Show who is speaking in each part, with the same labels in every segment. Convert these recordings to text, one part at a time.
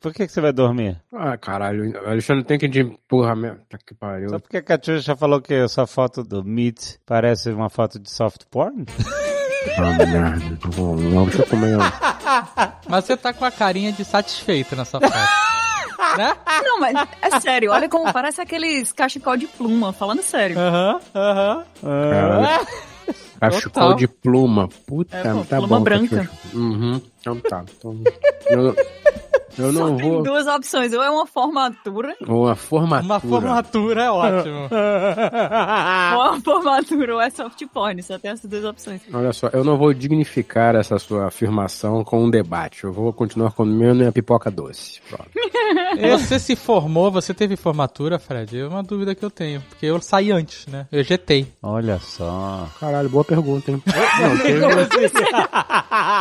Speaker 1: Por que, que você vai dormir?
Speaker 2: Ah, caralho, Alexandre tem que de empurra mesmo. Tá que pariu.
Speaker 1: Só porque a Catiuxa falou que essa foto do Meat parece uma foto de soft porn?
Speaker 2: Ah, merda. Não, não, deixa eu comer.
Speaker 3: Mas você tá com a carinha de satisfeito nessa foto. né?
Speaker 4: Não, mas é sério, olha como parece aqueles cachecol de pluma, falando sério.
Speaker 2: Ah,
Speaker 3: Aham, aham.
Speaker 4: Ah.
Speaker 2: Caralho. Cachecol
Speaker 3: Total.
Speaker 2: de pluma. Puta,
Speaker 4: É, pô,
Speaker 2: tá
Speaker 4: pluma
Speaker 2: bom.
Speaker 4: branca.
Speaker 2: Catiuxa. Uhum. Então tá. Então, eu, eu
Speaker 4: Só
Speaker 2: não
Speaker 4: tem
Speaker 2: vou.
Speaker 4: duas opções, ou é uma formatura,
Speaker 2: Uma formatura.
Speaker 3: Uma formatura é ótimo.
Speaker 4: ou é uma formatura, ou é soft porn, só tem essas duas opções.
Speaker 2: Olha só, eu não vou dignificar essa sua afirmação com um debate. Eu vou continuar comendo minha pipoca doce. Pronto.
Speaker 3: Você se formou, você teve formatura, Fred? É uma dúvida que eu tenho. Porque eu saí antes, né? Eu jetei.
Speaker 1: Olha só.
Speaker 2: Caralho, boa pergunta, hein? Não, teve,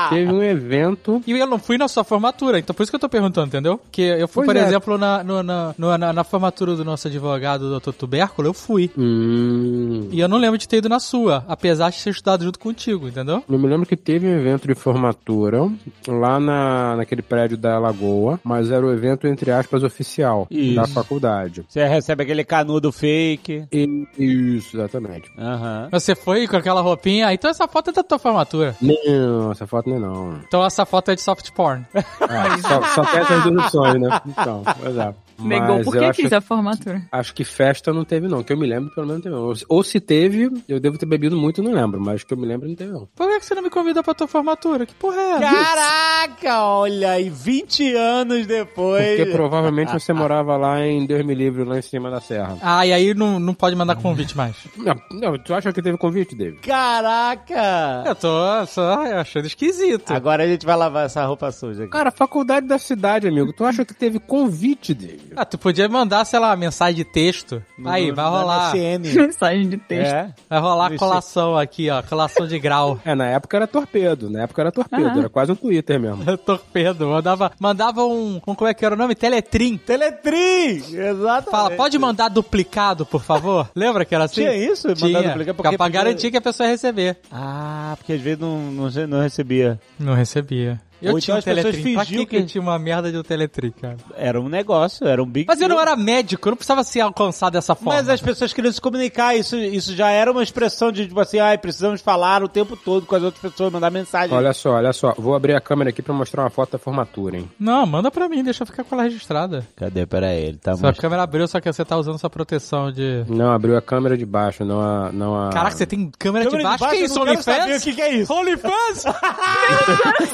Speaker 2: teve um evento.
Speaker 3: E eu não fui na sua formatura, então por isso que eu tô perguntando, entendeu? Porque eu fui,
Speaker 2: Pois
Speaker 3: por
Speaker 2: é.
Speaker 3: exemplo, na, no- na, no- na, na formatura do nosso advogado, Dr. Tubérculo, eu fui.
Speaker 2: Hum,
Speaker 3: E eu não lembro de ter ido na sua, apesar de ter estudado junto contigo, entendeu?
Speaker 2: eu me lembro que teve um evento de formatura lá na, naquele prédio da Lagoa, mas era o evento, entre aspas, oficial
Speaker 1: Isso.
Speaker 2: da faculdade.
Speaker 1: Você recebe aquele canudo fake.
Speaker 2: E- isso, exatamente.
Speaker 1: Aham.
Speaker 3: Você foi com aquela roupinha, então essa foto é da tua formatura.
Speaker 2: Não, essa foto não é não.
Speaker 3: Então essa foto é de soft porn.
Speaker 2: Ah, só, só tem essas duas opções, né? Então, pois é.
Speaker 4: Negou,
Speaker 2: Mas
Speaker 4: por
Speaker 2: eu
Speaker 4: que
Speaker 2: acho
Speaker 4: quis a formatura?
Speaker 2: Acho que festa não teve, não. Que eu me lembro, pelo menos não teve, não. Ou se- Ou se teve, eu devo ter bebido muito, não lembro. Mas que eu me lembro, não teve, não.
Speaker 3: Por que é que você não me convidou pra tua formatura? Que porra é essa?
Speaker 1: Caraca, olha aí, 20 anos depois.
Speaker 2: Porque provavelmente você morava lá em Deus me livre, lá em cima da serra.
Speaker 3: Ah, e aí não, não pode mandar convite mais.
Speaker 2: Não, não, tu acha que teve convite, David?
Speaker 1: Caraca!
Speaker 3: Eu tô só achando esquisito.
Speaker 1: Agora a gente vai lavar essa roupa suja aqui.
Speaker 2: Cara, faculdade da cidade, amigo. Tu acha que teve convite, David?
Speaker 3: Ah, tu podia mandar, sei lá, mensagem de texto. aí, vai rolar.
Speaker 1: MSN.
Speaker 4: Mensagem de texto.
Speaker 1: É.
Speaker 3: Vai rolar
Speaker 1: Isso.
Speaker 3: colação aqui, ó. Colação de grau.
Speaker 2: É, na época era torpedo. Na época era torpedo. Era quase um Twitter mesmo.
Speaker 3: Torpedo. Mandava, mandava um, um. Como é que era o nome? Teletrim.
Speaker 1: Teletrim! Exatamente.
Speaker 3: Fala, pode mandar duplicado, por favor? É, Lembra que era assim?
Speaker 1: Tinha isso? Mandar
Speaker 3: Tinha.
Speaker 1: duplicado, porque
Speaker 3: pra
Speaker 1: podia-
Speaker 3: garantir que a pessoa ia receber.
Speaker 1: Ah, porque às vezes não, não, sei- não recebia.
Speaker 3: Não recebia. Eu
Speaker 1: Ou então
Speaker 3: tinha um
Speaker 1: as pessoas
Speaker 3: Teletrim. Pra
Speaker 1: fingiam
Speaker 3: que, que eu
Speaker 1: que-
Speaker 3: tinha uma merda de um Teletrim, cara?
Speaker 1: Era um negócio, era um big
Speaker 3: Mas eu
Speaker 1: deal.
Speaker 3: não era médico, eu não precisava ser alcançado dessa forma.
Speaker 1: Mas as pessoas queriam se comunicar, isso, isso já era uma expressão de tipo assim, ai, precisamos falar o tempo todo com as outras pessoas, mandar mensagem.
Speaker 2: Olha só, olha só. Vou abrir a câmera aqui pra mostrar uma foto da formatura, hein?
Speaker 3: Não, manda pra mim, deixa eu ficar com ela registrada.
Speaker 1: Cadê? Pera aí, ele tá
Speaker 3: Sua câmera abriu, só que você tá usando sua proteção de.
Speaker 2: Não, abriu a câmera de baixo, não a. Não a...
Speaker 3: Caraca, você tem
Speaker 1: Câmera
Speaker 3: câmera,
Speaker 1: de
Speaker 3: de baixo?
Speaker 1: baixo,
Speaker 3: que é
Speaker 1: eu
Speaker 3: isso,
Speaker 1: não quero saber
Speaker 3: OnlyFans?
Speaker 1: o que que é isso.
Speaker 3: OnlyFans?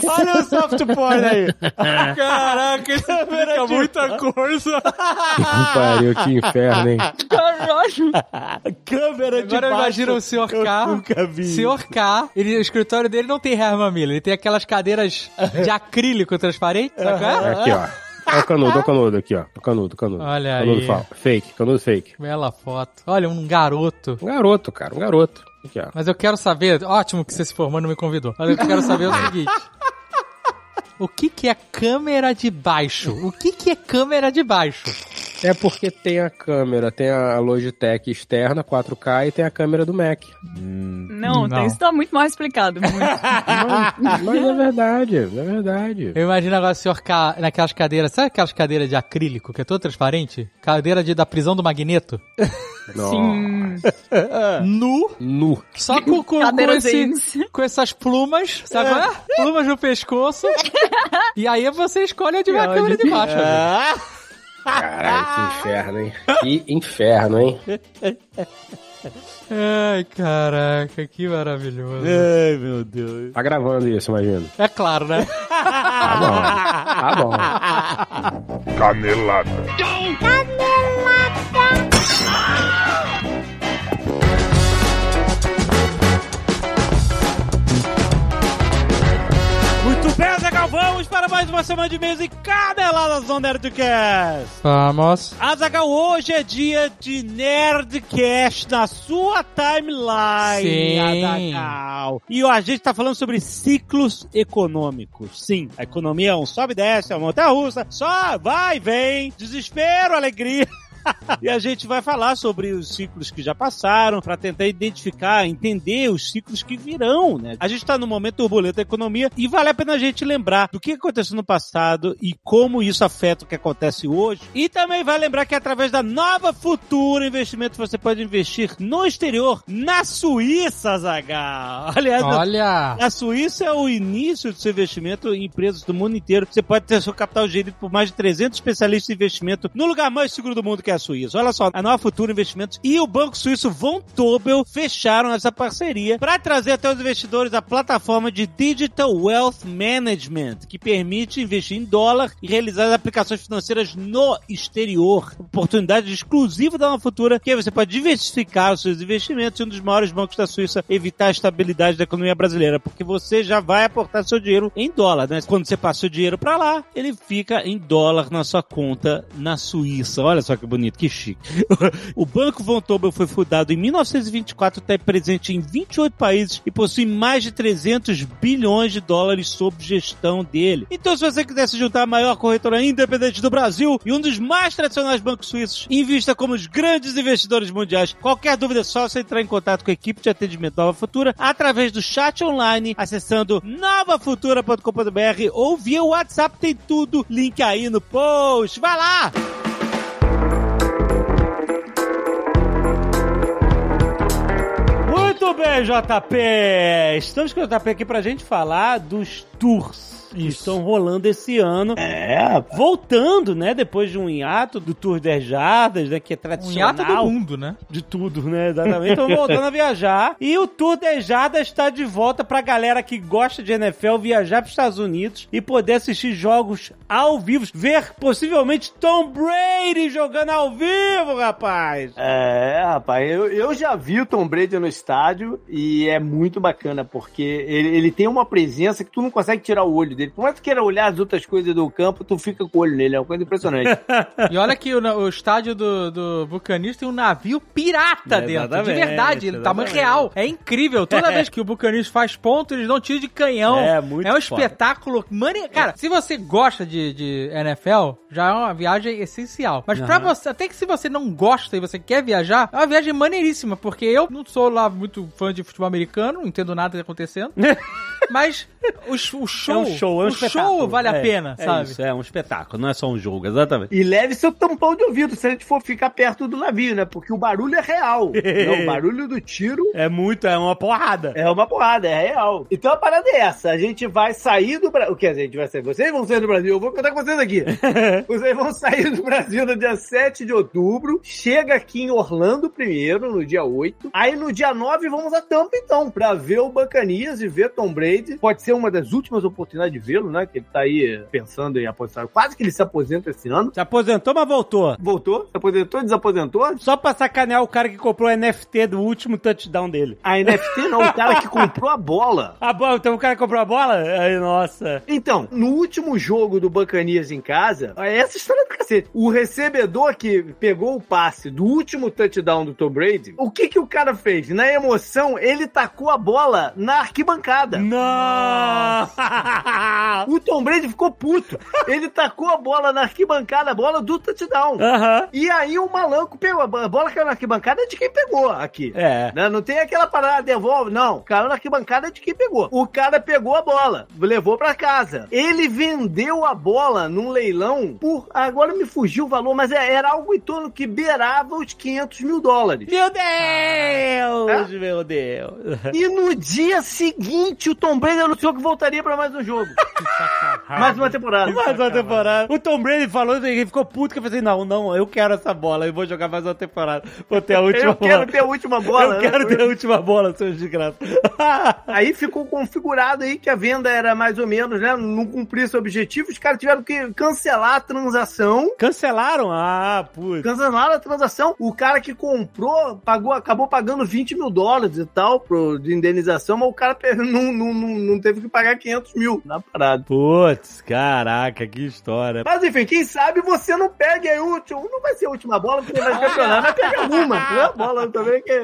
Speaker 1: Olha o soft porn aí. É.
Speaker 3: Caraca, isso explica muita coisa.
Speaker 2: Que pariu, que inferno, hein?
Speaker 4: Caralho!
Speaker 1: Câmera de
Speaker 3: Agora eu
Speaker 1: baixo.
Speaker 3: imagino o Sr.
Speaker 1: Eu
Speaker 3: K.
Speaker 1: nunca vi.
Speaker 3: Sr. K, ele, o escritório dele não tem hair mamilo, ele tem aquelas cadeiras de acrílico transparente, sabe qual é?
Speaker 2: Aqui, ó. Olha o canudo, olha o canudo aqui, ó. É O canudo, o canudo.
Speaker 3: Olha
Speaker 2: canudo
Speaker 3: aí.
Speaker 2: fa- Fake, canudo fake.
Speaker 3: Bela foto. Olha, um garoto.
Speaker 2: Um garoto, cara, um garoto. Aqui, ó.
Speaker 3: Mas eu quero saber, ótimo que você se formou e não me convidou. Mas eu quero saber o seguinte. O que que é câmera de baixo? O que que é câmera de baixo?
Speaker 2: É porque tem a câmera, tem a Logitech externa, 4K, e tem a câmera do Mac.
Speaker 4: Não,
Speaker 3: Não.
Speaker 4: isso tá muito mal explicado. Muito.
Speaker 2: Mas, mas é verdade, é verdade.
Speaker 3: Eu imagino agora o senhor K naquelas cadeiras, sabe aquelas cadeiras de acrílico que é todo transparente? Cadeira de, da prisão do magneto?
Speaker 2: Sim.
Speaker 3: Nu,
Speaker 2: Nu.
Speaker 3: só com, com, com,
Speaker 4: Cadeiras
Speaker 3: esse-
Speaker 4: jeans.
Speaker 3: com essas plumas, sabe? qual é? Plumas no pescoço. e aí você escolhe onde vai a câmera de baixo. amigo.
Speaker 1: Ah,
Speaker 4: Tá
Speaker 2: Caralho, que inferno, hein? Que inferno, hein?
Speaker 3: Ai, caraca, que maravilhoso.
Speaker 1: ai, meu Deus.
Speaker 2: Tá gravando isso, imagino.
Speaker 3: É claro, né?
Speaker 2: Tá bom. Tá bom.
Speaker 5: Canelada.
Speaker 1: Muito bem, Zagal, vamos para mais uma semana de mesa e caneladas do Nerdcast.
Speaker 3: Vamos.
Speaker 1: Azagal, hoje é dia de Nerdcast na sua timeline,
Speaker 3: Sim.
Speaker 1: Azagal. E ó, a gente tá falando sobre ciclos econômicos. Sim, a economia é um sobe e desce, é uma montanha russa, só vai e vem, desespero, alegria. E a gente vai falar sobre os ciclos que já passaram, para tentar identificar, entender os ciclos que virão, né? A gente está num momento turbulento da economia e vale a pena a gente lembrar do que aconteceu no passado e como isso afeta o que acontece hoje. E também vai lembrar que através da nova Futura Investimento você pode investir no exterior, na Suíça, Zagal. Aliás, na
Speaker 3: Olha!
Speaker 1: a Suíça é o início do seu investimento em empresas do mundo inteiro. Você pode ter seu capital gerido por mais de 300 especialistas em investimento no lugar mais seguro do mundo, que é a Suíça. Olha só, a Nova Futura Investimentos e o Banco Suíço Von Tobel fecharam essa parceria para trazer até os investidores a plataforma de Digital Wealth Management, que permite investir em dólar e realizar as aplicações financeiras no exterior. Oportunidade exclusiva da Nova Futura, que aí você pode diversificar os seus investimentos e um dos maiores bancos da Suíça evitar a estabilidade da economia brasileira, porque você já vai aportar seu dinheiro em dólar, né? Quando você passa o dinheiro para lá, ele fica em dólar na sua conta na Suíça. Olha só que bonito, que chique. O Banco Von Tobel foi fundado em 1924, está presente em 28 países e possui mais de 300 bilhões de dólares sob gestão dele. Então, se você quiser se juntar à maior corretora independente do Brasil e um dos mais tradicionais bancos suíços, invista como os grandes investidores mundiais. Qualquer dúvida é só você entrar em contato com a equipe de atendimento Nova Futura através do chat online, acessando novafutura.com.br ou via WhatsApp, tem tudo. Link aí no post. Vai lá! Muito bem, JP! Estamos com o JP aqui pra gente falar dos tours que
Speaker 3: Isso.
Speaker 1: estão rolando esse ano. É, voltando, né, depois de um hiato do Tour das Jardas, né, que é
Speaker 3: Um
Speaker 1: tradicional.
Speaker 3: hiato do mundo, né?
Speaker 1: De tudo, né? Exatamente. Então voltando a viajar. E o Tour das Jardas está de volta pra galera que gosta de NFL viajar pros Estados Unidos e poder assistir jogos ao vivo. Ver possivelmente Tom Brady jogando ao vivo, rapaz!
Speaker 6: É, rapaz, eu, eu já vi o Tom Brady no estádio e é muito bacana, porque ele, ele tem uma presença que tu não consegue tirar o olho dele. Por mais que tu queira olhar as outras coisas do campo, tu fica com o olho nele, é uma coisa impressionante.
Speaker 3: E olha que o, na- o estádio do, do Bucanistas tem um navio pirata
Speaker 1: É,
Speaker 3: dentro. De
Speaker 1: exatamente,
Speaker 3: verdade, ele tamanho real. É incrível. Toda vez que o Bucanistas faz ponto, eles dão tiro de canhão.
Speaker 1: É, muito
Speaker 3: um
Speaker 1: foda.
Speaker 3: espetáculo. Mane... Cara, se você gosta de, de NFL, já é uma viagem essencial. Mas pra você, até que se você não gosta e você quer viajar, é uma viagem maneiríssima, porque eu não sou lá muito fã de futebol americano, não entendo nada que tá acontecendo. mas o, sh- o show,
Speaker 1: é um show, é um
Speaker 3: o
Speaker 1: espetáculo.
Speaker 3: show vale a
Speaker 1: É,
Speaker 3: pena,
Speaker 1: é
Speaker 3: sabe?
Speaker 1: Isso, é um espetáculo, não é só um jogo, exatamente.
Speaker 6: E leve seu tampão de ouvido se a gente for ficar perto do navio, né? Porque o barulho é real. né? O barulho do tiro
Speaker 1: É muito, é uma porrada.
Speaker 6: É uma porrada, é real. Então a parada é essa: a gente vai sair do Brasil. O que a gente vai sair? Vocês vão sair do Brasil, eu vou contar com vocês aqui. vocês vão sair do Brasil no dia 7 de outubro. Chega aqui em Orlando primeiro, no dia 8. Aí no dia 9 vamos a Tampa, então, pra ver o Bacanias e ver Tom Brady. Pode ser uma das últimas oportunidades de vê-lo, né? Que ele tá aí pensando em aposentar. Quase que ele se aposenta esse ano.
Speaker 1: Se aposentou, mas voltou.
Speaker 6: Voltou, se aposentou, desaposentou.
Speaker 1: Só pra sacanear o cara que comprou o NFT do último touchdown dele.
Speaker 6: A NFT não, o cara que comprou a bola.
Speaker 1: A bola, então o cara comprou a bola? Ai, nossa.
Speaker 6: Então, no último jogo do Bacanias em casa, é essa história do cacete. O recebedor que pegou o passe do último touchdown do Tom Brady, o que que o cara fez? Na emoção, ele tacou a bola na
Speaker 1: É.
Speaker 6: arquibancada.
Speaker 1: Não!
Speaker 6: O Tom Brady ficou puto. Ele tacou a bola na arquibancada, a bola do touchdown.
Speaker 1: Aham.
Speaker 6: E aí o maluco pegou. A bola caiu na arquibancada é de quem pegou aqui.
Speaker 1: É.
Speaker 6: Né? Não tem aquela parada, devolve. Não, caiu na arquibancada é de quem pegou. O cara pegou a bola, levou pra casa. Ele vendeu a bola num leilão por. Agora me fugiu o valor, mas é- era algo em torno que beirava os 500 mil dólares.
Speaker 1: Meu Deus! Meu Deus!
Speaker 6: E no dia seguinte, o Tom Brady anunciou que voltaria pra mais um jogo. mais uma temporada.
Speaker 1: Mais uma temporada. O Tom Brady falou, ele ficou puto, que eu falei, assim, não, não, eu quero essa bola, eu vou jogar mais uma temporada. Vou ter a última
Speaker 6: Eu quero
Speaker 1: bola.
Speaker 6: ter a última bola.
Speaker 1: eu
Speaker 6: né?
Speaker 1: quero ter a última bola, seus desgraçados.
Speaker 6: Aí ficou configurado aí que a venda era mais ou menos, né? Não cumpriu esse objetivo, os caras tiveram que cancelar a transação.
Speaker 1: Cancelaram? Ah, putz.
Speaker 6: Cancelaram a transação. O cara que comprou pagou, acabou pagando 20 mil dólares e tal pro, de indenização, mas o cara pe- não, não, não, não teve que pagar 500 mil na parada.
Speaker 1: Putz, caraca, que história.
Speaker 6: Mas enfim, quem sabe você não pegue aí o último. Não vai ser a última bola, porque vai campeonar, mas pega uma. Não é bola também, que,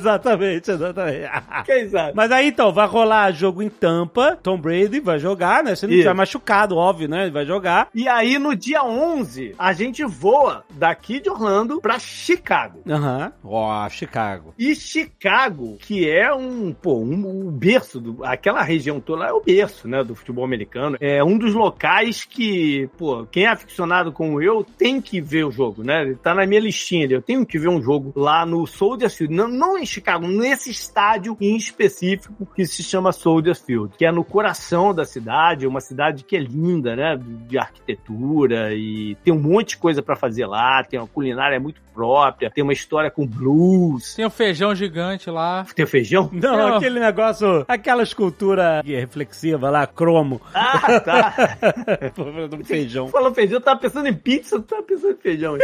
Speaker 1: exatamente, exatamente.
Speaker 6: quem sabe.
Speaker 1: Mas aí então, vai rolar jogo em Tampa, Tom Brady vai jogar, né? Se não
Speaker 6: Isso.
Speaker 1: tiver machucado, óbvio, né? Ele vai jogar.
Speaker 6: E aí, no dia 11, 11, a gente voa daqui de Orlando pra Chicago.
Speaker 1: Aham. Ó, Chicago.
Speaker 6: E Chicago, que é um, pô, um, um berço, do, aquela região toda é o berço, né, do futebol americano. É um dos locais que, pô, quem é aficionado como eu tem que ver o jogo, né? Ele tá na minha listinha, ali, eu tenho que ver um jogo lá no Soldier Field, não, não em Chicago, nesse estádio em específico que se chama Soldier Field, que é no coração da cidade, uma cidade que é linda, né, de de arquitetura e tem um monte de coisa pra fazer lá, tem uma culinária muito própria, tem uma história com blues,
Speaker 3: Tem um feijão gigante lá.
Speaker 6: tem feijão.
Speaker 1: Não,
Speaker 3: Não.
Speaker 1: aquele negócio, aquela escultura é reflexiva lá, cromo.
Speaker 6: Ah, tá.
Speaker 1: do feijão.
Speaker 6: Falou feijão, eu tava pensando em pizza, eu tava pensando em feijão.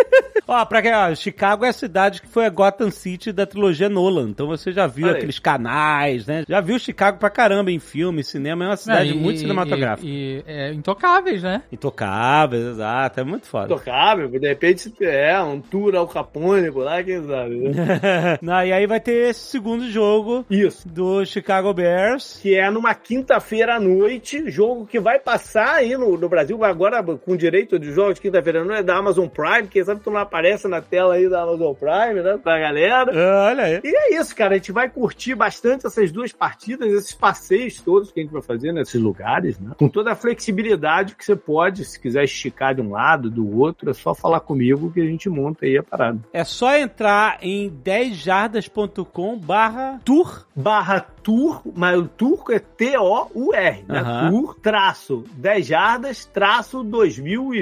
Speaker 1: Ó, pra quem, ó, Chicago é a cidade que foi a Gotham City da trilogia Nolan. Então você já viu
Speaker 6: Olha aí.
Speaker 1: aqueles canais, né? Já viu Chicago pra caramba em filme, cinema. É uma cidade
Speaker 3: Não, e-
Speaker 1: muito
Speaker 3: e-
Speaker 1: cinematográfica.
Speaker 3: E, e- é, intocáveis, né?
Speaker 1: Intocável, exato. É muito foda.
Speaker 6: Tocável, de repente é um tour ao capônico lá, quem sabe. né?
Speaker 1: Não, e aí vai ter esse segundo jogo
Speaker 6: Isso.
Speaker 1: do Chicago Bears.
Speaker 6: que é numa quinta-feira à noite, jogo que vai passar aí no, no Brasil, agora com direito de jogos de quinta-feira, não é da Amazon Prime, quem sabe tu não aparece na tela aí da Amazon Prime, né, pra galera.
Speaker 1: Ah, Olha aí.
Speaker 6: E é isso, cara, a gente vai curtir bastante essas duas partidas, esses passeios todos que a gente vai fazer nesses lugares, né, com toda a flexibilidade que você pode, se quiser esticar de um lado, do outro, é só falar comigo que a gente monta aí a parada.
Speaker 1: É só entrar em 10jardas.com barra tour
Speaker 6: barra tour, mas o turco é T-O-U-R, né?
Speaker 1: Aham.
Speaker 6: Tour, traço, 10 jardas, traço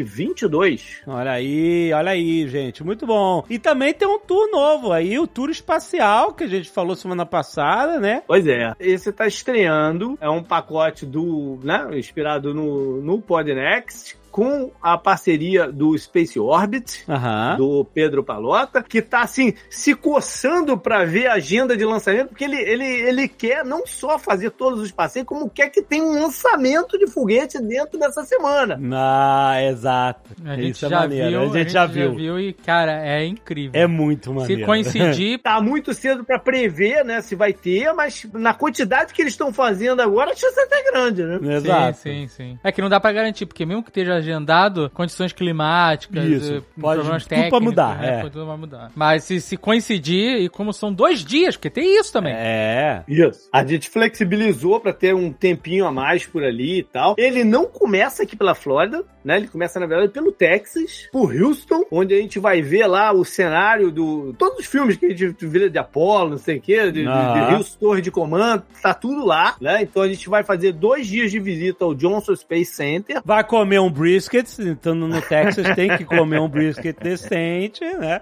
Speaker 6: 2022.
Speaker 1: Olha aí, olha aí, gente. Muito bom. E também tem um tour novo aí, o tour espacial, que a gente falou semana passada, né?
Speaker 6: Pois é, esse tá estreando, é um pacote do, né, inspirado no, no Podnext, com a parceria do Space Orbit,
Speaker 1: Aham.
Speaker 6: do Pedro Palota, que tá assim, se coçando pra ver a agenda de lançamento, porque ele, ele, ele quer não só fazer todos os passeios, como quer que tenha um lançamento de foguete dentro dessa semana.
Speaker 1: Ah, exato.
Speaker 3: A gente,
Speaker 1: Isso é
Speaker 3: já,
Speaker 1: maneiro.
Speaker 3: viu,
Speaker 1: a, gente já viu.
Speaker 3: E, cara, é incrível.
Speaker 1: É muito maneiro.
Speaker 3: Se coincidir,
Speaker 6: Tá muito cedo pra prever, né, se vai ter, mas na quantidade que eles estão fazendo agora, a chance é até grande, né?
Speaker 1: Exato.
Speaker 3: Sim, sim, sim. É que não dá pra garantir, porque mesmo que esteja agendado, condições climáticas,
Speaker 1: Isso,
Speaker 3: eh,
Speaker 1: pode-
Speaker 3: problemas
Speaker 1: tudo pra
Speaker 3: técnicos,
Speaker 1: mudar,
Speaker 3: né,
Speaker 1: é.
Speaker 3: pode- tudo vai mudar. Mas se, se coincidir, e como são dois dias, porque tem isso também.
Speaker 1: É.
Speaker 6: Isso. A gente flexibilizou pra ter um tempinho a mais por ali e tal. Ele não começa aqui pela Flórida, né? Ele começa, na verdade, pelo Texas, por Houston, onde a gente vai ver lá o cenário do. Todos os filmes que a gente vira de Apolo, não sei o quê, de, de, de
Speaker 1: Aham.
Speaker 6: Houston, Torre de Comando, tá tudo lá, né? Então a gente vai fazer dois dias de visita ao Johnson Space Center.
Speaker 1: Vai comer um brisket, estando no Texas tem que comer um brisket decente, né?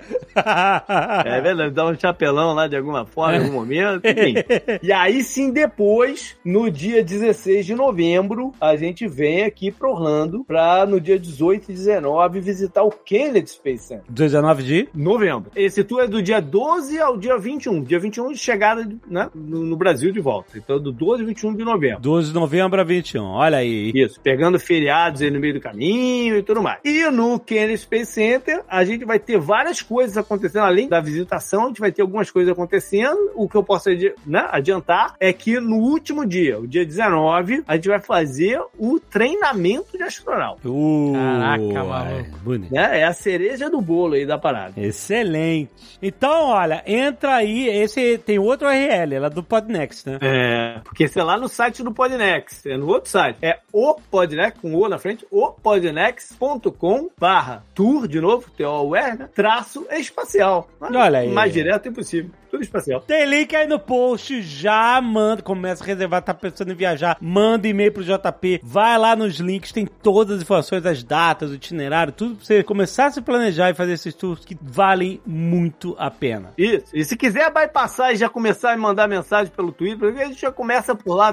Speaker 6: É verdade, dá um chapelão lá de alguma forma, em algum momento, enfim. E aí sim, depois, no dia 16 de novembro, a gente vem aqui pro Orlando pra, no dia 18 e 19, visitar o Kennedy Space Center.
Speaker 1: 19 de?
Speaker 6: Novembro. Esse tour é do dia 12 ao dia 21. Dia 21 de chegada né, no, no Brasil de volta. Então, do 12 a 21 de novembro.
Speaker 1: 12 de novembro a 21. Olha aí.
Speaker 6: Isso, pegando feriados aí no meio do caminho e tudo mais. E no Kennedy Space Center, a gente vai ter várias coisas acontecendo, além da visitação, a gente vai ter algumas coisas acontecendo. O que eu posso adi- né, adiantar é que no último dia, o dia 19, a gente vai fazer o treinamento de astronauta.
Speaker 1: Uh,
Speaker 3: Caraca, maluco.
Speaker 1: é, Bonito.
Speaker 6: Né? É a cereja do bolo aí da parada.
Speaker 1: Excelente. Então, olha, entra aí. Esse tem outro URL, ela é do Podnext, né?
Speaker 6: É, porque sei lá no site do Podnext, é no outro site. É o Podnext, com o na frente, o podnext.com barra tour, de novo, T-O-U-R, né? traço espacial. Mas
Speaker 1: Olha aí.
Speaker 6: Mais direto é impossível. Tudo espacial.
Speaker 1: Tem link aí no post, já manda, começa a reservar, tá pensando em viajar, manda e-mail pro JP, vai lá nos links, tem todas as informações, as datas, o itinerário, tudo pra você começar a se planejar e fazer esses tours que valem muito a pena.
Speaker 6: Isso. E se quiser bypassar e já começar a me mandar mensagem pelo Twitter, a gente já começa por lá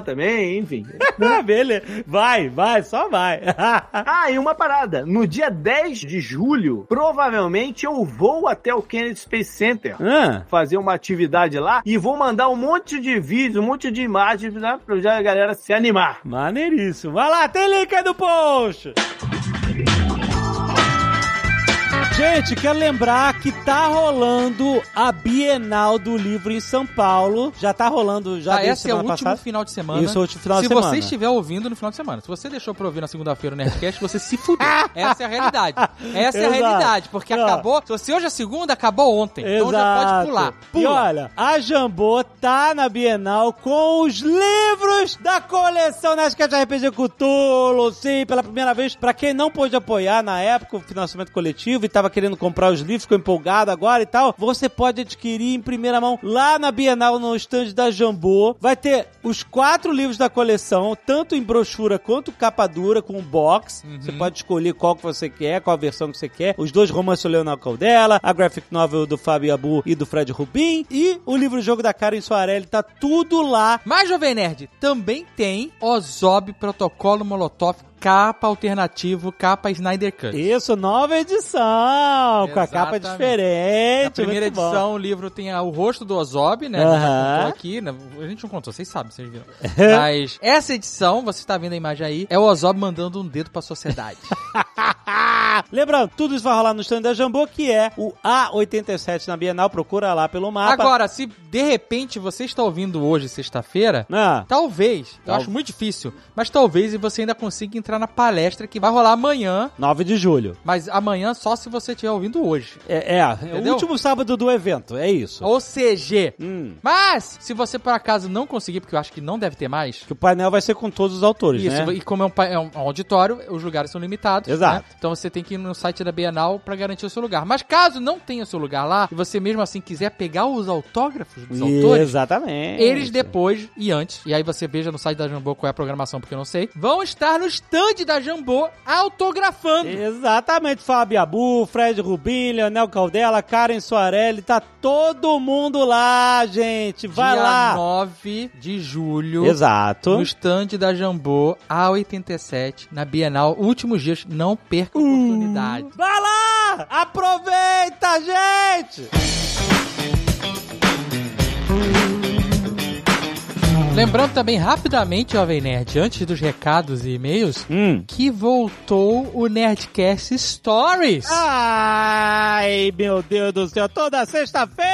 Speaker 6: também, enfim.
Speaker 1: Ah, beleza. Vai, vai, só vai.
Speaker 6: Ah, e uma parada. No dia 10 de julho, provavelmente eu vou até o Kennedy Space Center.
Speaker 1: Ah,
Speaker 6: fazer uma atividade lá e vou mandar um monte de vídeo, um monte de imagens, né? Pra já a galera se animar.
Speaker 1: maneiríssimo. Vai lá, tem link aí no post. Gente, quero lembrar que tá rolando a Bienal do Livro em São Paulo. Já tá rolando, já
Speaker 3: Tá,
Speaker 1: desde
Speaker 3: esse é o
Speaker 1: semana
Speaker 3: último
Speaker 1: passada.
Speaker 3: final de semana.
Speaker 1: Isso é o último final
Speaker 3: se
Speaker 1: de semana.
Speaker 3: você estiver ouvindo no final de semana. Se você deixou pra ouvir na segunda-feira o Nerdcast, você se fudeu. Essa é a realidade. Essa é a
Speaker 1: Exato. Ah.
Speaker 3: realidade. Porque
Speaker 1: Ó.
Speaker 3: acabou... Se você hoje é segunda, acabou ontem. Então já pode pular.
Speaker 1: E
Speaker 3: Pula.
Speaker 1: olha, a Jambô tá na Bienal com os livros da coleção Nerdcast RPG Cthulhu, sim, pela primeira vez. Pra quem não pôde apoiar na época o financiamento coletivo e tava querendo comprar os livros, ficou empolgado agora e tal, você pode adquirir em primeira mão lá na Bienal, no estande da Jambô. Vai ter os quatro livros da coleção, tanto em brochura quanto capa dura, com um box.
Speaker 3: Uhum.
Speaker 1: Você pode escolher qual que você quer, qual a versão que você quer. Os dois romances do Leonardo Caldela, a graphic novel do Fábio Abu e do Fred Rubin e o livro Jogo da Karen Soarelli, tá tudo lá.
Speaker 3: Mas, Jovem Nerd, também tem Ozob Protocolo Molotov, capa alternativo, capa Snyder Cut.
Speaker 1: Isso, nova edição, com a capa
Speaker 3: Exatamente.
Speaker 1: diferente.
Speaker 3: Na primeira
Speaker 1: muito bom.
Speaker 3: edição, o livro tem a- o rosto do Ozob, né? A gente já
Speaker 1: Aham.
Speaker 3: contou aqui, né? A gente não contou, vocês sabem, vocês viram. Mas essa edição, você tá vendo a imagem aí, é o Ozob mandando um dedo pra sociedade.
Speaker 1: Ah, Lembrando, tudo isso vai rolar no stand da Jambô, que é o A87 na Bienal. Procura lá pelo mapa.
Speaker 3: Agora, se de repente você está ouvindo hoje, sexta-feira,
Speaker 1: Ah,
Speaker 3: talvez, eu
Speaker 1: Tal-
Speaker 3: acho muito difícil, mas talvez você ainda consiga entrar na palestra que vai rolar amanhã,
Speaker 1: 9 de julho.
Speaker 3: mas amanhã só se você estiver ouvindo hoje.
Speaker 1: É, é, é o
Speaker 3: Entendeu?
Speaker 1: último sábado do evento, é isso.
Speaker 3: Ou seja,
Speaker 1: Hum.
Speaker 3: mas se você por acaso não conseguir, porque eu acho que não deve ter mais,
Speaker 1: Que o painel vai ser com todos os autores,
Speaker 3: Isso,
Speaker 1: né?
Speaker 3: e como é um, pa- é um auditório, os lugares são limitados.
Speaker 1: Exato.
Speaker 3: né? Então você tem que ir no site da Bienal pra garantir o seu lugar. Mas caso não tenha o seu lugar lá, e você mesmo assim quiser pegar os autógrafos dos autores,
Speaker 1: Exatamente.
Speaker 3: eles depois e antes, e aí você veja no site da Jambô qual é a programação, porque eu não sei, vão estar no stand da Jambô autografando.
Speaker 1: Exatamente, Fábio Abu, Fred Rubin, Leonel Caldela, Karen Soarelli, tá todo mundo lá, gente. Vai
Speaker 3: Dia
Speaker 1: lá.
Speaker 3: 9 de julho.
Speaker 1: Exato.
Speaker 3: No stand da Jambô, A87, na Bienal, últimos dias, não perca a oportunidade.
Speaker 1: Vai lá! Aproveita, gente!
Speaker 3: Lembrando também rapidamente, Jovem Nerd, antes dos recados e e-mails,
Speaker 1: Hum.
Speaker 3: que voltou o Nerdcast Stories.
Speaker 1: Ai, meu Deus do céu, toda sexta-feira!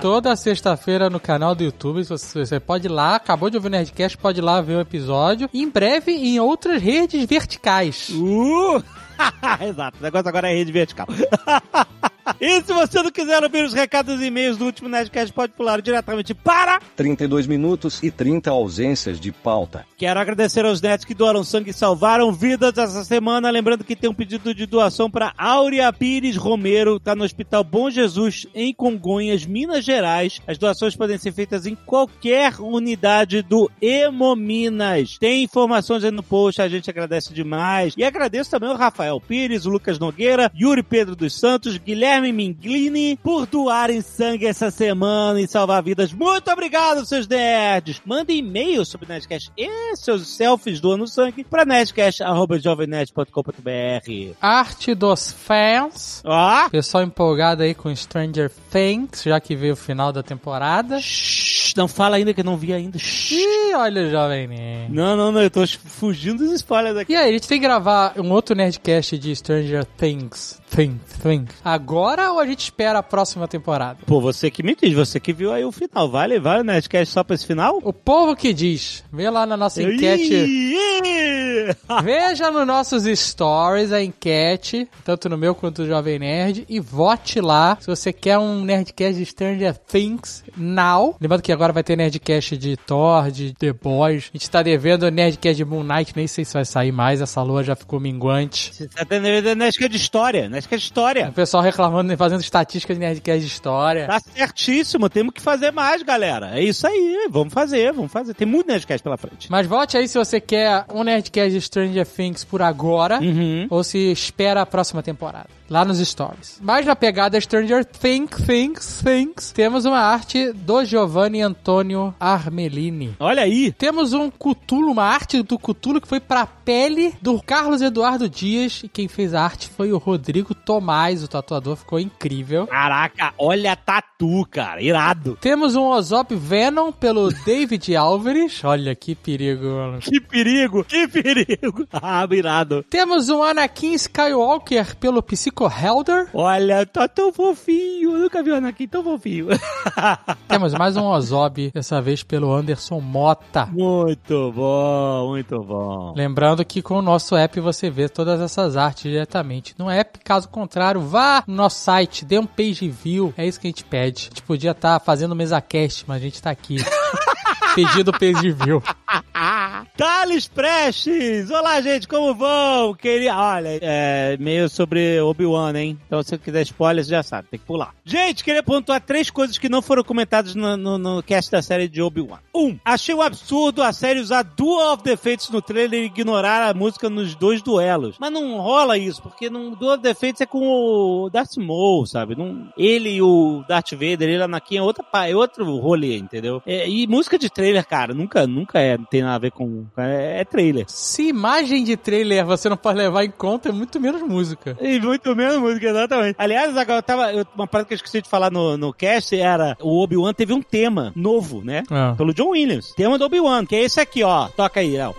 Speaker 3: Toda sexta-feira no canal do YouTube, você você pode ir lá, acabou de ouvir o Nerdcast, pode ir lá ver o episódio. E em breve em outras redes verticais.
Speaker 1: Uh! Exato, o negócio agora é rede vertical. e se você não quiser ouvir os recados e e-mails do último Nerdcast, pode pular diretamente para
Speaker 7: 32 minutos e 30 ausências de pauta.
Speaker 1: Quero agradecer aos netos que doaram sangue e salvaram vidas essa semana. Lembrando que tem um pedido de doação para Áurea Pires Romero, está no Hospital Bom Jesus, em Congonhas, Minas Gerais. As doações podem ser feitas em qualquer unidade do Hemominas. Tem informações aí no post, a gente agradece demais. E agradeço também ao Rafael Pires, o Lucas Nogueira, Yuri Pedro dos Santos, Guilherme Minglini, por doarem sangue essa semana e salvar vidas. Muito obrigado, seus nerds! Mandem e-mail sobre o Nerdcast e seus selfies doando sangue para nerdcast.jovemnerd.com.br.
Speaker 3: Arte dos fans.
Speaker 1: Ó!
Speaker 3: Pessoal empolgado aí com Stranger Things, já que veio o final da temporada.
Speaker 1: Shhh, Não fala ainda que eu não vi ainda. Shhh.
Speaker 3: Ih, olha o Jovem Nerd.
Speaker 1: Não, não, não, eu tô fugindo dos spoilers aqui.
Speaker 3: E aí, a gente tem que gravar um outro Nerdcast de Stranger Things. Thing, thing. Agora ou a gente espera a próxima temporada?
Speaker 1: Pô, você que me diz, você que viu aí o final. Vai levar o Nerdcast só pra esse final?
Speaker 3: O povo que diz. Vê lá na nossa enquete.
Speaker 1: Ih!
Speaker 3: Veja nos nossos stories a enquete, tanto no meu quanto do Jovem Nerd, e vote lá se você quer um Nerdcast de Stranger Things now. Lembrando que agora vai ter Nerdcast de Thor, de The Boys. A gente tá devendo Nerdcast de Moon Knight, nem sei se vai sair mais, essa lua já ficou minguante.
Speaker 1: Você tá tendo Nerdcast de história, Nerdcast de história.
Speaker 3: O pessoal reclamando, né, fazendo estatística de Nerdcast de história.
Speaker 1: Tá certíssimo, temos que fazer mais, galera. É isso aí, vamos fazer, vamos fazer. Tem muito Nerdcast pela frente.
Speaker 3: Mas vote aí se você quer um Nerdcast de Stranger Things por agora
Speaker 1: Uhum.
Speaker 3: ou se espera a próxima temporada. Lá nos stories. Mas na pegada Stranger Think, Things, Things, temos uma arte do Giovanni Antonio Armelini.
Speaker 1: Olha aí.
Speaker 3: Temos um Cutulo, uma arte do Cutulo que foi pra pele do Carlos Eduardo Dias. E quem fez a arte foi o Rodrigo Tomás, o tatuador, ficou incrível.
Speaker 1: Caraca, olha a tatu, cara. Irado.
Speaker 3: Temos um Ozop Venom pelo David Alvarez. Olha que perigo, mano.
Speaker 1: Que perigo, que perigo. amigo. Ah, mirado.
Speaker 3: Temos o Anakin Skywalker pelo Psycho Helder.
Speaker 1: Olha, tá tão fofinho. Eu nunca vi o Anakin tão fofinho.
Speaker 3: Temos mais um Ozob, dessa vez pelo Anderson Mota.
Speaker 1: muito bom, muito bom.
Speaker 3: Lembrando que com o nosso app você vê todas essas artes diretamente no app. Caso contrário, vá no nosso site, dê um page view. É isso que a gente pede. A gente podia estar fazendo mesa cast, mas a gente tá aqui. Pedindo page view.
Speaker 1: Thales Prestes! Olá, gente, como vão? Queria... Olha, é meio sobre Obi-Wan, hein? Então, se você quiser spoiler, você já sabe, tem que pular. Gente, queria pontuar três coisas que não foram comentadas no, no, no cast da série de Obi-Wan. Um, achei um absurdo a série usar Duel of Defeats no trailer e ignorar a música nos dois duelos. Mas não rola isso, porque no Duel of Defeats é com o Darth Maul, sabe? Não... Ele e o Darth Vader, ele e Anakin é, outra, pa- é outro rolê, entendeu? É, e música de trailer, cara, nunca, nunca é, tem nada a ver com... É, é trailer.
Speaker 3: Se imagem de trailer você não pode levar em conta, é muito menos música.
Speaker 1: E muito menos música, exatamente. Aliás, agora eu tava. eu- uma parada que eu esqueci de falar no, no cast era o Obi-Wan teve um tema novo, né?
Speaker 3: Ah.
Speaker 1: Pelo John Williams. Tema do Obi-Wan, que é esse aqui, ó. Toca aí, Léo.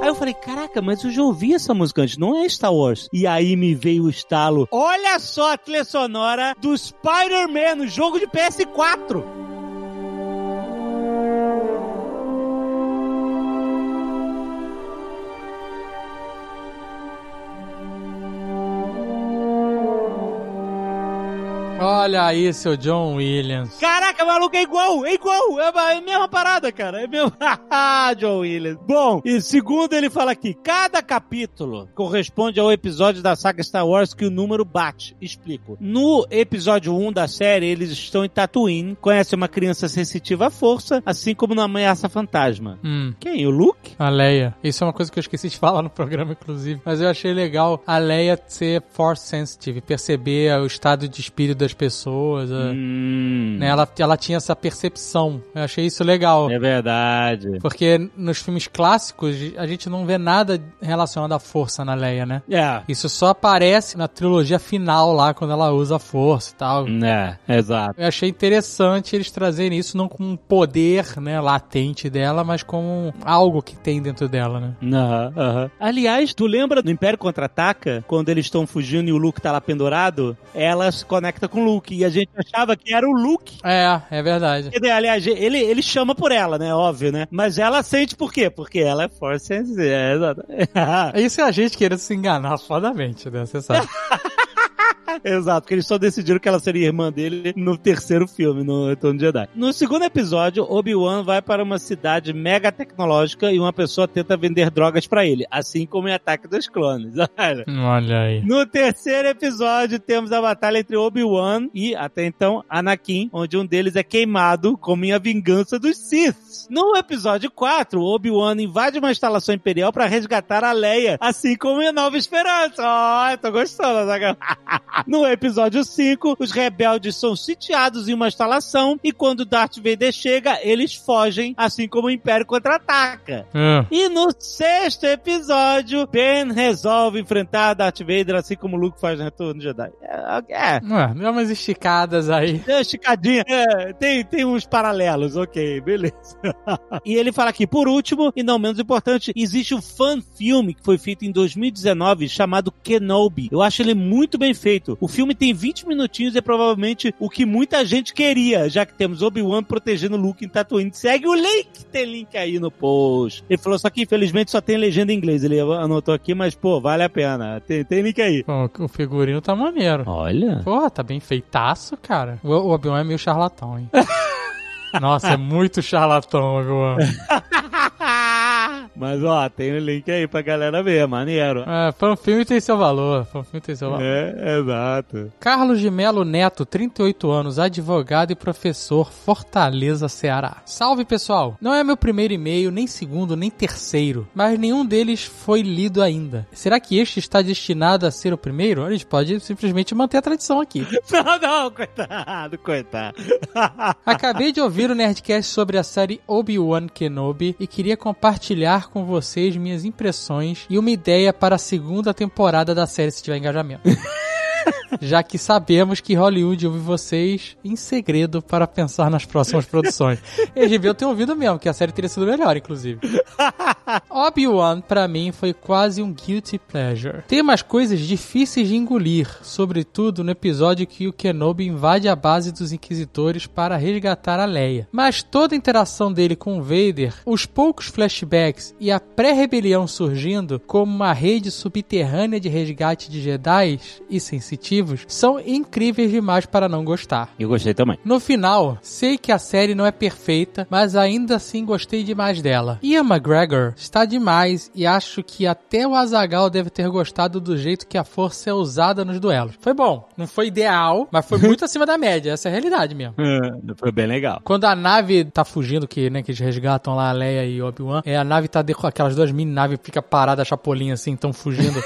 Speaker 1: Aí eu falei, caraca, mas eu já ouvi essa música antes, não é Star Wars. E aí me veio o estalo. Olha só a trilha sonora do Spider-Man no jogo de PS4.
Speaker 3: Olha aí, seu John Williams.
Speaker 1: Caraca, maluco, é igual, é igual, é a é a mesma parada, cara, é mesmo. Haha, John Williams. Bom, e segundo ele fala aqui, cada capítulo corresponde ao episódio da saga Star Wars que o número bate. Explico. No episódio 1 da série, eles estão em Tatooine, conhecem uma criança sensitiva à força, assim como na ameaça fantasma.
Speaker 3: Hum.
Speaker 1: Quem? O Luke?
Speaker 3: A Leia. Isso é uma coisa que eu esqueci de falar no programa, inclusive. Mas eu achei legal a Leia ser force sensitive, perceber o estado de espírito das pessoas. a-
Speaker 1: Hum,
Speaker 3: né? ela, ela tinha essa percepção. Eu achei isso legal.
Speaker 1: é verdade.
Speaker 3: Porque nos filmes clássicos, a gente não vê nada relacionado à força na Leia, né?
Speaker 1: É,
Speaker 3: Isso só aparece na trilogia final lá, quando ela usa a força e tal.
Speaker 1: é, exato.
Speaker 3: Eu achei interessante eles trazerem isso não como um poder, né, latente dela, mas como algo que tem dentro dela, né?
Speaker 1: Aham, aham. Aliás, tu lembra do Império Contra-Ataca? Quando eles estão fugindo e o Luke tá lá pendurado, ela se conecta com o Luke. E a gente achava que era o Luke.
Speaker 3: É, é verdade.
Speaker 1: Quer dizer, Aliás, ele, ele chama por ela, né? Óbvio, né? Mas ela sente por quê? Porque ela é Force Sensitive. É, exato.
Speaker 3: Isso é a gente querendo se enganar fodamente, né? Você sabe.
Speaker 1: Exato, porque eles só decidiram que ela seria irmã dele no terceiro filme, no Retorno de Jedi. No segundo episódio, Obi-Wan vai para uma cidade mega tecnológica e uma pessoa tenta vender drogas pra ele, assim como em Ataque dos Clones. Olha.
Speaker 3: Olha aí.
Speaker 1: No terceiro episódio, temos a batalha entre Obi-Wan e, até então, Anakin, onde um deles é queimado como em a vingança dos Sith. No episódio 4, Obi-Wan invade uma instalação imperial para resgatar a Leia, assim como em Nova Esperança. Ó, eu tô gostando, Zaga. No episódio 5, os rebeldes são sitiados em uma instalação e quando Darth Vader chega, eles fogem, assim como o Império contra-ataca.
Speaker 3: Ah,
Speaker 1: E no sexto episódio, Ben resolve enfrentar Darth Vader, assim como Luke faz no Retorno de Jedi. É, é.
Speaker 3: ah, deu umas esticadas aí.
Speaker 1: Deu uma esticadinha. É, tem, tem uns paralelos, ok, beleza. e ele fala aqui, por último, e não menos importante, existe um fan filme que foi feito em 2019 chamado Kenobi. Eu acho ele muito bem feito. O filme tem 20 minutinhos e é provavelmente o que muita gente queria, já que temos Obi-Wan protegendo Luke em Tatooine. Segue o link, tem link aí no post. Ele falou, só que infelizmente só tem legenda em inglês. Ele anotou aqui, mas pô, vale a pena. Tem, tem link aí.
Speaker 3: Pô, o figurino tá maneiro.
Speaker 1: Olha.
Speaker 3: Pô, tá bem feitaço, cara. O, o Obi-Wan é meio charlatão, hein? Nossa, é muito charlatão, Obi-Wan.
Speaker 1: Mas ó, tem o link aí pra galera ver, maneiro.
Speaker 3: É, fanfilme tem seu valor. Fanfilme tem seu valor.
Speaker 1: É, exato.
Speaker 3: Carlos de Melo Neto, 38 anos, advogado e professor, Fortaleza, Ceará. Salve pessoal! Não é meu primeiro e-mail, nem segundo, nem terceiro, mas nenhum deles foi lido ainda. Será que este está destinado a ser o primeiro? A gente pode simplesmente manter a tradição aqui.
Speaker 1: Não, não, coitado, coitado.
Speaker 3: Acabei de ouvir o Nerdcast sobre a série Obi-Wan Kenobi e queria compartilhar com vocês minhas impressões e uma ideia para a segunda temporada da série se tiver engajamento. Já que sabemos que Hollywood ouve vocês em segredo para pensar nas próximas produções. Eles deviam ter ouvido mesmo, que a série teria sido melhor, inclusive. Obi-Wan, pra mim, foi quase um guilty pleasure. Tem umas coisas difíceis de engolir, sobretudo no episódio que o Kenobi invade a base dos Inquisitores para resgatar a Leia. Mas toda a interação dele com o Vader, os poucos flashbacks e a pré-rebelião surgindo como uma rede subterrânea de resgate de Jedi e sensitivos são incríveis demais para não gostar.
Speaker 1: Eu gostei também.
Speaker 3: No final, sei que a série não é perfeita, mas ainda assim gostei demais dela. Ian McGregor está demais e acho que até o Azagal deve ter gostado do jeito que a força é usada nos duelos. Foi bom, não foi ideal, mas foi muito acima da média, essa é a realidade mesmo.
Speaker 1: É, Foi bem legal.
Speaker 3: Quando a nave tá fugindo, que, né, que eles resgatam lá a Leia e Obi-Wan, é, a nave tá de, com aquelas duas mini naves, fica parada, a chapolinha assim, tão fugindo.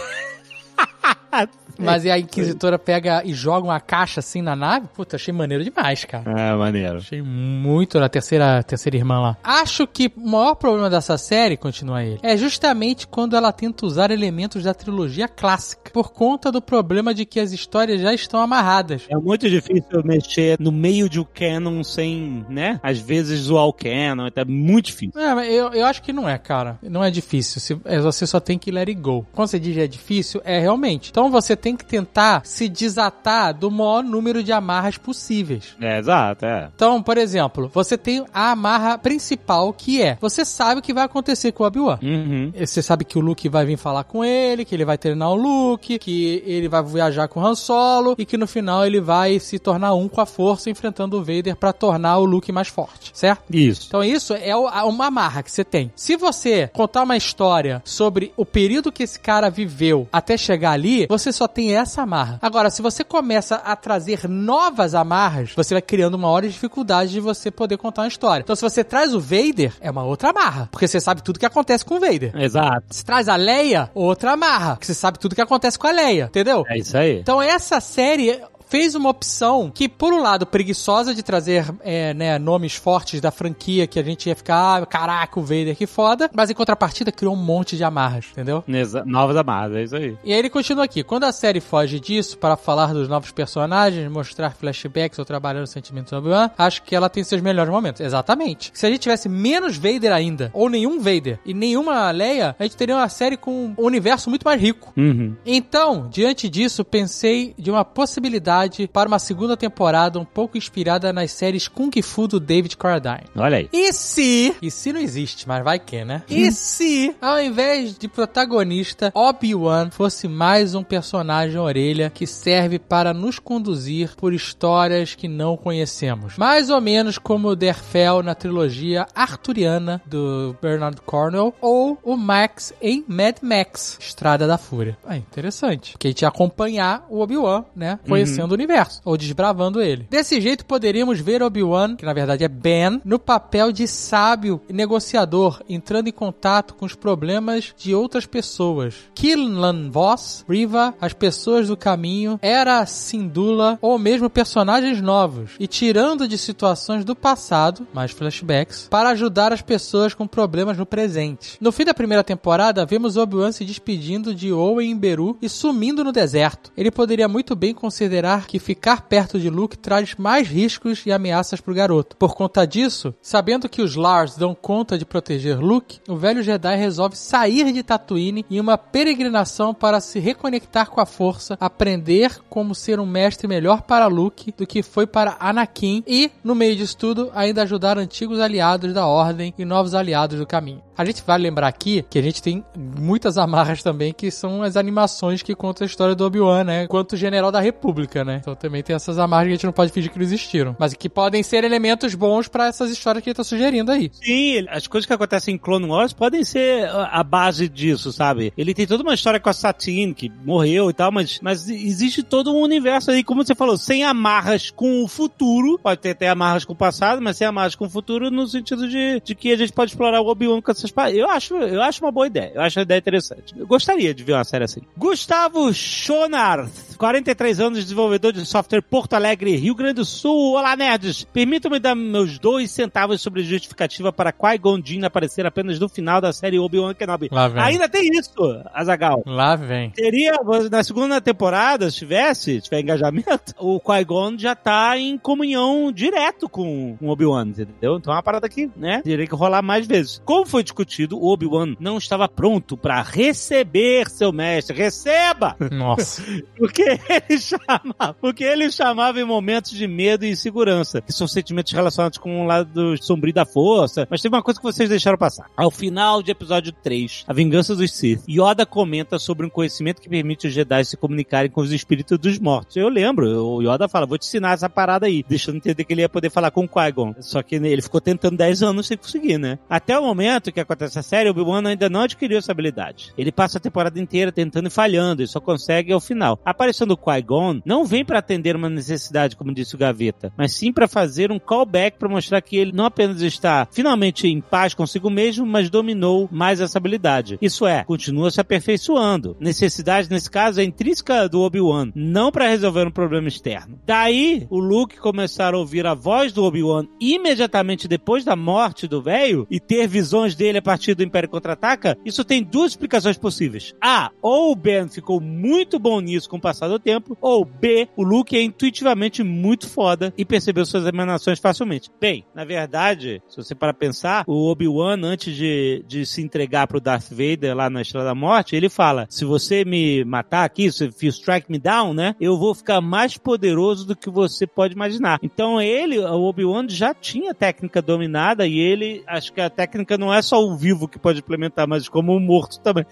Speaker 3: Mas e a Inquisitora pega e joga uma caixa assim na nave? Puta, achei maneiro demais, cara.
Speaker 1: Ah, maneiro.
Speaker 3: Achei muito na terceira, terceira irmã lá. Acho que o maior problema dessa série, continua ele, é justamente quando ela tenta usar elementos da trilogia clássica, por conta do problema de que as histórias já estão amarradas.
Speaker 1: É muito difícil mexer no meio de um canon sem, né? Às vezes zoar o canon, é muito difícil.
Speaker 3: É, mas eu, eu acho que não é, cara. Não é difícil. Se- é, você só tem que let it go. Quando você diz é difícil, é realmente. Então você tem que tentar se desatar do maior número de amarras possíveis.
Speaker 1: É, exato, é.
Speaker 3: Então, por exemplo, você tem a amarra principal que é: você sabe o que vai acontecer com o Obi-Wan.
Speaker 1: Uhum.
Speaker 3: Você sabe que o Luke vai vir falar com ele, que ele vai treinar o Luke, que ele vai viajar com o Han Solo e que no final ele vai se tornar um com a força enfrentando o Vader pra tornar o Luke mais forte, certo?
Speaker 1: Isso.
Speaker 3: Então isso é o- a- uma amarra que você tem. Se você contar uma história sobre o período que esse cara viveu até chegar ali, você só tem essa amarra. Agora, se você começa a trazer novas amarras, você vai criando uma hora de dificuldade de você poder contar uma história. Então se você traz o Vader, é uma outra amarra, porque você sabe tudo que acontece com o Vader.
Speaker 1: Exato.
Speaker 3: Se traz a Leia, outra amarra, que você sabe tudo que acontece com a Leia, entendeu?
Speaker 1: É isso aí.
Speaker 3: Então essa série fez uma opção que, por um lado, preguiçosa de trazer é, né, nomes fortes da franquia que a gente ia ficar, ah, caraca, o Vader, que foda. Mas em contrapartida, criou um monte de amarras, entendeu?
Speaker 1: Exa- Novas amarras, é isso aí.
Speaker 3: E aí ele continua aqui. Quando a série foge disso para falar dos novos personagens, mostrar flashbacks ou trabalhar os sentimentos do Obi-Wan, acho que ela tem seus melhores momentos. Exatamente. Se a gente tivesse menos Vader ainda, ou nenhum Vader, e nenhuma Leia, a gente teria uma série com um universo muito mais rico.
Speaker 1: Uhum.
Speaker 3: Então, diante disso, pensei de uma possibilidade para uma segunda temporada um pouco inspirada nas séries Kung Fu do David Carradine.
Speaker 1: Olha aí.
Speaker 3: E se. E se não existe, mas vai que, né? E se, ao invés de protagonista, Obi-Wan fosse mais um personagem orelha que serve para nos conduzir por histórias que não conhecemos? Mais ou menos como o Derfell na trilogia arturiana do Bernard Cornwell ou o Max em Mad Max Estrada da Fúria. Ah, interessante. Que a gente ia acompanhar o Obi-Wan, né? Conhecendo o universo, ou desbravando ele. Desse jeito, poderíamos ver Obi-Wan, que na verdade é Ben, no papel de sábio e negociador, entrando em contato com os problemas de outras pessoas. Killan Voss, Riva, as pessoas do caminho, Era Sindula, ou mesmo personagens novos, e tirando de situações do passado, mais flashbacks, para ajudar as pessoas com problemas no presente. No fim da primeira temporada, vemos Obi-Wan se despedindo de Owen em Beru e sumindo no deserto. Ele poderia muito bem considerar que ficar perto de Luke traz mais riscos e ameaças para o garoto. Por conta disso, sabendo que os Lars dão conta de proteger Luke, o velho Jedi resolve sair de Tatooine em uma peregrinação para se reconectar com a força, aprender como ser um mestre melhor para Luke do que foi para Anakin e, no meio disso tudo, ainda ajudar antigos aliados da Ordem e novos aliados do caminho. A gente vai lembrar aqui que a gente tem muitas amarras também, que são as animações que contam a história do Obi-Wan, né? Quanto general da República, né? Então também tem essas amarras que a gente não pode fingir que não existiram, mas que podem ser elementos bons pra essas histórias que ele tá sugerindo aí.
Speaker 1: Sim, ele- as coisas que acontecem em Clone Wars podem ser ah, a a base disso, sabe? Ele tem toda uma história com a Satine, que morreu e tal, mas, mas existe todo um universo aí, como você falou, sem amarras com o futuro, pode ter até amarras com o passado, mas sem amarras com o futuro no sentido de, de que a gente pode explorar o Obi-Wan com essas paradas. Eu acho, eu acho uma boa ideia, eu acho uma ideia interessante. Eu gostaria de ver uma série assim. Gustavo Schonarth, 43 anos de desenvolvimento desenvolvedor de software Porto Alegre, Rio Grande do Sul. Olá, nerds! Permitam-me dar meus dois centavos sobre justificativa para Qui-Gon Jinn aparecer apenas no final da série Obi-Wan Kenobi.
Speaker 3: Lá vem.
Speaker 1: Ainda tem isso, Azagal.
Speaker 3: Lá vem.
Speaker 1: Teria, na segunda temporada, se tivesse, se tiver engajamento, o Qui-Gon já tá em comunhão direto com o Obi-Wan, entendeu? Então é uma parada que, né, teria que rolar mais vezes. Como foi discutido, o Obi-Wan não estava pronto pra receber seu mestre. Receba!
Speaker 3: Nossa.
Speaker 1: Porque ele chamava, porque ele chamava em momentos de medo e insegurança, que são sentimentos relacionados com o lado sombrio da força. Mas tem uma coisa que vocês deixaram passar. Ao final de episódio 3, A Vingança dos Sith, Yoda comenta sobre um conhecimento que permite os Jedi se comunicarem com os espíritos dos mortos. Eu lembro, o Yoda fala, vou te ensinar essa parada aí, deixando entender que ele ia poder falar com o Qui-Gon. Só que ele ficou tentando 10 anos sem conseguir, né? Até o momento que acontece a série, o Obi-Wan ainda não adquiriu essa habilidade. Ele passa a temporada inteira tentando e falhando, e só consegue ao final. A aparição do Qui-Gon não vem para atender uma necessidade, como disse o Gaveta, mas sim para fazer um callback para mostrar que ele não apenas está finalmente em paz consigo mesmo, mas dominou mais essa habilidade. Isso é, continua se aperfeiçoando. Necessidade, nesse caso, é intrínseca do Obi-Wan, não para resolver um problema externo. Daí, o Luke começar a ouvir a voz do Obi-Wan imediatamente depois da morte do velho e ter visões dele a partir do Império Contra-Ataca, isso tem duas explicações possíveis. A, ou o Ben ficou muito bom nisso com o passar do tempo, ou B, o Luke é intuitivamente muito foda e percebeu suas emanações facilmente. Bem, na verdade, se você para pensar, o Obi- Wan, antes de, de se entregar pro Darth Vader lá na Estrela da Morte, ele fala: se você me matar aqui, se you strike me down, né? Eu vou ficar mais poderoso do que você pode imaginar. Então ele, o Obi-Wan, já tinha a técnica dominada e ele, acho que a técnica não é só o vivo que pode implementar, mas como o morto também.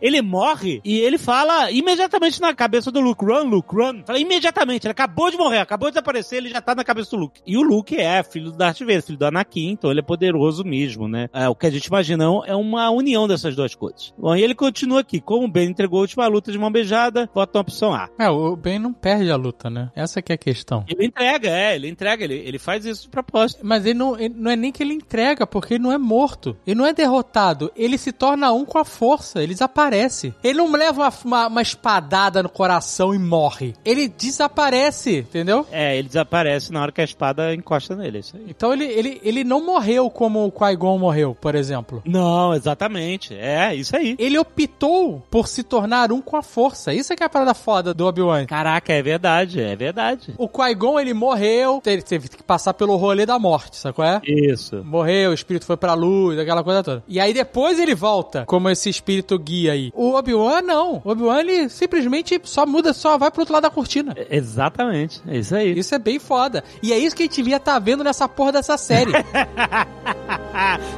Speaker 1: ele morre e ele fala imediatamente na cabeça do Luke: run, Luke, run. Fala imediatamente, ele acabou de morrer, acabou de desaparecer, ele já tá na cabeça do Luke. E o Luke é filho do Darth Vader, filho do Anakin, então ele é poderoso mesmo, né? É, o que a gente imagina é uma união dessas duas coisas. Bom, e ele continua aqui: como o Ben entregou a última luta de mão beijada, vota na opção A.
Speaker 3: É, o Ben não perde a luta, né? Essa que é a questão.
Speaker 1: Ele entrega, é, ele entrega, ele, ele faz isso de propósito.
Speaker 3: Mas ele não, ele- não é nem que ele entrega, porque ele não é morto. Ele não é derrotado. Ele se torna um com a força. Ele desaparece. Ele não leva uma, uma, uma espadada no coração e morre. Ele desaparece, entendeu?
Speaker 1: É, ele desaparece na hora que a espada encosta nele, é isso aí.
Speaker 3: Então ele, ele, ele não morreu como o Qui-Gon morreu, por exemplo.
Speaker 1: Não, exatamente. É, isso aí.
Speaker 3: Ele optou por se tornar um com a força. Isso é que é a parada foda do Obi-Wan.
Speaker 1: Caraca, é verdade, é verdade.
Speaker 3: O Qui-Gon, ele morreu, ele teve que passar pelo rolê da morte, sabe qual é?
Speaker 1: Isso.
Speaker 3: Morreu, o espírito foi pra luz, aquela coisa toda. E aí depois ele volta, como esse espírito guia aí. O Obi-Wan não. O Obi-Wan ele simplesmente só muda, só vai pro outro lado da cortina.
Speaker 1: É- Exatamente, é isso aí.
Speaker 3: Isso é bem foda. E é isso que a gente via tá vendo nessa porra dessa série.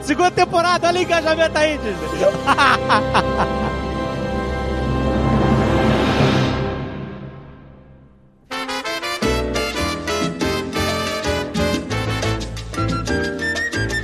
Speaker 1: Segunda temporada, olha o engajamento aí, Disney.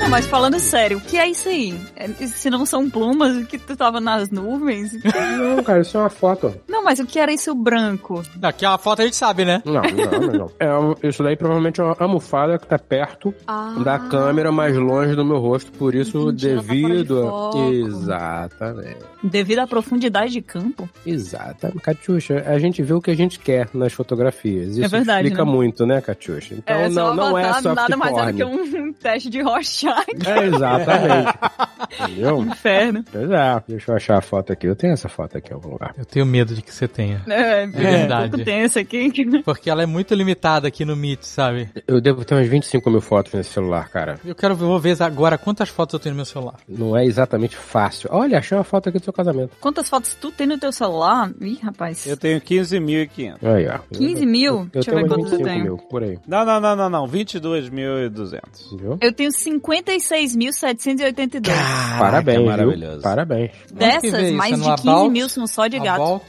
Speaker 4: Não, mas falando sério, o que é isso aí? É, Se não são plumas, o que tu tava nas nuvens?
Speaker 2: Não, cara, isso é uma foto.
Speaker 4: Não, mas o que era isso branco?
Speaker 3: Daqui a é foto a gente sabe, né?
Speaker 2: Não, não, não. não. É, um- isso daí provavelmente é uma almofada que tá perto
Speaker 4: Ah,
Speaker 2: da câmera, mais longe do meu rosto, por isso
Speaker 4: Entendi, ela tá fora de
Speaker 2: devido.
Speaker 4: foco.
Speaker 2: Exatamente.
Speaker 4: Devido à profundidade de campo?
Speaker 2: Exatamente. Catiuxa, a gente vê o que a gente quer nas fotografias. Isso
Speaker 4: verdade,
Speaker 2: explica
Speaker 4: né?
Speaker 2: muito, né, Catiuxa? Então
Speaker 4: é,
Speaker 2: não,
Speaker 4: seu
Speaker 2: não é
Speaker 4: avatar
Speaker 2: só
Speaker 4: nada mais era
Speaker 2: porn.
Speaker 4: que um teste de rochar.
Speaker 2: É, exatamente. Entendeu?
Speaker 4: Inferno.
Speaker 2: Pois é. Deixa eu achar a foto aqui. Eu tenho essa foto aqui em algum lugar.
Speaker 3: Eu tenho medo de que você tenha.
Speaker 4: É,
Speaker 3: verdade.
Speaker 4: Pouco tenso aqui.
Speaker 3: Porque ela é muito limitada aqui no Meet, sabe?
Speaker 2: Eu devo ter umas 25 mil fotos nesse celular, cara.
Speaker 3: Eu quero ver, vou ver agora quantas fotos eu tenho no meu celular.
Speaker 2: Não é exatamente fácil. Olha, achei uma foto aqui do seu casamento.
Speaker 4: Quantas fotos tu tem no teu celular? Ih, rapaz.
Speaker 8: Eu tenho 15.500.
Speaker 2: Aí, ó.
Speaker 4: 15 mil?
Speaker 2: Eu, eu
Speaker 4: Deixa eu
Speaker 2: tenho
Speaker 4: ver
Speaker 2: umas
Speaker 4: quantos eu
Speaker 2: 25
Speaker 4: tenho.
Speaker 2: mil, por aí.
Speaker 8: Não, não, não, não, não. 22.200.
Speaker 2: Viu?
Speaker 4: Eu tenho 56.782.
Speaker 2: Parabéns, viu?
Speaker 8: maravilhoso.
Speaker 2: Parabéns.
Speaker 3: Onde que vê
Speaker 4: Dessas,
Speaker 3: isso?
Speaker 4: mais
Speaker 3: No
Speaker 4: de 15
Speaker 3: About?
Speaker 4: mil são só de gato.
Speaker 3: About.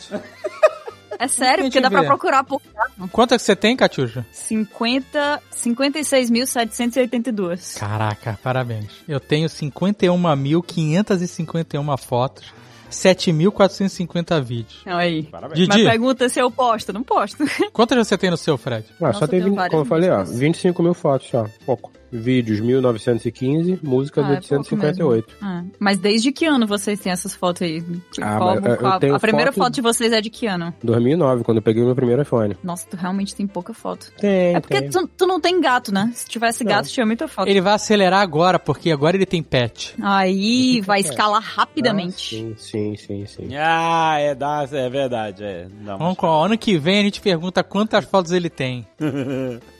Speaker 4: É sério,
Speaker 3: Onde que
Speaker 4: porque dá pra
Speaker 3: vê?
Speaker 4: procurar por
Speaker 3: Quanto é que você tem, Catiuxa?
Speaker 4: 50, 56.782.
Speaker 3: Caraca, parabéns. Eu tenho 51.551 fotos, 7.450 vídeos.
Speaker 4: Olha aí.
Speaker 8: Parabéns.
Speaker 4: Mas
Speaker 3: Didi,
Speaker 4: pergunta se eu posto. Não posto.
Speaker 3: quantas você tem no seu, Fred?
Speaker 2: Ah,
Speaker 4: Nossa,
Speaker 2: só tem,
Speaker 4: eu tenho
Speaker 2: 20, como eu
Speaker 4: várias
Speaker 2: falei, ó,
Speaker 4: músicas.
Speaker 2: 25 mil fotos só. Pouco. Vídeos 1915, músicas
Speaker 4: Ah, é pouco
Speaker 2: 858.
Speaker 4: Ah, mas desde que ano vocês têm essas fotos aí? De
Speaker 2: Ah,
Speaker 4: qual-
Speaker 2: mas, eh, eu
Speaker 4: qual-
Speaker 2: tenho
Speaker 4: a primeira
Speaker 2: foto-
Speaker 4: foto... de vocês é de que ano?
Speaker 2: 2009, quando eu peguei o meu primeiro iPhone.
Speaker 4: Nossa, tu realmente tem pouca foto.
Speaker 2: Tem,
Speaker 4: É porque tu, tu não tem gato, né? Se tivesse gato, tinha muita foto.
Speaker 3: Ele vai acelerar agora, porque agora ele tem pet.
Speaker 4: Aí vai escalar rapidamente.
Speaker 2: Sim, sim, sim, sim.
Speaker 8: Ah, é, dá, é verdade. É, dá uma-
Speaker 3: Vamos com ano que vem a gente pergunta quantas fotos ele tem.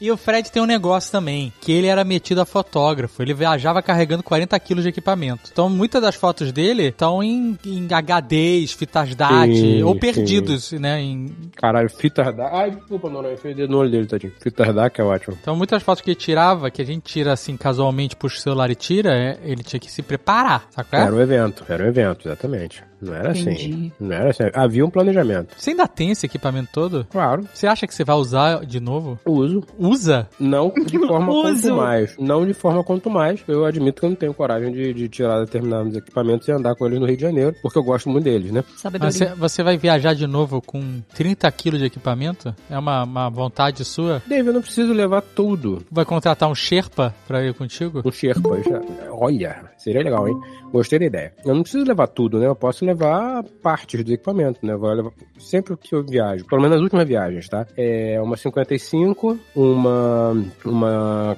Speaker 3: e o Fred tem um negócio também, que ele era metido a fotógrafo. Ele viajava carregando 40 quilos de equipamento. Então muitas das fotos dele estão em, em HDs, fitas DAT,
Speaker 2: Sim,
Speaker 3: ou
Speaker 2: sim.
Speaker 3: perdidos, né? em-
Speaker 2: Caralho, fita da. Ai, desculpa, não, não, eu fui o dedo no olho dele, tadinho. Fita da que é ótimo.
Speaker 3: Então muitas fotos que ele tirava, que a gente tira assim casualmente, puxa o celular e tira, é- ele tinha que se preparar, sacou?
Speaker 2: Era um evento, era um evento, exatamente. Não era assim.
Speaker 4: Tá? Entendi.
Speaker 2: Não era assim. Havia um planejamento.
Speaker 3: Você ainda tem esse equipamento todo?
Speaker 2: Claro,
Speaker 3: Você acha que você vai usar de novo?
Speaker 2: uso.
Speaker 3: Usa?
Speaker 2: Não de forma
Speaker 4: Uso.
Speaker 2: quanto mais. Não de forma quanto mais. Eu admito que eu não tenho coragem de, de tirar determinados equipamentos e andar com eles no Rio de Janeiro, porque eu gosto muito deles, né?
Speaker 4: Sabedoria.
Speaker 3: Mas Você, você vai viajar de novo com 30 quilos de equipamento? É uma, uma vontade sua?
Speaker 2: Dave, eu não preciso levar tudo.
Speaker 3: Vai contratar um Sherpa pra ir contigo?
Speaker 2: Um Sherpa. já- Olha, seria legal, hein? Gostei da ideia. Eu não preciso levar tudo, né? Eu posso levar partes do equipamento, né? Eu vou levar... Sempre que eu viajo, pelo menos nas últimas viagens, tá? É uma 55, uma, uma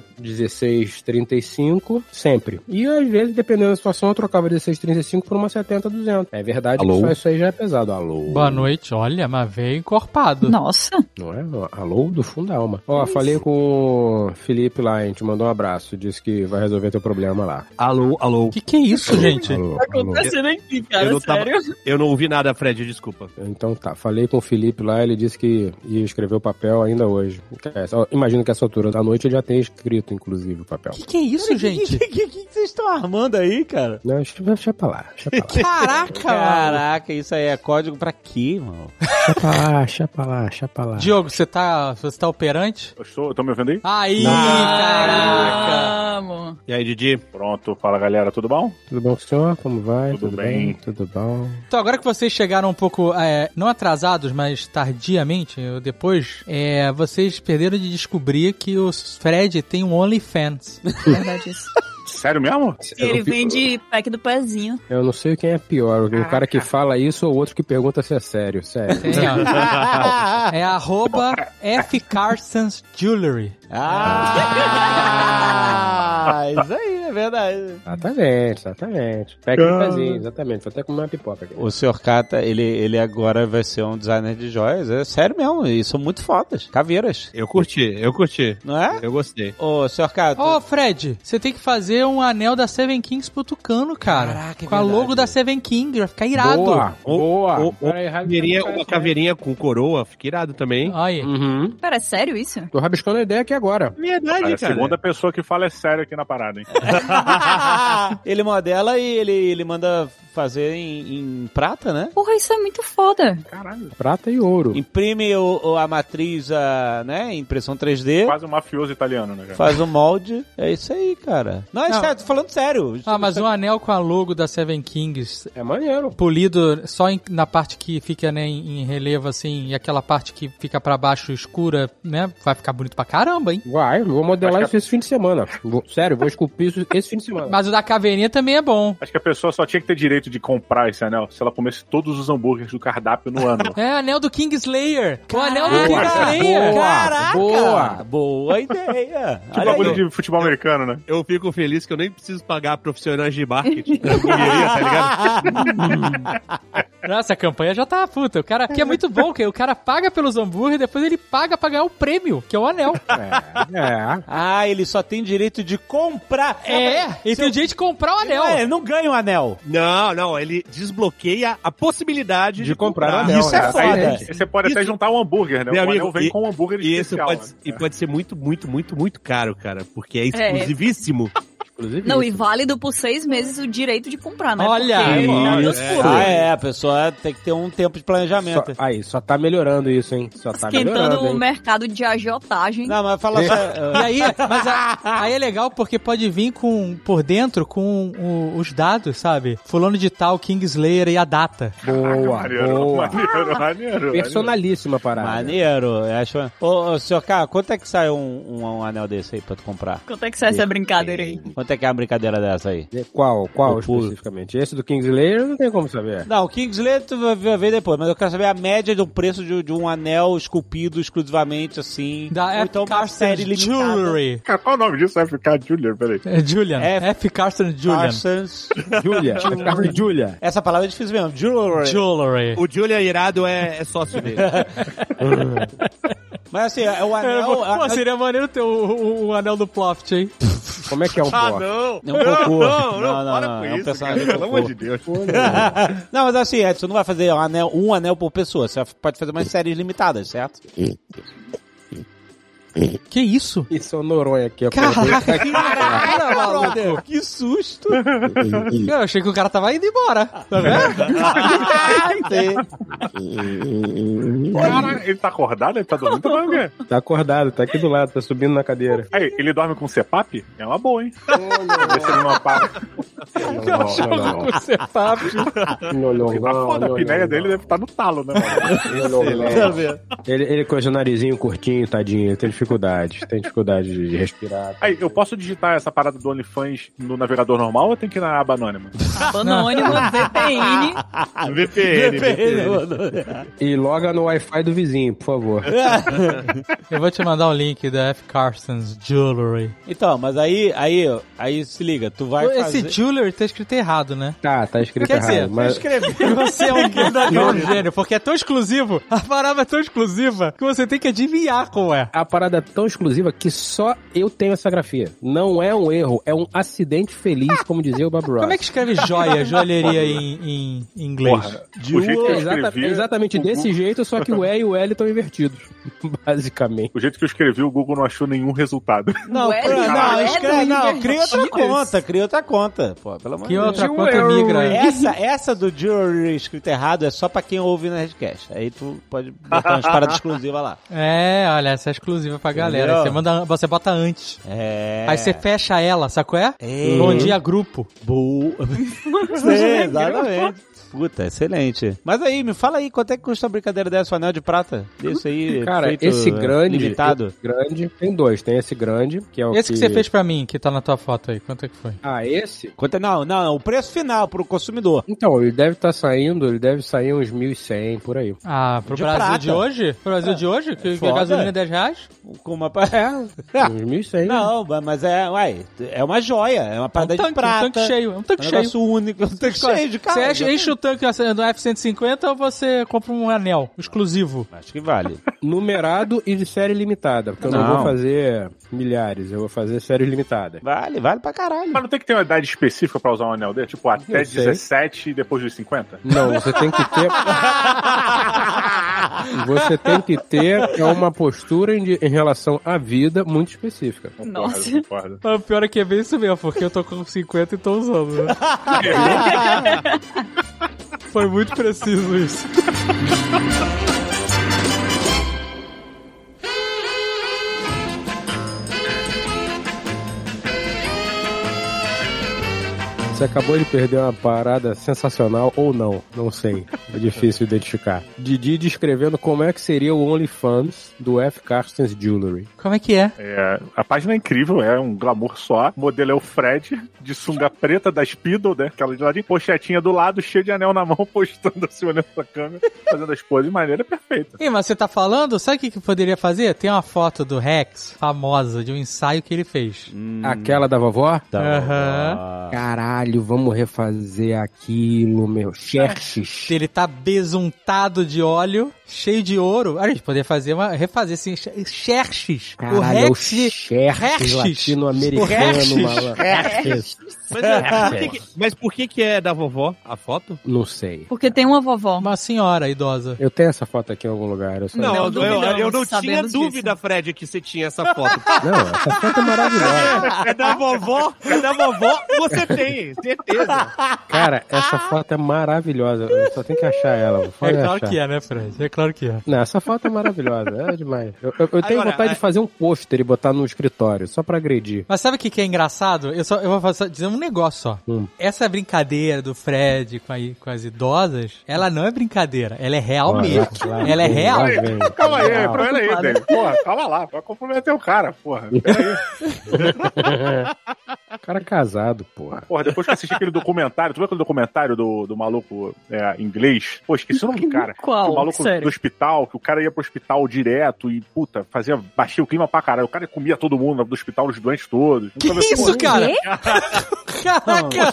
Speaker 2: 1635, sempre. E às vezes, dependendo da situação, eu trocava 1635 por uma 70-200. É verdade
Speaker 7: Alô?
Speaker 2: que só isso aí já é pesado. Alô?
Speaker 3: Boa noite. Olha, mas veio encorpado.
Speaker 4: Nossa,
Speaker 2: Não é? Alô do fundo da alma. Ó, falei com o Felipe lá, hein? Te mandou um abraço. Disse que vai resolver teu problema lá.
Speaker 9: Alô, alô.
Speaker 3: O que, que é isso, gente?
Speaker 2: Alô,
Speaker 4: tá
Speaker 2: alô.
Speaker 4: acontecendo aqui,
Speaker 9: Eu
Speaker 4: cara,
Speaker 9: não tava-
Speaker 4: sério.
Speaker 9: Eu não ouvi nada, Fred, desculpa.
Speaker 2: Então tá, falei com o Felipe lá, ele disse que ia escrever o papel ainda hoje. É, só- imagino que essa altura da noite ele já tenha escrito, inclusive, o papel.
Speaker 3: O que, que é isso, gente?
Speaker 1: O que, que vocês estão armando aí, cara?
Speaker 2: Não, deixa, deixa pra Né, lá, deixa pra lá,
Speaker 3: Caraca! mano.
Speaker 8: Caraca, isso aí é código pra quê, mano?
Speaker 2: deixa pra lá, deixa pra lá, deixa pra lá.
Speaker 3: Diogo, você tá, você tá operante?
Speaker 5: Eu estou, estão me ouvindo aí?
Speaker 3: Aí, Ah, caraca!
Speaker 4: Ah, Vamos.
Speaker 9: E aí, Didi?
Speaker 5: Pronto, fala galera, tudo bom?
Speaker 2: Tudo bom com o senhor? Como vai?
Speaker 5: Tudo
Speaker 2: Tudo,
Speaker 5: bem.
Speaker 2: bem? Tudo bom?
Speaker 3: Então, agora que vocês chegaram um pouco, é, não atrasados, mas tardiamente, ou depois, é, vocês perderam de descobrir que o Fred tem um OnlyFans.
Speaker 4: Verdade isso.
Speaker 5: Sério mesmo?
Speaker 4: E ele vem de pack do pezinho.
Speaker 2: Eu não sei quem é pior, o cara que fala isso ou o outro que pergunta se é sério, sério.
Speaker 3: Tem, ó. é arroba F. Carson's Jewelry.
Speaker 8: Ah, isso aí, é verdade.
Speaker 2: Exatamente, exatamente. Pega de pezinho, exatamente. Vou até comer uma pipoca aqui.
Speaker 8: O senhor Kata, ele, ele agora vai ser um designer de joias. É sério mesmo, e são muito fodas. Caveiras,
Speaker 9: Eu curti, eu curti.
Speaker 8: não é?
Speaker 9: Eu gostei.
Speaker 8: Ô, senhor Kata.
Speaker 3: Ô, Fred, você tem que fazer um anel da Seven Kings pro Tucano, cara.
Speaker 8: Caraca, é
Speaker 3: com a
Speaker 8: verdade.
Speaker 3: logo da Seven Kings, vai ficar irado.
Speaker 2: Boa,
Speaker 9: Ou-
Speaker 2: boa.
Speaker 9: ou- ou
Speaker 2: Peraí, rabiscando
Speaker 9: Caveirinha,
Speaker 2: essa
Speaker 9: uma
Speaker 2: ideia.
Speaker 9: caveirinha com coroa, fica irado também.
Speaker 3: Olha aí.
Speaker 2: Uhum.
Speaker 4: Pera, é sério isso?
Speaker 2: Tô rabiscando a ideia aqui agora.
Speaker 9: Verdade,
Speaker 5: é a segunda pessoa que fala é sério aqui na parada, hein? É
Speaker 8: ele modela e ele, ele manda fazer em, em prata, né?
Speaker 4: Porra, isso é muito foda.
Speaker 5: Caralho,
Speaker 2: Prata e ouro.
Speaker 8: Imprime o, o- a matriz, a, né? Impressão 3D.
Speaker 5: quase um mafioso italiano, né, cara?
Speaker 8: Faz o molde. É isso aí, cara. Não, é
Speaker 3: Não.
Speaker 8: sério, tô falando sério.
Speaker 3: Ah, mas um anel com a logo da Seven Kings
Speaker 2: É maneiro.
Speaker 3: polido só em- na parte que fica né, em, em relevo, assim, e aquela parte que fica pra baixo escura, né? Vai ficar bonito pra caramba, hein?
Speaker 2: Vai, vou modelar isso esse fim de semana. Vou- sério, vou esculpir isso esse fim de semana.
Speaker 3: Mas o da caveirinha também é bom.
Speaker 5: Acho que a pessoa só tinha que ter direito de comprar esse anel se ela comesse todos os hambúrgueres do cardápio no ano.
Speaker 3: É, anel do Kingslayer. O anel do
Speaker 8: Boa,
Speaker 3: Kingslayer.
Speaker 2: boa,
Speaker 8: Caraca!
Speaker 2: boa.
Speaker 8: Boa ideia!
Speaker 5: Que
Speaker 8: Olha aí.
Speaker 5: bagulho de futebol americano, né?
Speaker 9: Eu fico feliz que eu nem preciso pagar profissionais de marketing da hamburgueria, tá ligado?
Speaker 3: Nossa, a campanha já tá puta. O cara que é muito bom, que o cara paga pelos hambúrgueres, depois ele paga pra ganhar o prêmio, que é o anel.
Speaker 2: É, é.
Speaker 8: Ah, ele só tem direito de comprar.
Speaker 3: É, e tem gente comprar o anel.
Speaker 8: É, não ganha o anel.
Speaker 9: Não, não, ele desbloqueia a possibilidade
Speaker 2: De comprar o anel,
Speaker 8: Isso é foda.
Speaker 5: Você pode até
Speaker 9: Isso-
Speaker 5: juntar um hambúrguer, né?
Speaker 9: Meu
Speaker 5: o
Speaker 9: amigo,
Speaker 5: anel vem
Speaker 9: e-
Speaker 5: com um hambúrguer
Speaker 9: E esse
Speaker 5: especial.
Speaker 9: pode,
Speaker 5: né?
Speaker 9: e pode ser muito, muito, muito, muito caro, cara, porque é exclusivíssimo.
Speaker 2: Inclusive.
Speaker 4: É. Não,
Speaker 2: isso.
Speaker 4: e válido por seis meses o direito de comprar, né?
Speaker 3: Olha
Speaker 4: Porque-
Speaker 3: aí,
Speaker 4: Deus
Speaker 9: é.
Speaker 4: puro.
Speaker 1: Ah, é, a pessoa tem que ter um tempo de
Speaker 2: Só,
Speaker 1: planejamento.
Speaker 2: aí, só tá melhorando isso, hein? Só tá
Speaker 4: Esquentando
Speaker 2: melhorando.
Speaker 4: o
Speaker 2: hein?
Speaker 4: mercado de agiotagem.
Speaker 1: Não, mas fala só. eh,
Speaker 3: E aí, mas a- aí é legal porque pode vir com por dentro com o- os dados, sabe? Fulano de tal, Kingslayer e a data.
Speaker 2: Boa,
Speaker 5: Maneiro,
Speaker 2: boa.
Speaker 5: maneiro, maneiro.
Speaker 2: Personalíssima a parada.
Speaker 1: Maneiro, eu acho. Ô, ô, senhor K, quanto é que sai um, um- um anel desse aí pra tu comprar?
Speaker 4: Quanto é que sai essa brincadeira aí?
Speaker 1: Quanto é que é uma brincadeira dessa aí?
Speaker 2: E Qual, qual
Speaker 1: O puro.
Speaker 2: especificamente? Esse do Kingslayer não tem como saber.
Speaker 1: Não, o Kingsley tu vai ver ver depois, mas eu quero saber a média do preço de, de um anel esculpido exclusivamente assim.
Speaker 3: Da
Speaker 1: ou
Speaker 3: F.
Speaker 1: então uma
Speaker 3: Carson
Speaker 1: série limitada.
Speaker 3: Jewelry.
Speaker 5: Cara, qual o nome disso? Vai ficar Julian, peraí.
Speaker 3: É, Julian.
Speaker 1: F.
Speaker 3: F. Carson Julian.
Speaker 1: Parsons.
Speaker 2: Julia, é carta de Julia.
Speaker 1: Essa palavra é difícil mesmo. Jewelry.
Speaker 3: Jewelry.
Speaker 9: O Julia Irado é, é sócio dele.
Speaker 1: Mas assim, é o
Speaker 3: É,
Speaker 1: anel.
Speaker 3: pô,
Speaker 1: a-
Speaker 9: assim,
Speaker 1: a-
Speaker 3: seria maneiro ter o, o- o anel do Ploft, hein?
Speaker 2: Como é que é o
Speaker 9: ah,
Speaker 2: pó?
Speaker 9: não!
Speaker 1: É um cocô.
Speaker 9: Não, não,
Speaker 1: Não,
Speaker 8: Ah,
Speaker 1: não,
Speaker 9: para
Speaker 1: não,
Speaker 9: com
Speaker 1: é um
Speaker 9: isso,
Speaker 1: personagem
Speaker 9: cara, pelo
Speaker 1: cocô.
Speaker 9: amor de Deus.
Speaker 1: não, mas assim, é, você não vai fazer um anel, um anel por pessoa. Você pode fazer umas séries limitadas, certo?
Speaker 3: Que isso?
Speaker 2: Isso é o Noronha aqui, ó.
Speaker 3: Caraca, que cara, maluco.
Speaker 1: Que susto!
Speaker 3: Eu achei que o cara tava indo embora. Tá vendo?
Speaker 5: Cara, ele tá acordado? Ele tá dormindo? Tá dormindo.
Speaker 2: Tá acordado, tá aqui do lado, tá subindo na cadeira.
Speaker 5: Aí, ele dorme com CPAP? É uma boa, hein? Vamos ver se ele não apaga.
Speaker 3: Você papo.
Speaker 5: Porque tá foda, a pinéia dele deve estar no talo, né, mano?
Speaker 2: Ele, ele com esse narizinho curtinho, tadinho, ele tem dificuldade. Tem dificuldade de respirar.
Speaker 5: Aí, eu posso digitar essa parada do OnlyFans no navegador normal ou tem que ir na aba anônima?
Speaker 4: Anônimo, VPN.
Speaker 2: Ah,
Speaker 9: VPN,
Speaker 2: E loga no Wi-Fi do vizinho, por favor.
Speaker 3: Eu vou te mandar o link da F. Carson's Jewelry.
Speaker 1: então, mas aí, aí, aí se liga, tu vai
Speaker 3: Esse
Speaker 1: fazer...
Speaker 3: jewelry tá escrito errado, né?
Speaker 2: Tá, tá escrito
Speaker 3: Quer
Speaker 2: errado.
Speaker 3: dizer,
Speaker 2: mas...
Speaker 3: E Você é um verdadeiro gênio, porque é tão exclusivo, a parada é tão exclusiva, que você tem que adivinhar qual é.
Speaker 2: A parada é tão exclusiva que só eu tenho essa grafia. Não é um erro, é um acidente feliz, como dizia o Bob Ross.
Speaker 3: Como é que escreve joia, joalheria em, em- em inglês?
Speaker 5: o jeito que eu
Speaker 2: É exata-
Speaker 5: escrevi,
Speaker 2: é exatamente
Speaker 5: o
Speaker 2: desse
Speaker 3: Uhum.
Speaker 5: Google-
Speaker 2: jeito, só que o E e o L estão invertidos. Basicamente.
Speaker 5: O jeito que eu escrevi, o Google não achou nenhum resultado.
Speaker 1: Não,
Speaker 4: Ué, é
Speaker 1: pô, não,
Speaker 4: caralho.
Speaker 1: escreve, não, cria outra
Speaker 4: Divertidas.
Speaker 1: conta, cria outra conta, pô, pelo amor de
Speaker 3: Que
Speaker 1: Deus.
Speaker 3: outra conta migra?
Speaker 1: Essa, essa do Jury escrito errado é só pra quem ouve na Redcast. Aí tu pode botar umas paradas exclusivas lá.
Speaker 3: É, olha, essa é exclusiva pra galera.
Speaker 1: Entendeu?
Speaker 3: Você, manda, você bota antes.
Speaker 1: É.
Speaker 3: Aí você fecha ela, sacou é?
Speaker 1: É.
Speaker 3: Bom dia, grupo.
Speaker 1: Boa. Sim, exatamente. Puta, excelente. Mas aí, me fala aí, quanto é que custa uma brincadeira dessa, um anel de prata? Isso aí,
Speaker 2: Cara,
Speaker 1: feito
Speaker 2: esse
Speaker 8: né?
Speaker 2: grande.
Speaker 1: Limitado?
Speaker 2: esse grande. Tem dois. Tem esse grande, que é o.
Speaker 3: Esse que você fez pra mim, que tá na tua foto aí, quanto é que foi?
Speaker 2: Ah, esse?
Speaker 1: Quanto é- Não, não, o preço final pro consumidor.
Speaker 2: Então, ele deve estar saindo, ele deve sair uns 1.100 por aí.
Speaker 3: Ah, pro
Speaker 1: De
Speaker 3: Brasil
Speaker 1: prata.
Speaker 3: de hoje? Pro Brasil de hoje? Que, que a
Speaker 1: foda.
Speaker 3: gasolina é 10 reais?
Speaker 1: Com uma. É.
Speaker 2: Uns 1.100. né?
Speaker 1: Não, mas é. Uai, é uma joia. É uma
Speaker 3: É um
Speaker 1: parada
Speaker 3: tanque,
Speaker 1: de prata.
Speaker 3: um tanque cheio, é um tanque
Speaker 1: um
Speaker 3: cheio.
Speaker 1: negócio
Speaker 8: é
Speaker 1: único, um tanque cheio de cara.
Speaker 3: é? Você enche, enche o tanque assim, do F-150 ou você compra um anel exclusivo?
Speaker 1: Acho que vale.
Speaker 2: Numerado e de série limitada. Porque eu não
Speaker 1: Não.
Speaker 2: vou fazer milhares, eu vou fazer série limitada.
Speaker 1: Vale, vale pra caralho.
Speaker 5: Mas não tem que ter uma idade específica pra usar um anel dele? Tipo, até
Speaker 2: Eu sei.
Speaker 5: 17 e depois dos 50?
Speaker 2: Não, você tem que ter. Você tem que ter é uma postura em, em relação à vida muito específica.
Speaker 4: Nossa.
Speaker 5: Concordo, concordo.
Speaker 3: O pior é que é bem isso mesmo, porque eu tô com 50 e tô usando, né? Foi muito preciso isso.
Speaker 2: Você acabou de perder uma parada sensacional ou não, não sei. É difícil identificar. Didi descrevendo como é que seria o OnlyFans do F. Carstens Jewelry.
Speaker 3: Como é que é?
Speaker 5: É, a página é incrível, é um glamour só. O modelo é o Fred, de sunga preta da Speedo, né? Aquela de ladinho, pochetinha do lado, cheio de anel na mão, postando assim, olhando pra câmera, fazendo as poses de maneira perfeita.
Speaker 3: Ih, mas você tá falando? Sabe o que, que poderia fazer? Tem uma foto do Rex, famosa, de um ensaio que ele fez.
Speaker 2: Aquela da vovó?
Speaker 8: Então,
Speaker 3: Aham.
Speaker 2: Caralho, vamos refazer aquilo, meu. Xerxes.
Speaker 3: Ele tá besuntado de óleo, cheio de ouro. A gente poderia fazer uma. refazer assim, Xer- Xerxes. O
Speaker 2: Caralho, é o
Speaker 3: Rex.
Speaker 2: Xerxes
Speaker 3: Xerxes.
Speaker 2: latino-americano,
Speaker 3: Xerxes.
Speaker 2: malandro. Xerxes.
Speaker 9: Mas, é, por que que- mas por que que é da vovó a foto?
Speaker 2: Não sei.
Speaker 4: Porque tem uma vovó.
Speaker 3: Uma senhora idosa.
Speaker 2: Eu tenho essa foto aqui em algum lugar. Eu só...
Speaker 9: Não, eu, eu-
Speaker 4: duvidamos,
Speaker 9: eu não tinha
Speaker 4: sabemos disso.
Speaker 9: dúvida, Fred, que você tinha essa foto.
Speaker 2: Não, essa foto é maravilhosa.
Speaker 9: é da vovó, é da vovó, você tem, certeza.
Speaker 2: Cara, essa foto é maravilhosa. Eu só tenho que achar ela. Pode
Speaker 3: é claro
Speaker 2: achar.
Speaker 3: que é, né, Fred? É claro que é.
Speaker 2: Não, essa foto é maravilhosa, é demais. Eu, eu- eu tenho
Speaker 9: Agora,
Speaker 2: vontade
Speaker 9: a-
Speaker 2: de fazer um pôster e botar no escritório, só pra agredir.
Speaker 3: Mas sabe o que, que é engraçado? Eu, só, eu vou fazer- dizer um negócio só.
Speaker 2: Hum.
Speaker 3: Essa brincadeira do Fred com, a- com as idosas, ela não é brincadeira. Ela é real
Speaker 2: Olha,
Speaker 3: mesmo.
Speaker 2: lá
Speaker 3: ela é
Speaker 2: vem,
Speaker 3: real.
Speaker 2: lá vem.
Speaker 5: Calma aí,
Speaker 2: Real.
Speaker 5: pera aí, Dani. Porra, calma lá, vai comprometer o cara, porra. É,
Speaker 2: Cara casado, porra.
Speaker 5: Porra, depois que eu assisti aquele documentário, tu viu aquele documentário do, do maluco é, inglês? Pô, esqueci o nome do cara.
Speaker 4: Qual?
Speaker 5: O maluco do
Speaker 4: Sério.
Speaker 5: hospital, que o cara ia pro hospital direto e, puta, fazia, baixia o clima pra caralho. O cara comia todo mundo do hospital, os doentes todos. Então, assim,
Speaker 3: Que isso, cara? Caraca!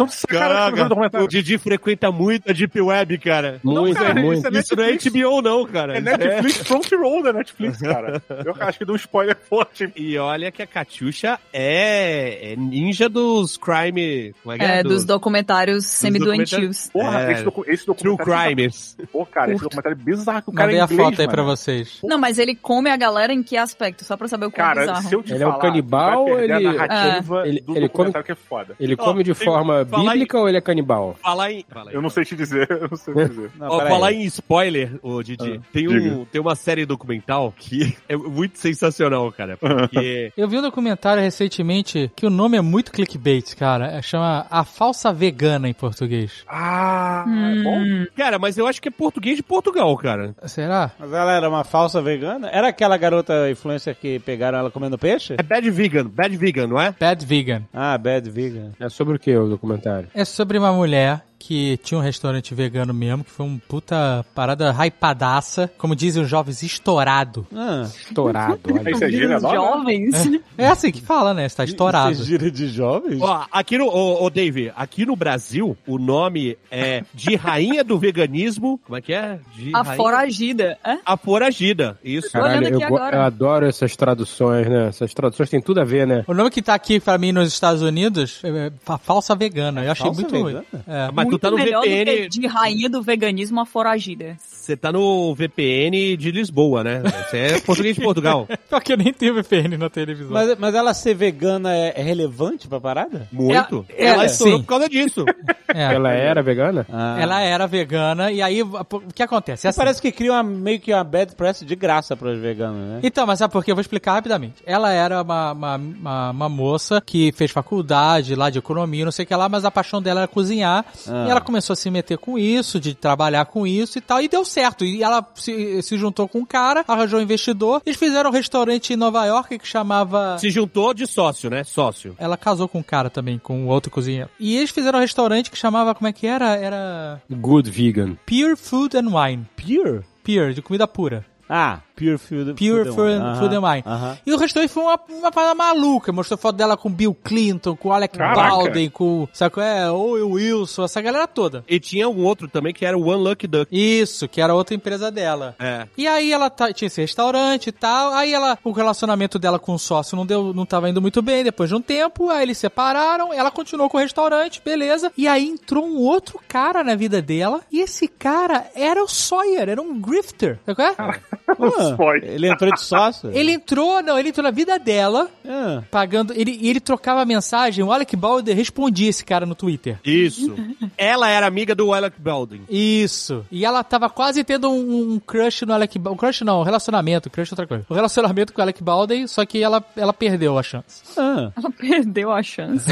Speaker 1: um
Speaker 5: Caraca,
Speaker 9: Caraca, o Didi frequenta muito a Deep Web, cara.
Speaker 2: Muito,
Speaker 5: cara, isso
Speaker 2: muito.
Speaker 5: é
Speaker 9: Isso não é HBO não, cara.
Speaker 5: É Netflix front row da Netflix, cara. Eu acho que deu um spoiler forte.
Speaker 9: E olha que a Catiuxa é, é ninja dos crime... Como é que é?
Speaker 4: É,
Speaker 9: Do-
Speaker 4: dos documentários semi-doentios.
Speaker 9: documentários.
Speaker 5: Porra,
Speaker 9: É.
Speaker 5: esse, docu esse
Speaker 9: True
Speaker 5: documentário.
Speaker 9: crimes.
Speaker 5: Pô, cara, esse documentário é bizarro. que O cara
Speaker 3: Mandei
Speaker 5: é
Speaker 3: a
Speaker 5: inglês,
Speaker 3: foto aí
Speaker 5: mano.
Speaker 3: pra vocês.
Speaker 4: Não, mas ele come a galera em que aspecto? Só pra saber o que é
Speaker 5: Cara,
Speaker 4: bizarro.
Speaker 5: se eu te
Speaker 2: Ele é um
Speaker 5: falar,
Speaker 2: canibal
Speaker 5: tu vai perder
Speaker 2: ou ele-
Speaker 5: a narrativa
Speaker 2: É. Ele-
Speaker 5: do
Speaker 2: ele
Speaker 5: documentário
Speaker 2: come-
Speaker 5: que é foda.
Speaker 2: Ele
Speaker 9: Ó,
Speaker 2: come de
Speaker 9: eu-
Speaker 2: forma
Speaker 9: fala aí.
Speaker 2: bíblica ou ele é canibal?
Speaker 9: Fala aí. Fala aí.
Speaker 5: Eu não sei te dizer, eu não sei te dizer.
Speaker 8: Não,
Speaker 9: Ó,
Speaker 8: peraí.
Speaker 9: falar em spoiler, ô Didi, tem, um,
Speaker 8: Ah.
Speaker 5: diga.
Speaker 9: tem uma série documental que é muito sensacional, cara. Porque
Speaker 3: Eu vi um documentário recentemente que o nome é muito clickbait, cara. É, Chama A Falsa Vegana em português.
Speaker 5: Ah, é bom?
Speaker 4: Hum,
Speaker 9: Cara, mas eu acho que é português de Portugal, cara.
Speaker 3: Será?
Speaker 8: Mas ela era uma falsa vegana? Era aquela garota influencer que pegaram ela comendo peixe?
Speaker 9: É Bad Vegan, Bad Vegan, não é?
Speaker 3: Bad Vegan.
Speaker 8: Ah, bad vegan.
Speaker 2: É sobre o que o documentário?
Speaker 3: É sobre uma mulher que tinha um restaurante vegano mesmo, que foi uma puta parada hypadaça. Como dizem os jovens, estourado.
Speaker 8: Ah,
Speaker 2: Estourado, olha.
Speaker 5: Isso é gíria
Speaker 4: os
Speaker 5: nova?
Speaker 4: jovens.
Speaker 3: É assim que fala, né? Está estourado.
Speaker 8: Isso é gíria de jovens?
Speaker 9: Ó, aqui no. Ô, ô, Dave, aqui no Brasil, o nome é de Rainha do Veganismo. Como é que é? De
Speaker 4: A
Speaker 9: rainha-
Speaker 4: foragida. É?
Speaker 9: A foragida, isso.
Speaker 4: Tô olhando
Speaker 2: Caralho, eu,
Speaker 4: aqui
Speaker 2: go-
Speaker 4: agora.
Speaker 2: eu adoro essas traduções, né? Essas traduções têm tudo a ver, né?
Speaker 3: O nome que tá aqui pra mim nos Estados Unidos é a falsa vegana. Eu achei
Speaker 8: Falsa
Speaker 3: muito
Speaker 8: vegana?
Speaker 3: ruim. É.
Speaker 9: Mas tu
Speaker 4: Muito
Speaker 9: tá no
Speaker 4: melhor do que
Speaker 9: VPN.
Speaker 4: de rainha do veganismo a foragida.
Speaker 9: Você tá no VPN de Lisboa, né? Você é português de Portugal.
Speaker 3: Pior que eu nem tenho VPN na televisão.
Speaker 8: Mas, mas ela ser vegana é, é relevante pra parada?
Speaker 9: Muito.
Speaker 3: É-
Speaker 9: Ela
Speaker 3: é,
Speaker 9: estourou
Speaker 3: sim.
Speaker 9: por causa disso.
Speaker 3: É.
Speaker 2: Ela era vegana?
Speaker 8: Ah.
Speaker 3: Ela era vegana e aí o que acontece? Essa-
Speaker 8: Parece que cria uma, meio que uma bad press de graça pros veganos, né?
Speaker 3: Então, mas sabe por quê? Eu vou explicar rapidamente. Ela era uma, uma, uma, uma moça que fez faculdade lá de economia, não sei o que lá, mas a paixão dela era cozinhar.
Speaker 8: Ah.
Speaker 3: E ela começou a se meter com isso, de trabalhar com isso e tal, e deu certo. E ela se, se juntou com um cara, arranjou um investidor. Eles fizeram um restaurante em Nova York que chamava.
Speaker 9: Se juntou de sócio, né? Sócio.
Speaker 3: Ela casou com um cara também, com um outro cozinheiro. E eles fizeram um restaurante que chamava, como é que era? Era
Speaker 2: Good vegan.
Speaker 3: Pure Food and Wine.
Speaker 8: Pure?
Speaker 3: Pure, de comida pura.
Speaker 8: Ah, pure food.
Speaker 3: Pure
Speaker 8: and
Speaker 3: Food,
Speaker 8: Wine. é um Aham,
Speaker 3: Food and Wine.
Speaker 8: aham.
Speaker 3: um E o restaurante foi uma, uma parada maluca. Mostrou foto dela com Bill Clinton, com Alec
Speaker 5: Caraca.
Speaker 3: Baldwin, com, sabe qual é? Owen Wilson, essa galera toda.
Speaker 9: E tinha um outro também que era o One Lucky Duck.
Speaker 3: Isso, que era outra empresa dela.
Speaker 9: É.
Speaker 3: E aí ela tá- tinha esse restaurante e tal, aí ela, o relacionamento dela com o sócio não deu, não tava indo muito bem depois de um tempo, aí eles separaram, ela continuou com o restaurante, beleza. E aí entrou um outro cara na vida dela, e esse cara era o Sawyer, era um grifter, sabe qual é?
Speaker 8: Ah,
Speaker 5: Spoiler.
Speaker 8: ele entrou de sócio?
Speaker 3: Ele entrou, não, ele entrou na vida dela,
Speaker 8: Ah.
Speaker 3: pagando. Ele, e ele trocava mensagem, o Alec Balder respondia esse cara no Twitter.
Speaker 9: Isso. Ela era amiga do Alec Baldwin.
Speaker 3: Isso. E ela tava quase tendo um, um crush no Alec Baldwin. Um crush não, um relacionamento. Crush é outra coisa. Um relacionamento com o Alec Baldwin, só que ela, ela perdeu a chance.
Speaker 8: Ah.
Speaker 4: Ela perdeu a chance.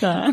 Speaker 4: tá.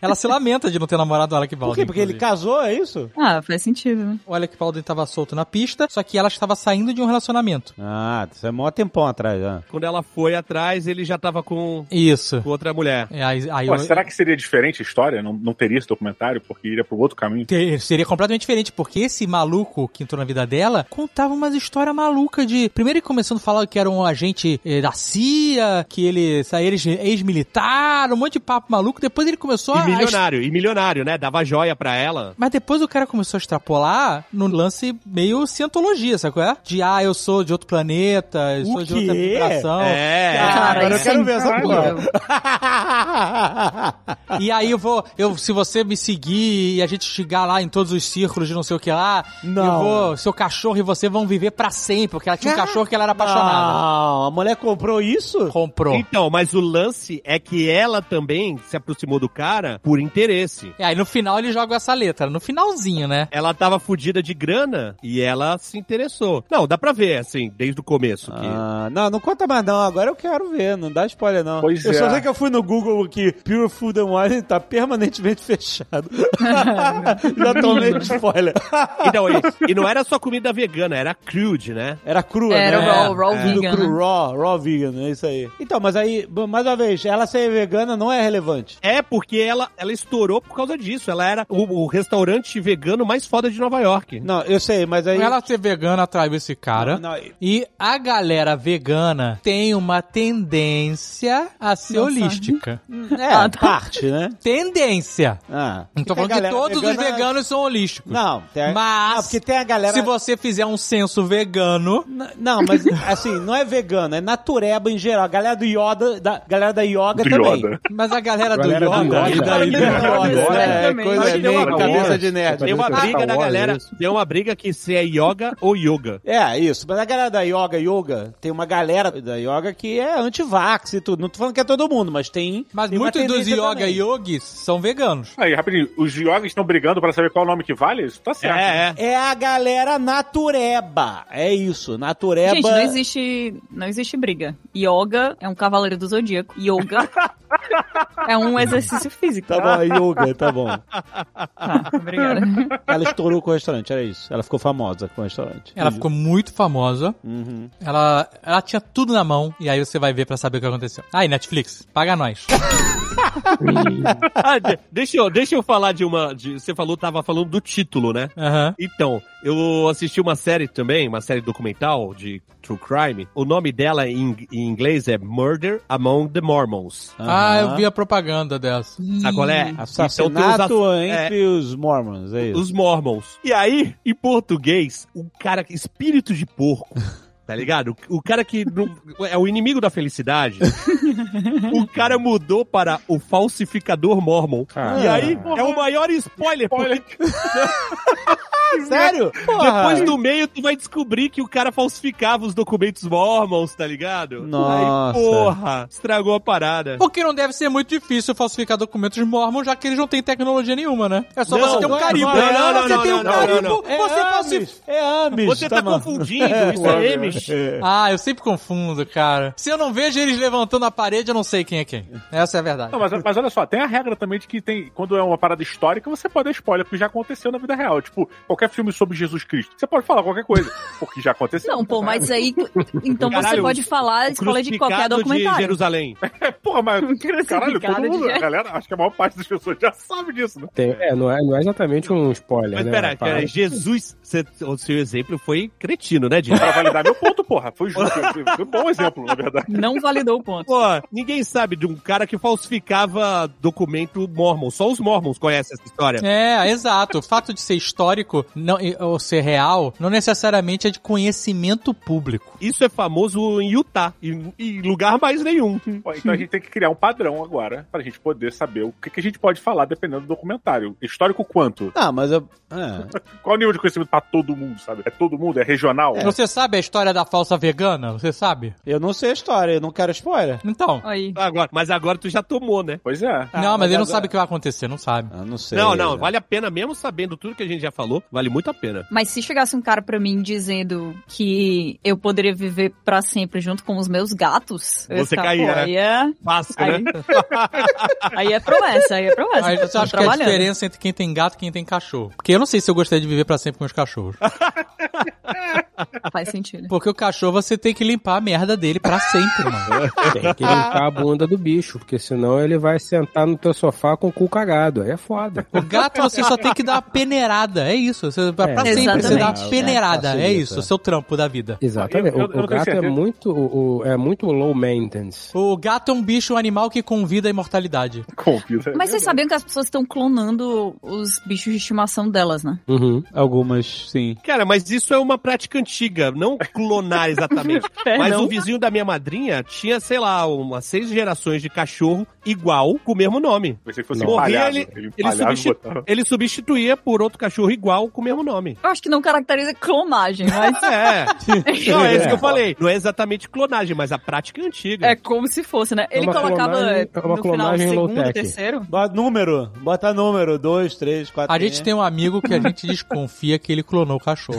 Speaker 3: Ela se lamenta de não ter namorado o Alec Baldwin.
Speaker 8: Por quê? Porque ele
Speaker 3: inclusive.
Speaker 8: casou, é isso?
Speaker 4: Ah, faz sentido, né?
Speaker 3: O Alec Baldwin tava solto na pista, só que ela estava saindo de um relacionamento.
Speaker 8: Ah, isso é mó tempão atrás, né?
Speaker 9: Quando ela foi atrás, ele já tava com,
Speaker 3: Isso.
Speaker 9: com outra mulher.
Speaker 3: É, aí, aí
Speaker 5: Pô,
Speaker 3: eu-
Speaker 5: será que seria diferente a história? Não, não teria esse documentário porque iria pro outro caminho?
Speaker 3: Ter- Seria completamente diferente, porque esse maluco que entrou na vida dela contava umas histórias malucas de. Primeiro ele começando a falar que era um agente eh, da CIA, que ele saía ex- ex-militar, um monte de papo maluco. Depois ele começou
Speaker 9: E
Speaker 3: a.
Speaker 9: milionário, e milionário, né? Dava joia pra ela.
Speaker 3: Mas depois o cara começou a extrapolar no lance meio cientologia, sabe qual é? De ah, eu sou de outro planeta, eu
Speaker 8: O
Speaker 3: sou de outra
Speaker 8: quê?
Speaker 3: vibração.
Speaker 9: É.
Speaker 8: Ah,
Speaker 4: Cara,
Speaker 8: agora eu
Speaker 4: isso é
Speaker 8: quero ver essa
Speaker 4: incrível.
Speaker 8: porra.
Speaker 3: E aí eu vou, eu, se você me seguir e a gente chegar lá em todos os círculos de não sei o que lá,
Speaker 8: Não. Ah,
Speaker 3: eu vou, seu cachorro e você vão viver pra sempre, porque ela tinha um cachorro que ela era apaixonada.
Speaker 8: Não, a mulher comprou isso?
Speaker 3: Comprou.
Speaker 9: Então, mas o lance é que ela também se aproximou do cara por interesse.
Speaker 3: E aí no final ele joga essa letra, no finalzinho, né?
Speaker 9: Ela tava fudida de grana e ela se interessou. Não, dá pra ver, assim, desde o começo. que-
Speaker 8: Ah, não, não conta mais não. Agora eu quero ver, não dá spoiler não.
Speaker 5: Pois
Speaker 8: eu
Speaker 5: é.
Speaker 8: só sei que eu fui no Google aqui, Pure Food and Wine tá permanentemente fechado. Já tomei spoiler.
Speaker 9: Então, e, e não era só comida vegana, era crude, né?
Speaker 8: Era crua,
Speaker 4: Era
Speaker 8: né?
Speaker 4: raw, raw
Speaker 8: Tudo
Speaker 4: vegan,
Speaker 8: cru,
Speaker 4: né?
Speaker 8: raw, raw vegan, é isso aí. Então, mas aí, bom, mais uma vez, ela ser vegana não é relevante.
Speaker 9: É porque ela, ela estourou por causa disso. Ela era o, o restaurante vegano mais foda de Nova York.
Speaker 8: Não, eu sei, mas aí...
Speaker 3: Ela ser vegana atraiu esse cara.
Speaker 8: Não,
Speaker 3: E a galera vegana tem uma tendência a ser
Speaker 4: Nossa.
Speaker 3: holística.
Speaker 8: é,
Speaker 4: Ah, tá.
Speaker 8: parte, né?
Speaker 3: Tendência.
Speaker 8: Ah.
Speaker 3: Não tô
Speaker 8: Porque a
Speaker 3: falando que
Speaker 8: galera
Speaker 3: todos
Speaker 8: vegana-
Speaker 3: os veganos são holísticos.
Speaker 8: Não, tem a...
Speaker 3: Mas,
Speaker 8: Ah, porque tem a galera...
Speaker 3: se você fizer um censo vegano,
Speaker 8: N- Não, mas assim, não é vegano, é natureba em geral. A galera do Yoda, da galera da yoga
Speaker 5: Do
Speaker 8: também.
Speaker 5: Yoda.
Speaker 3: mas a galera,
Speaker 2: Galera
Speaker 3: do
Speaker 2: do
Speaker 3: yoga,
Speaker 2: yoga.
Speaker 3: e da Ilha
Speaker 4: Galera do
Speaker 3: Yoda,
Speaker 4: yoga.
Speaker 3: né?
Speaker 8: É,
Speaker 4: Exatamente.
Speaker 8: coisa
Speaker 9: Mas tem uma
Speaker 8: de
Speaker 9: coisa-
Speaker 8: cabeça de nerd.
Speaker 9: Tem uma
Speaker 2: Star
Speaker 9: briga da
Speaker 2: Wars,
Speaker 9: galera.
Speaker 2: isso.
Speaker 9: Tem uma briga que se é yoga ou yoga.
Speaker 8: É, isso. Mas a galera da yoga, yoga, tem uma galera da yoga que é anti-vax e tudo. Não tô falando que é todo mundo, mas tem.
Speaker 3: Mas
Speaker 8: tem uma
Speaker 3: muitos dos
Speaker 8: tendência
Speaker 3: yoga
Speaker 8: também.
Speaker 3: yogis são veganos.
Speaker 5: Aí, rapidinho, os yogis estão brigando pra saber qual o nome que vale? Isso tá certo.
Speaker 9: É, é.
Speaker 8: É a galera natureba. É isso, natureba.
Speaker 4: Gente, não existe, não existe briga. Yoga é um cavaleiro do zodíaco. Yoga é um exercício físico.
Speaker 8: Tá bom, a yoga, tá bom.
Speaker 4: Tá, obrigada.
Speaker 8: Ela estourou com o restaurante, era isso. Ela ficou famosa com o restaurante.
Speaker 3: Ela ficou muito famosa.
Speaker 8: Uhum.
Speaker 3: Ela, ela tinha tudo na mão. E aí você vai ver pra saber o que aconteceu. Aí, Netflix, paga nós.
Speaker 9: Ah, de- deixa, eu, deixa eu falar de uma. de- você falou, tava falando do título, né?
Speaker 3: Aham.
Speaker 9: Então, eu assisti uma série também, uma série documental de True Crime. O nome dela em, em inglês é Murder Among the Mormons.
Speaker 3: Ah,
Speaker 8: Aham.
Speaker 3: eu vi a propaganda dessa.
Speaker 9: Sabe qual é?
Speaker 8: Assassinato
Speaker 9: Então tem os ass-
Speaker 8: entre os Mormons, é
Speaker 9: é,
Speaker 8: isso.
Speaker 9: os Mormons. E aí, em português, o cara. Espírito de porco. Tá ligado? O o cara que não- é o inimigo da felicidade. o cara mudou para o falsificador mormon. e
Speaker 2: Ah,
Speaker 9: aí é o maior spoiler. porque
Speaker 8: Sério?
Speaker 9: Depois no meio tu vai descobrir que o cara falsificava os documentos mormons, tá ligado?
Speaker 8: Nossa.
Speaker 9: Aí, porra, estragou a parada.
Speaker 3: O que não deve ser muito difícil falsificar documentos de Mormon, já que eles não têm tecnologia nenhuma, né? É só
Speaker 9: Não,
Speaker 3: você ter um
Speaker 9: não,
Speaker 3: carimbo.
Speaker 9: não, não,
Speaker 3: Ah,
Speaker 9: não,
Speaker 3: você
Speaker 9: não,
Speaker 3: tem um
Speaker 9: não, não,
Speaker 3: carimbo,
Speaker 9: não.
Speaker 8: É
Speaker 3: você falsifica.
Speaker 8: Amish, é Amish.
Speaker 9: Você tá
Speaker 8: mano.
Speaker 9: confundindo, isso é Amish.
Speaker 3: Ah, eu sempre confundo, cara. Se eu não vejo eles levantando a parede, eu não sei quem é quem. Essa é a verdade.
Speaker 5: Não, mas, mas olha só, tem a regra também de que tem, quando é uma parada histórica, você pode dar spoiler, porque já aconteceu na vida real. Tipo, qualquer filme sobre Jesus Cristo, você pode falar qualquer coisa, porque já aconteceu.
Speaker 4: Não, pô, mas aí. Então você
Speaker 9: Caralho,
Speaker 4: pode falar, escolha de qualquer
Speaker 9: Crucificado de
Speaker 4: documentário.
Speaker 9: Jerusalém.
Speaker 5: Porra, mas
Speaker 4: Crucificado
Speaker 5: caralho, todo
Speaker 4: de
Speaker 5: mundo, a
Speaker 4: Jesus.
Speaker 5: galera, acho que a maior parte das pessoas já sabe disso, né?
Speaker 2: Tem- é, não é, não é exatamente um spoiler,
Speaker 9: Mas
Speaker 2: né?
Speaker 9: peraí,
Speaker 2: rapaz?
Speaker 9: peraí, Jesus, cê- o seu exemplo foi cretino, né, Dino?
Speaker 5: Pra validar meu ponto, porra. Foi justo. Foi foi um bom exemplo, na verdade.
Speaker 4: Não validou o ponto.
Speaker 9: Pô, ninguém sabe de um cara que falsificava documento mormon. Só os mormons conhecem essa história.
Speaker 3: É, exato. O fato de ser histórico não, e- ou ser real não necessariamente é de conhecimento público.
Speaker 9: Isso é famoso em Utah, em, em lugar mais nenhum.
Speaker 5: Ó, Então a gente tem que criar um padrão agora pra gente poder saber o que, que a gente pode falar dependendo do documentário. Histórico quanto?
Speaker 8: Não, mas eu. é.
Speaker 5: Qual o nível de conhecimento pra todo mundo, sabe? É todo mundo? É regional?
Speaker 3: Você sabe a história da falsa vegana? Você sabe?
Speaker 8: Eu não sei a história, eu não quero spoiler.
Speaker 3: Então.
Speaker 4: Aí.
Speaker 9: Agora, mas agora tu já tomou, né?
Speaker 5: Pois é.
Speaker 8: Ah,
Speaker 3: não, mas
Speaker 8: mas
Speaker 3: ele não
Speaker 8: agora-
Speaker 3: sabe o que vai acontecer, não sabe.
Speaker 8: Ah, não sei.
Speaker 9: Não, não, vale a pena, mesmo sabendo tudo que a gente já falou, vale muito a pena.
Speaker 4: Mas se chegasse um cara pra mim dizendo que eu poderia viver pra sempre junto com os meus gatos, eu ia
Speaker 9: Você
Speaker 4: ficar,
Speaker 9: caía,
Speaker 4: pô,
Speaker 9: né?
Speaker 4: aí é,
Speaker 9: Fácil,
Speaker 4: aí,
Speaker 9: né?
Speaker 4: aí é promessa, aí é promessa.
Speaker 3: Mas
Speaker 4: eu
Speaker 3: você
Speaker 4: tô
Speaker 3: acha que a
Speaker 4: trabalhando.
Speaker 3: diferença entre quem tem gato e quem tem cachorro? Porque eu não sei se eu gostaria de viver pra sempre com os cachorros.
Speaker 4: Faz sentido.
Speaker 3: Porque o cachorro você tem que limpar a merda dele pra sempre, mano.
Speaker 2: Tem que limpar a bunda do bicho, porque senão ele vai sentar no teu sofá com o cu cagado. Aí é foda.
Speaker 3: O gato você só tem que dar uma peneirada, é isso. Você, pra
Speaker 2: É,
Speaker 3: pra sempre você dá
Speaker 4: exatamente.
Speaker 3: uma peneirada, é
Speaker 8: Facilita.
Speaker 3: isso, o seu trampo da vida.
Speaker 2: Exatamente.
Speaker 5: Eu- eu-
Speaker 2: O-
Speaker 5: eu
Speaker 2: o
Speaker 5: não tenho
Speaker 2: gato é
Speaker 5: certeza.
Speaker 2: muito, o, o- é muito low maintenance.
Speaker 3: O gato é um bicho, um animal que convida a imortalidade.
Speaker 5: Convida.
Speaker 4: Mas vocês sabiam que as pessoas estão clonando os bichos de estimação delas, né?
Speaker 2: Uhum.
Speaker 8: Algumas, sim.
Speaker 9: Cara, mas isso é uma prática antiga, não clonar exatamente.
Speaker 4: Pé,
Speaker 9: Mas
Speaker 4: É, não.
Speaker 9: o vizinho da minha madrinha tinha, sei lá, umas seis gerações de cachorro igual, com o mesmo nome.
Speaker 5: Pensei que fosse
Speaker 9: Não.
Speaker 5: um palhaço.
Speaker 9: Morria,
Speaker 5: Ele,
Speaker 9: Ele,
Speaker 5: palhaço
Speaker 9: substitu-
Speaker 5: botava-
Speaker 9: ele substituía por outro cachorro igual, com o mesmo nome.
Speaker 4: Eu acho que não caracteriza clonagem, mas
Speaker 9: É. Não, é isso que eu falei. Não é exatamente clonagem, mas a prática é antiga.
Speaker 4: é como se fosse, né? Ele
Speaker 2: uma
Speaker 4: colocava
Speaker 2: clonagem- é uma
Speaker 4: no final do
Speaker 2: clonagem
Speaker 4: segundo,
Speaker 2: low-tech.
Speaker 4: terceiro.
Speaker 1: Bota número. Bota número. Dois, três, quatro.
Speaker 3: A
Speaker 8: É.
Speaker 3: gente tem um amigo que a gente desconfia que ele clonou o cachorro.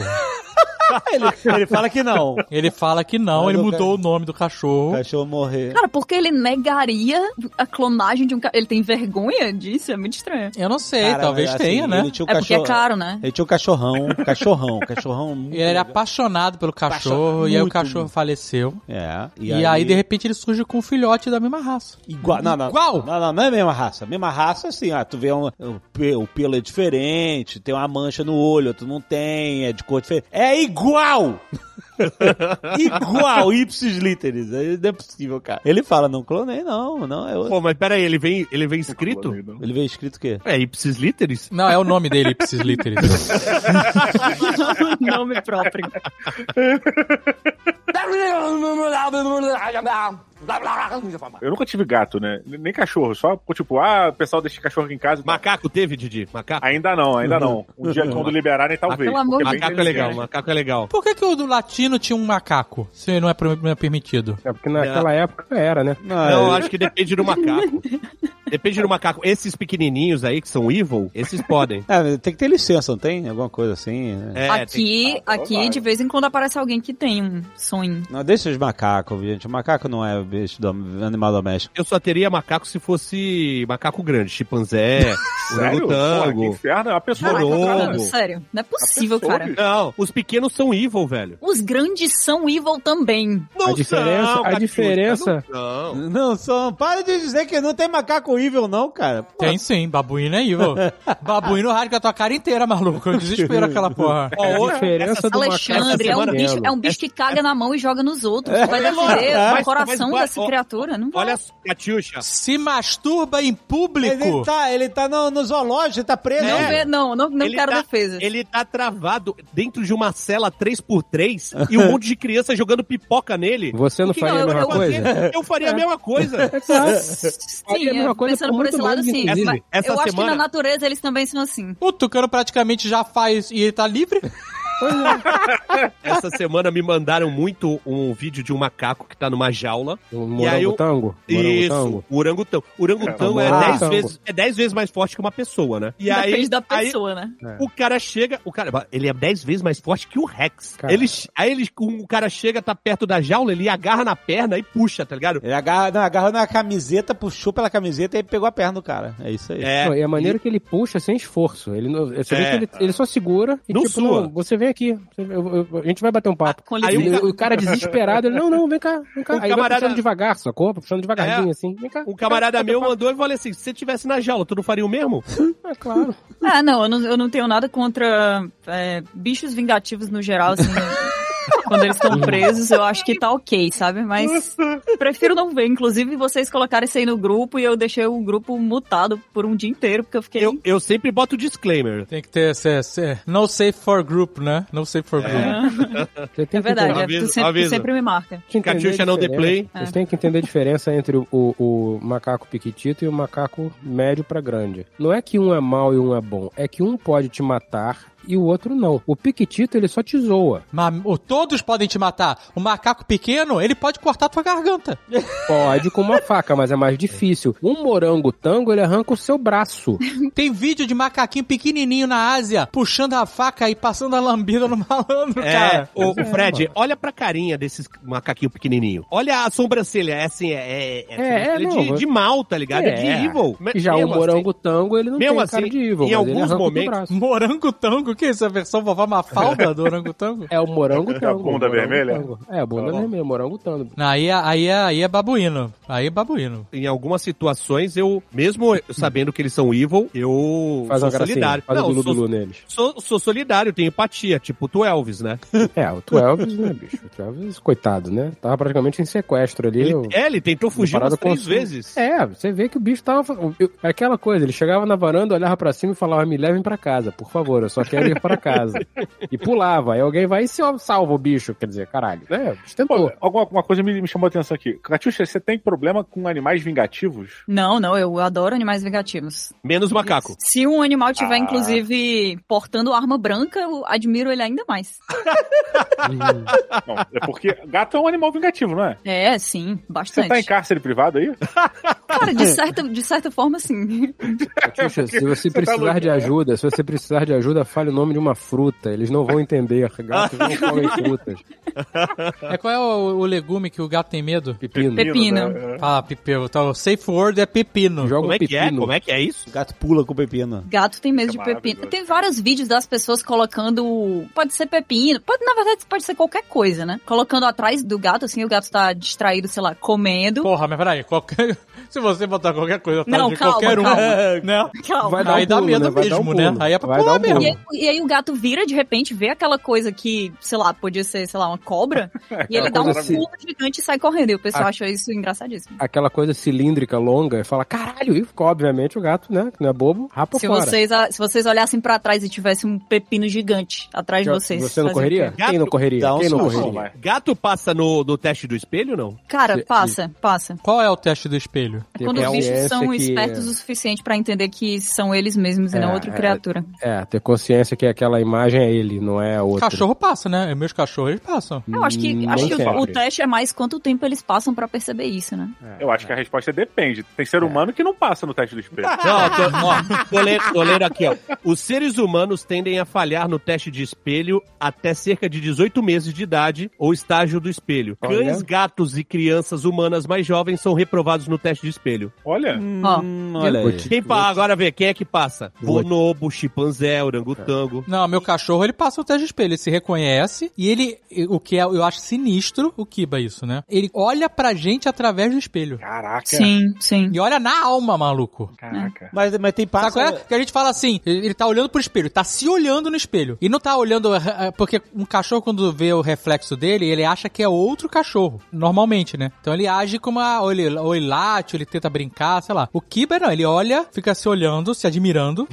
Speaker 1: Ele, ele fala que não. O
Speaker 3: Ele fala que não,
Speaker 1: Mas
Speaker 3: ele
Speaker 1: eu
Speaker 3: mudou o nome do cachorro.
Speaker 1: cachorro morrer.
Speaker 4: Cara, porque ele negaria a clonagem de um cachorro? Ele tem vergonha disso? É muito estranho.
Speaker 3: Eu não sei,
Speaker 1: Cara,
Speaker 3: talvez
Speaker 1: assim,
Speaker 3: tenha, né?
Speaker 1: Ele tinha um
Speaker 4: é porque
Speaker 1: cachorro.
Speaker 4: é caro, né?
Speaker 1: Ele tinha um cachorrão, cachorrão, cachorrão. muito
Speaker 3: Ele era
Speaker 1: legal.
Speaker 3: apaixonado pelo cachorro,
Speaker 1: Apaixonado,
Speaker 3: e aí o
Speaker 1: muito,
Speaker 3: cachorro
Speaker 1: muito.
Speaker 3: faleceu.
Speaker 1: É.
Speaker 3: E, aí, de repente, ele surge com um filhote da mesma raça.
Speaker 1: Igual. Não, não.
Speaker 3: Igual?
Speaker 1: Não, não, não é a mesma raça. A mesma raça, assim, ah, tu vê um, o, pe- o pelo é diferente, tem uma mancha no olho, outro não tem, é de cor diferente. É igual! igual, ipsis literis. É- Não é possível, cara. Ele fala, não clonei, não, não, é outro.
Speaker 9: Pô, mas peraí, ele vem, ele vem escrito?
Speaker 1: Ele veio escrito o quê?
Speaker 9: É ipsis literis?
Speaker 3: Não, é o nome dele, Ipsis Literis.
Speaker 4: Nome próprio.
Speaker 5: Eu nunca tive gato, né? Nem cachorro, só tipo, ah, o pessoal deixa cachorro aqui em casa.
Speaker 9: Macaco teve, Didi? Macaco?
Speaker 5: Ainda não, ainda não. Um dia quando liberarem, talvez.
Speaker 4: Ah, Pelo amor
Speaker 5: porque
Speaker 4: de
Speaker 5: bem
Speaker 9: Macaco é
Speaker 5: interessante.
Speaker 9: legal, macaco é legal.
Speaker 3: Por que, que o do latino tinha um macaco? Se não é pro- não é permitido.
Speaker 2: É porque naquela época era, né?
Speaker 4: Ah,
Speaker 9: Não,
Speaker 4: é.
Speaker 9: acho que depende do macaco. Depende do macaco. Esses pequenininhos aí, que são evil, esses podem.
Speaker 1: Ah, mas tem que ter licença, não tem? Alguma coisa assim. né?
Speaker 9: É, tem-
Speaker 4: aqui,
Speaker 5: Ah,
Speaker 4: aqui
Speaker 5: vai.
Speaker 4: de vez em quando aparece alguém que tem um sonho.
Speaker 1: Não, deixa os macacos, gente. O macaco não é bicho dom- animal doméstico.
Speaker 9: Eu só teria macaco se fosse macaco grande, chimpanzé,
Speaker 5: Sério? Porra, que
Speaker 9: orangotango.
Speaker 5: inferno. A pessoa
Speaker 4: Caraca,
Speaker 9: Morogo.
Speaker 4: cara, sério. Não é possível,
Speaker 5: pessoa,
Speaker 4: cara.
Speaker 5: bicho.
Speaker 9: Não, os pequenos são evil, velho.
Speaker 4: Os grandes são evil também.
Speaker 9: Não
Speaker 2: diferença- a
Speaker 9: Catiusca,
Speaker 2: diferença-
Speaker 9: Não.
Speaker 1: Não, são. Para de dizer que não tem macaco evil, não, cara. Pô,
Speaker 3: Tem sim, babuíno é evil. babuíno rasga a tua cara inteira, maluco. Eu desespero aquela porra.
Speaker 9: Ó,
Speaker 2: A
Speaker 9: outra-
Speaker 2: diferença do macaco
Speaker 4: Alexandre,
Speaker 2: pro
Speaker 4: é um,
Speaker 9: semana- É.
Speaker 4: bicho,
Speaker 2: chinelo.
Speaker 4: é um bicho que caga na mão e joga nos outros. Vai defender
Speaker 1: mas-
Speaker 4: o coração
Speaker 9: mas-
Speaker 4: dessa
Speaker 9: ó,
Speaker 4: criatura. Não vai.
Speaker 9: Olha só, Catiuxa.
Speaker 3: Se masturba em
Speaker 1: Ele
Speaker 3: público.
Speaker 1: tá, ele tá no, no zoológico, ele tá preso.
Speaker 4: Não,
Speaker 9: é.
Speaker 4: vê- não, não, não
Speaker 9: Ele
Speaker 4: quero
Speaker 9: tá-
Speaker 4: defesa.
Speaker 9: Ele tá travado dentro de uma cela 3x3 e um monte de criança jogando pipoca nele.
Speaker 2: Você não
Speaker 9: O que
Speaker 2: faria a
Speaker 9: eu
Speaker 2: mesma
Speaker 9: faria?
Speaker 2: coisa?
Speaker 9: Eu faria a mesma coisa.
Speaker 2: Aí é a
Speaker 4: Sim,
Speaker 2: mesma
Speaker 4: eu-
Speaker 2: coisa
Speaker 4: pensando
Speaker 2: pro
Speaker 4: por esse
Speaker 2: outro
Speaker 4: lado,
Speaker 2: lado,
Speaker 4: sim.
Speaker 2: inclusive.
Speaker 4: Mas
Speaker 9: Essa
Speaker 4: eu acho que na
Speaker 9: semana-
Speaker 4: natureza eles também são assim.
Speaker 3: O tucano praticamente já faz e ele tá livre.
Speaker 9: Essa semana me mandaram muito um vídeo de um macaco que tá numa jaula.
Speaker 2: Um
Speaker 9: E aí eu-
Speaker 2: morangotango?
Speaker 9: Isso,
Speaker 2: Morangotango?
Speaker 9: o orangotango. O orangotango é,
Speaker 2: Ah,
Speaker 9: 10
Speaker 2: orangotango.
Speaker 9: vezes, é 10 vezes mais forte que uma pessoa, né? E
Speaker 4: Depende
Speaker 9: aí,
Speaker 4: da
Speaker 9: aí
Speaker 4: pessoa, né?
Speaker 2: É.
Speaker 9: o cara chega, o cara, ele é 10 vezes mais forte que o Rex.
Speaker 2: Cara.
Speaker 9: Ele, aí ele, o cara chega, tá perto da jaula, ele agarra na perna e puxa, tá ligado?
Speaker 1: Ele agarra, não, agarrou na camiseta, puxou pela camiseta e pegou a perna do cara. É isso aí.
Speaker 9: É,
Speaker 2: Não, e a maneira que ele puxa sem esforço. Ele, não- você vê
Speaker 9: É.
Speaker 2: que ele, ele só segura e
Speaker 9: Não
Speaker 2: tipo,
Speaker 9: sua.
Speaker 2: não, você vem aqui. você- eu- eu- a gente vai bater um papo.
Speaker 4: Com
Speaker 9: Aí
Speaker 2: Ele-
Speaker 4: licença.
Speaker 2: o, cara desesperado, ele, não, não, vem cá, vem cá.
Speaker 9: O
Speaker 2: aí
Speaker 9: camarada-
Speaker 2: vai puxando devagar, sacou? Puxando devagarzinho, assim. Vem cá.
Speaker 9: Um camarada meu mandou e falei assim: se você tivesse na jaula, tu não faria o mesmo?
Speaker 2: É claro.
Speaker 4: Ah, não, eu não, eu não tenho nada contra é, bichos vingativos no geral, assim. Quando eles estão presos, eu acho que tá ok, sabe? Mas prefiro não ver. Inclusive, vocês colocaram isso aí no grupo e eu deixei o grupo mutado por um dia inteiro, porque eu fiquei.
Speaker 9: Eu, eu sempre boto disclaimer.
Speaker 3: Tem que ter esse, esse- no safe for group, né? No safe for group.
Speaker 4: "Ah,
Speaker 2: Você tem
Speaker 4: É verdade,
Speaker 2: que
Speaker 4: é,
Speaker 2: entender,
Speaker 4: tu,
Speaker 9: Avisa,
Speaker 4: sempre, tu
Speaker 9: avisa.
Speaker 4: sempre me marca.
Speaker 2: tem que entender
Speaker 9: Catiuxa não
Speaker 2: a
Speaker 9: the
Speaker 2: diferença.
Speaker 9: play.
Speaker 2: Vocês têm que entender a diferença entre o, o- o macaco piquitito e o macaco médio pra grande. Não é que um é mau e um é bom, é que um pode te matar e o outro não. O piquitito, ele só te zoa.
Speaker 3: Mas o- todos podem te matar. O macaco pequeno, ele pode cortar tua garganta.
Speaker 2: Pode com uma faca, mas é mais difícil. Um morango tango, ele arranca o seu braço.
Speaker 3: Tem vídeo de macaquinho pequenininho na Ásia puxando a faca e passando a lambida no malandro,
Speaker 9: É,
Speaker 3: cara.
Speaker 9: o, o Fred, olha pra carinha desses macaquinho pequenininho. Olha a sobrancelha, é assim, é, é,
Speaker 2: É,
Speaker 9: sobrancelha
Speaker 2: é, não,
Speaker 9: de, de mal, tá ligado? É, de
Speaker 2: É.
Speaker 9: evil.
Speaker 2: E já o
Speaker 9: Mesmo assim,
Speaker 2: morango tango, ele não
Speaker 9: mesmo
Speaker 2: tem
Speaker 9: assim,
Speaker 2: cara de evil,
Speaker 9: em
Speaker 2: mas ele
Speaker 9: alguns
Speaker 2: arranca o teu
Speaker 9: momentos-
Speaker 2: braço.
Speaker 3: Morangotango, o que é isso? A versão vovó Mafalda do orangotango?
Speaker 2: É o morango tango.
Speaker 5: É a bunda
Speaker 2: o morango
Speaker 5: vermelha? Tá
Speaker 2: tango. É, a bunda vermelha, o morango tango.
Speaker 3: Não, Aí, é- aí, é- aí é babuíno. Aí é babuíno.
Speaker 9: Em algumas situações, eu, mesmo eu sabendo que eles são evil, eu
Speaker 2: Faz
Speaker 9: sou
Speaker 2: uma gracinha,
Speaker 9: solidário.
Speaker 2: faz um o
Speaker 9: não,
Speaker 2: bilu
Speaker 9: sou,
Speaker 2: neles.
Speaker 9: sou, sou solidário, tenho empatia, tipo tu Elvis, né?
Speaker 2: É, o Twelves, né, bicho? O Twelves, coitado, né? Tava praticamente em sequestro ali.
Speaker 9: Ele,
Speaker 2: eu-
Speaker 9: é, ele tentou fugir
Speaker 2: parada
Speaker 9: umas três
Speaker 2: com-
Speaker 9: vezes.
Speaker 2: É, você vê que o bicho tava. eu- Aquela coisa, ele chegava na varanda, olhava pra cima e falava: me levem pra casa, por favor, eu só quero quero ir para casa. E pulava. Aí alguém vai e se salva o bicho. Quer dizer, caralho, né?
Speaker 5: Pô,
Speaker 2: Tentou.
Speaker 5: alguma, alguma coisa me, me chamou a atenção aqui. Catiuxa, você tem problema com animais vingativos?
Speaker 4: Não, não, eu adoro animais vingativos.
Speaker 9: Menos macaco.
Speaker 4: Se um animal tiver,
Speaker 5: Ah.
Speaker 4: inclusive, portando arma branca, eu admiro ele ainda mais.
Speaker 5: Não, é porque gato é um animal vingativo, não é?
Speaker 4: É, sim,
Speaker 5: Você
Speaker 4: bastante.
Speaker 5: tá em cárcere privado aí?
Speaker 4: Cara, de certa, de certa forma, sim.
Speaker 2: Xuxa, se você
Speaker 5: tá
Speaker 2: precisar
Speaker 5: louco,
Speaker 2: de ajuda, se você precisar de ajuda, fale o nome de uma fruta. Eles não vão entender. Gatos não comem frutas.
Speaker 3: É qual é o, o legume que o gato tem medo?
Speaker 2: Pepino.
Speaker 4: Pepino.
Speaker 5: né?
Speaker 3: Fala, pepino. Então, o safe word é pepino.
Speaker 2: Joga
Speaker 9: Como
Speaker 2: um
Speaker 9: é que é?
Speaker 2: pepino.
Speaker 9: Como é que é isso?
Speaker 1: O gato pula com pepino.
Speaker 4: Gato tem medo
Speaker 5: É
Speaker 4: de pepino.
Speaker 5: maravilhoso.
Speaker 4: Tem vários vídeos das pessoas colocando. Pode ser pepino, pode, na verdade pode ser qualquer coisa, né? Colocando atrás do gato, assim, o gato tá distraído, sei lá, comendo.
Speaker 3: Porra, mas peraí, qualquer... se você botar qualquer coisa atrás
Speaker 4: Não,
Speaker 3: de
Speaker 4: calma,
Speaker 3: qualquer um,
Speaker 4: calma.
Speaker 3: né?
Speaker 4: Calma.
Speaker 2: Vai dar
Speaker 3: aí
Speaker 2: um
Speaker 3: dá
Speaker 2: pulo,
Speaker 3: medo
Speaker 2: né? Vai dar um
Speaker 3: mesmo, né?
Speaker 2: pulo.
Speaker 3: Aí é pra
Speaker 2: Vai dar
Speaker 3: pular
Speaker 2: um pulo.
Speaker 4: E aí,
Speaker 3: mesmo.
Speaker 4: e aí o gato vira de repente, vê aquela coisa que, sei lá, podia ser, sei lá, uma cobra, e ele dá um
Speaker 2: coisa assim. Ah.
Speaker 4: pulo gigante e sai correndo. E o pessoal achou isso engraçadíssimo.
Speaker 2: Aquela coisa cilíndrica, longa, e fala, caralho, e ficou, obviamente, o gato, né? Que não é bobo, rapa
Speaker 4: Se
Speaker 2: fora.
Speaker 4: vocês, a- se vocês olhassem pra trás e tivesse um pepino gigante atrás de vocês.
Speaker 2: Você não
Speaker 4: faziam o
Speaker 2: correria?
Speaker 4: quê?
Speaker 2: Quem não correria?
Speaker 1: Dá um
Speaker 2: Quem não
Speaker 1: susto.
Speaker 2: correria?
Speaker 5: Vai.
Speaker 9: Gato passa no, no teste do espelho, não?
Speaker 4: Cara,
Speaker 2: Se-
Speaker 4: passa, passa.
Speaker 3: Qual é o teste do espelho?
Speaker 4: É quando os bichos
Speaker 2: consciência
Speaker 4: são
Speaker 2: que-
Speaker 4: espertos o suficiente pra entender que são eles mesmos e
Speaker 2: É,
Speaker 4: não outra
Speaker 2: é.
Speaker 4: criatura.
Speaker 2: É, ter consciência que aquela imagem é ele, não é outro.
Speaker 3: Cachorro passa, né? Meus cachorros eles passam.
Speaker 4: Eu acho que,
Speaker 2: Nem
Speaker 4: acho que o, o
Speaker 2: sempre.
Speaker 4: teste é mais quanto tempo eles passam pra perceber isso, né?
Speaker 5: Eu acho que a resposta é depende. Tem ser humano que não passa no teste do espelho.
Speaker 9: Não, tô, ó, tô, lendo, tô lendo aqui, ó. Os seres humanos tendem a falhar no teste de espelho até cerca de 18 meses de idade ou estágio do espelho.
Speaker 2: Olha.
Speaker 9: Cães, gatos e crianças humanas mais jovens são reprovados no teste de espelho.
Speaker 5: Olha,
Speaker 4: Ó,
Speaker 1: Hum, olha aí.
Speaker 9: Quem pá, agora vê, quem é que passa? Bonobo, chimpanzé,
Speaker 2: É.
Speaker 9: orangotango.
Speaker 3: Não, meu cachorro ele passa o teste de espelho, ele se reconhece e ele, o que é, eu acho sinistro, o Kiba isso, né? Ele olha pra gente através do espelho.
Speaker 5: caraca.
Speaker 4: sim, sim.
Speaker 3: E olha na alma, maluco.
Speaker 5: Caraca.
Speaker 1: Mas, mas tem
Speaker 3: Sabe qual é?
Speaker 1: pássaro.
Speaker 3: Que a gente fala assim, ele ele tá olhando pro espelho, tá se olhando no espelho. E não tá olhando, eh, eh, porque um cachorro quando vê o reflexo dele, ele acha que é outro cachorro, normalmente, né? Então ele age como a, ou ele, ou ele late, ou ele tenta brincar, sei lá. O Kiba não, ele olha, fica se olhando, se admirando.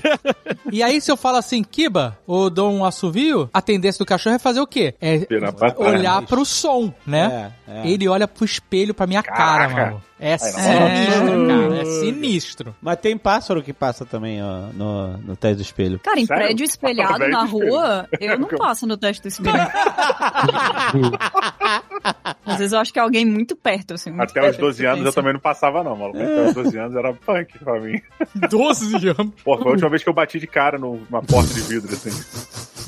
Speaker 3: e aí se eu falo assim, Kiba, ou dou um assovio, a tendência do cachorro é fazer o quê? É
Speaker 5: Virar pra trás.
Speaker 3: olhar pro som, né?
Speaker 1: É, é.
Speaker 3: Ele olha pro espelho, pra minha
Speaker 5: Caraca.
Speaker 3: cara, mano. É
Speaker 5: não.
Speaker 3: sinistro, cara, é sinistro.
Speaker 1: Mas tem pássaro que passa também ó, no, no teste do espelho.
Speaker 4: Cara, em
Speaker 5: Sério?
Speaker 4: prédio espelhado
Speaker 5: Através
Speaker 4: na
Speaker 5: do espelho.
Speaker 4: rua, eu não passo no teste do espelho. Às vezes eu acho que é alguém muito perto, assim. muito
Speaker 5: Até
Speaker 4: perto
Speaker 5: os 12
Speaker 4: da
Speaker 5: anos eu
Speaker 4: frequência.
Speaker 5: também não passava, não, maluco. Até os 12 anos era punk pra mim.
Speaker 3: 12 anos.
Speaker 5: Pô, foi a última vez que eu bati de cara numa porta de vidro, assim.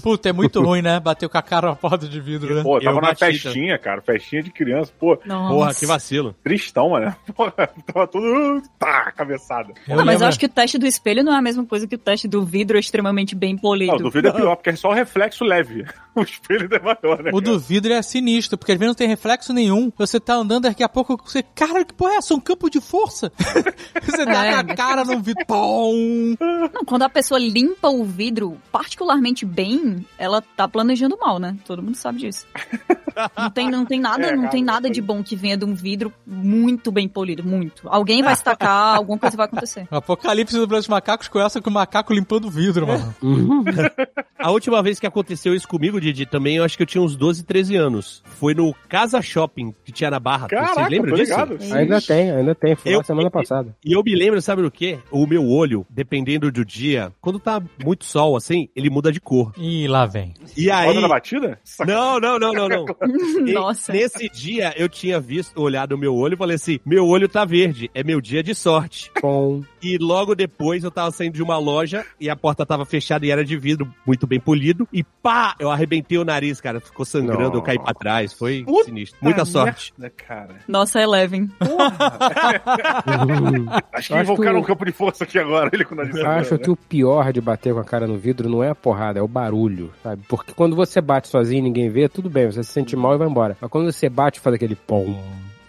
Speaker 3: Puta, é muito ruim, né? Bateu com a cara na porta de vidro, né?
Speaker 5: Pô, eu tava
Speaker 9: Eu
Speaker 5: numa
Speaker 9: bati,
Speaker 5: festinha, cara, festinha de criança. Pô,
Speaker 4: Nossa.
Speaker 9: Porra, que vacilo.
Speaker 5: tristão, mano. Porra, tava tudo. uh, Tá, cabeçada.
Speaker 3: Eu
Speaker 9: né,
Speaker 4: Não, mas
Speaker 3: lembro-
Speaker 4: eu acho que o teste do espelho não é a mesma coisa que o teste do vidro extremamente bem polido.
Speaker 5: Não, do vidro é pior, porque é só o reflexo leve. O espelho ainda é maior, né?
Speaker 3: O
Speaker 5: cara?
Speaker 3: do vidro é sinistro, porque às vezes não tem reflexo nenhum. Você tá andando, daqui a pouco você. Cara, que porra é essa? Um campo de força? você dá
Speaker 4: É.
Speaker 3: com a cara no vidro. Pom!
Speaker 4: Não, quando a pessoa limpa o vidro particularmente bem, ela tá planejando mal, né? Todo mundo sabe disso. Não tem, não tem nada,
Speaker 5: É,
Speaker 4: não tem
Speaker 5: cara,
Speaker 4: nada de bom que venha de um vidro muito bem polido, muito. Alguém vai se tacar, alguma coisa vai acontecer.
Speaker 3: O apocalipse do Brasil dos Macacos começa com o macaco limpando o vidro, mano.
Speaker 2: Uhum.
Speaker 9: A última vez que aconteceu isso comigo, Didi, também eu acho que eu tinha uns 12, 13 anos. Foi no Casa Shopping que tinha na Barra.
Speaker 5: Caraca,
Speaker 9: Vocês lembram
Speaker 5: tô
Speaker 9: disso?
Speaker 5: ligado.
Speaker 2: Ainda tem, ainda tem. Foi
Speaker 9: Eu-
Speaker 2: na semana passada.
Speaker 9: E eu me lembro, sabe do quê? O meu olho, dependendo do dia, quando tá muito sol assim, ele muda de cor.
Speaker 3: Ih, lá vem.
Speaker 9: E aí.
Speaker 5: Roda na batida?
Speaker 9: Não, não, não, não, não. E
Speaker 4: Nossa.
Speaker 9: Nesse dia eu tinha visto, olhado o meu olho e falei assim: meu olho tá verde, é meu dia de sorte.
Speaker 2: Com...
Speaker 9: E logo depois eu tava saindo de uma loja e a porta tava fechada e era de vidro, muito bem polido. E pá, eu arrebentei o nariz, cara. Ficou sangrando, eu caí pra trás. Foi
Speaker 5: Puta
Speaker 9: sinistro. Muita sorte.
Speaker 5: Merda, cara.
Speaker 4: Nossa, Eleven.
Speaker 5: Acho que
Speaker 2: Acho
Speaker 5: invocaram
Speaker 2: que o-
Speaker 5: um campo de força aqui agora, ele né? com o nariz.
Speaker 2: Eu acho
Speaker 5: sangrando,
Speaker 2: que o pior de bater com a cara no vidro não é a porrada, é o barulho, sabe? Porque quando você bate sozinho e ninguém vê, tudo bem, você se sente mal e vai embora. Mas quando você bate e faz aquele pom,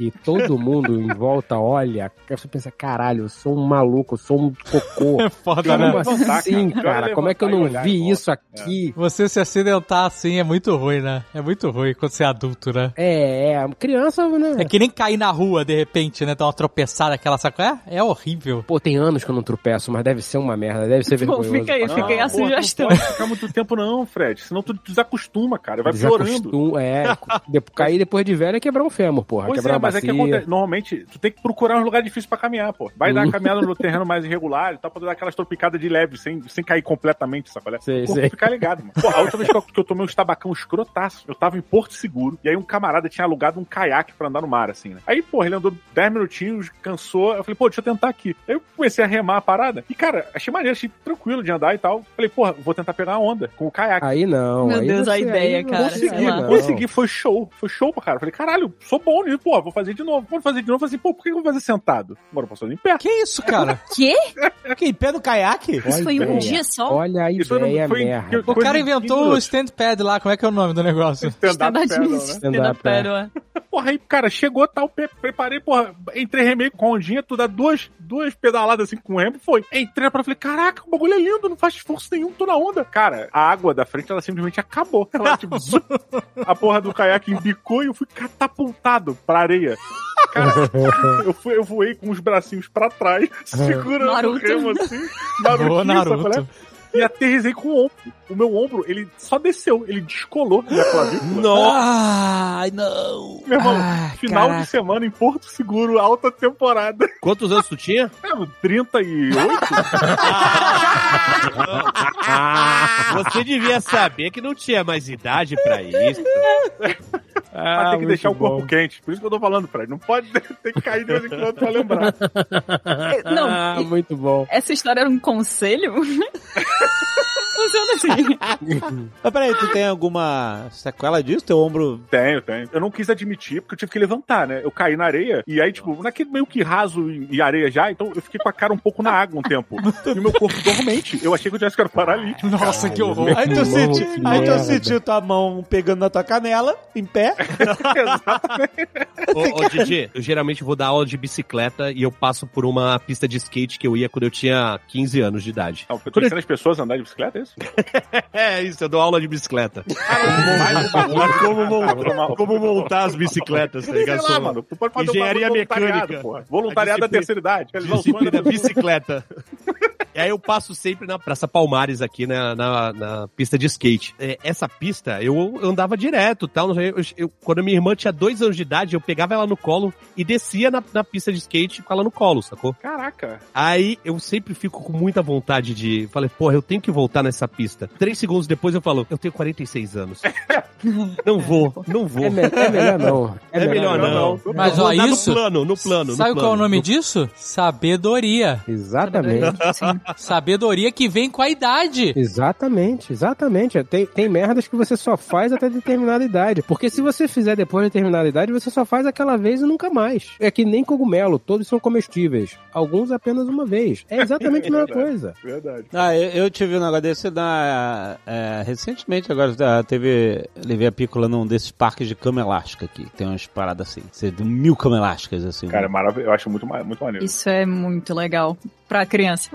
Speaker 2: e todo mundo em volta olha, você pensa, caralho, eu sou um maluco, eu sou um cocô.
Speaker 5: É.
Speaker 8: Foda,
Speaker 2: Como
Speaker 8: né?
Speaker 2: assim,
Speaker 5: cara.
Speaker 2: cara? Como é que eu não
Speaker 5: Levantar e
Speaker 2: vi
Speaker 5: olhar
Speaker 2: isso aqui?
Speaker 3: Você se acidentar assim é muito ruim, né? É muito ruim quando você é adulto, né?
Speaker 2: É, é, criança, né?
Speaker 3: É que nem cair na rua de repente, né? Dar uma tropeçada, aquela sacoé. É horrível.
Speaker 2: Pô, tem anos que eu não tropeço, mas deve ser uma merda, deve ser
Speaker 4: Bom,
Speaker 2: vergonhoso.
Speaker 4: fica aí, fica aí a
Speaker 5: porra,
Speaker 4: sugestão.
Speaker 5: Não pode ficar muito tempo, não, Fred. Senão tu desacostuma, cara. Vai piorando.
Speaker 2: Desacostum- É, de- cair depois de velho é quebrar um fêmur, porra.
Speaker 5: Pois
Speaker 2: quebrar
Speaker 5: é,
Speaker 2: uma
Speaker 5: mas é
Speaker 2: bacia.
Speaker 5: que acontece. Normalmente, tu tem que procurar um lugar difícil pra caminhar, pô. Vai dar
Speaker 2: Hum.
Speaker 5: uma caminhada no terreno mais irregular e tal, pra dar aquelas tropicadas de leve, sem, sem cair completamente, sacolé.
Speaker 2: Sei,
Speaker 5: O corpo
Speaker 2: sei.
Speaker 5: ficar ligado, mano. Pô, a última vez que eu- que eu tomei uns tabacão escrotaço, eu tava em Porto Seguro, e aí um camarada tinha alugado um caiaque pra andar no mar, assim, né? Aí, porra, ele andou 10 minutinhos, cansou, eu falei, pô, deixa eu tentar aqui. Aí eu comecei a remar a parada, e cara, achei maneiro, achei tranquilo de andar e tal. Falei, porra, vou tentar pegar a onda com o caiaque.
Speaker 2: Aí não.
Speaker 4: Meu
Speaker 2: aí
Speaker 4: Deus, a
Speaker 2: você- né?
Speaker 4: ideia,
Speaker 2: aí não
Speaker 4: cara, sei
Speaker 2: Consegui,
Speaker 4: lá.
Speaker 2: não.
Speaker 5: Consegui, foi show. Foi show pra cara. Falei, caralho, sou bom nisso, pô, vou fazer de novo. Vou fazer de novo. Falei assim, pô, por que eu vou fazer sentado? Agora eu posso fazer em pé.
Speaker 8: Que isso, cara?
Speaker 4: Quê?
Speaker 8: Que em pé no caiaque?
Speaker 4: Isso foi um
Speaker 2: Olha.
Speaker 4: dia só?
Speaker 2: Olha a
Speaker 5: Isso não-
Speaker 2: ideia,
Speaker 5: foi-
Speaker 2: merda.
Speaker 5: que-
Speaker 3: O
Speaker 5: Coisa
Speaker 3: cara
Speaker 5: de
Speaker 3: inventou o
Speaker 5: minutos.
Speaker 3: stand pad lá, como é que é o nome do negócio?
Speaker 5: Stand-up
Speaker 4: Stand-up
Speaker 5: paddle,
Speaker 4: news.
Speaker 5: né?
Speaker 2: Stand-up, é.
Speaker 4: Pérola.
Speaker 5: Porra, aí, cara, chegou tal, pe- preparei, porra, entrei remei com a ondinha, tu dá duas, duas pedaladas assim com o remo, foi. Entrei pra falei, caraca, o bagulho é lindo, não faz esforço nenhum, tô na onda. Cara, a água da frente, ela simplesmente acabou. Ela, tipo, zup, a porra do caiaque embicou e eu fui catapultado pra areia. Cara, eu, fui, eu voei com os bracinhos pra trás, segurando o
Speaker 4: Naruto.
Speaker 5: remo assim.
Speaker 3: É.
Speaker 9: é?
Speaker 3: Boa,
Speaker 5: Narutinho, sacolé?
Speaker 3: Naruto.
Speaker 5: E aterrisei com o ombro. O meu ombro, ele só desceu, ele descolou da clavícula.
Speaker 9: Ai, não.
Speaker 5: Meu irmão,
Speaker 3: Ah,
Speaker 5: final
Speaker 3: caraca.
Speaker 5: de semana em Porto Seguro, alta temporada.
Speaker 9: Quantos anos tu tinha?
Speaker 5: É, 38?
Speaker 9: Você devia saber que não tinha mais idade pra isso.
Speaker 5: Mas
Speaker 2: Ah,
Speaker 5: tem que deixar o
Speaker 2: muito
Speaker 5: corpo
Speaker 2: bom.
Speaker 5: quente. Por isso que eu tô falando, Fred. Não pode ter que cair de vez em quando pra lembrar.
Speaker 4: Não,
Speaker 2: Ah, muito bom.
Speaker 4: essa história era um conselho? Funciona assim.
Speaker 8: Mas peraí, tu tem alguma sequela disso? um Teu ombro.
Speaker 5: Tenho, tenho. Eu não quis admitir, porque eu tive que levantar, né? Eu caí na areia, e aí, tipo, naquele meio que raso e e areia já, então eu fiquei com a cara um pouco na água um tempo. E o meu corpo dormente. Eu achei que eu tivesse ficado paralítico.
Speaker 3: Nossa, que horror.
Speaker 8: Aí tu,
Speaker 2: Mão,
Speaker 8: senti,
Speaker 2: que
Speaker 8: aí tu
Speaker 2: merda.
Speaker 8: sentiu tua mão pegando na tua canela, em pé.
Speaker 9: Ô, ô Didi, eu geralmente vou dar aula de bicicleta e eu passo por uma pista de skate que eu ia quando eu tinha 15 anos de idade.
Speaker 5: Não, eu tô deixando as pessoas andar de bicicleta, é isso?
Speaker 9: É isso, eu dou aula de bicicleta.
Speaker 5: Mais um bagulho.
Speaker 9: Mas como,
Speaker 5: Ah, foi mal.
Speaker 9: montar, como montar as bicicletas, tá ligado?
Speaker 5: Sei lá, mano. Tu pode fazer um
Speaker 9: Engenharia
Speaker 5: bagulho voluntariado,
Speaker 9: mecânica.
Speaker 5: porra. Voluntariado da
Speaker 9: A disciplina-
Speaker 5: terceira idade. Realizar o sonho
Speaker 9: Disciplina
Speaker 5: da pessoa.
Speaker 9: bicicleta. E aí eu passo sempre na Praça Palmares aqui, né, na, na pista de skate. É, Essa pista, eu eu andava direto, tal. não sei, Eu, eu- quando minha irmã tinha dois anos de idade, eu pegava ela no colo e descia na, na pista de skate com ela no colo, sacou?
Speaker 5: Caraca.
Speaker 9: Aí eu sempre fico com muita vontade de... Falei, porra, eu tenho que voltar nessa pista. Três segundos depois eu falo, eu tenho 46 anos. não vou, não vou.
Speaker 2: É, me- é melhor não.
Speaker 9: É melhor não.
Speaker 3: Mas,
Speaker 9: Vou
Speaker 3: ó,
Speaker 9: andar
Speaker 3: isso-
Speaker 9: No plano, no plano, no
Speaker 3: Sabe qual é o
Speaker 9: plano,
Speaker 3: nome
Speaker 9: no
Speaker 3: disso? Sabedoria.
Speaker 2: Exatamente.
Speaker 4: Sim.
Speaker 3: Sabedoria que vem com a idade.
Speaker 2: Exatamente, exatamente. Tem, tem merdas que você só faz até determinada idade. Porque se você fizer depois de determinada idade, você só faz aquela vez e nunca mais. É que nem cogumelo, todos são comestíveis. Alguns apenas uma vez. É exatamente a mesma coisa.
Speaker 5: Verdade.
Speaker 8: Ah, eu, eu tive um negócio desse na, é, recentemente, agora da- teve. Levei a pícola num desses parques de cama elástica aqui. Tem umas paradas assim. Você tem mil cama elásticas assim.
Speaker 5: Cara, é maravilhoso. Eu acho muito, ma- muito maneiro.
Speaker 4: Isso é muito legal pra criança.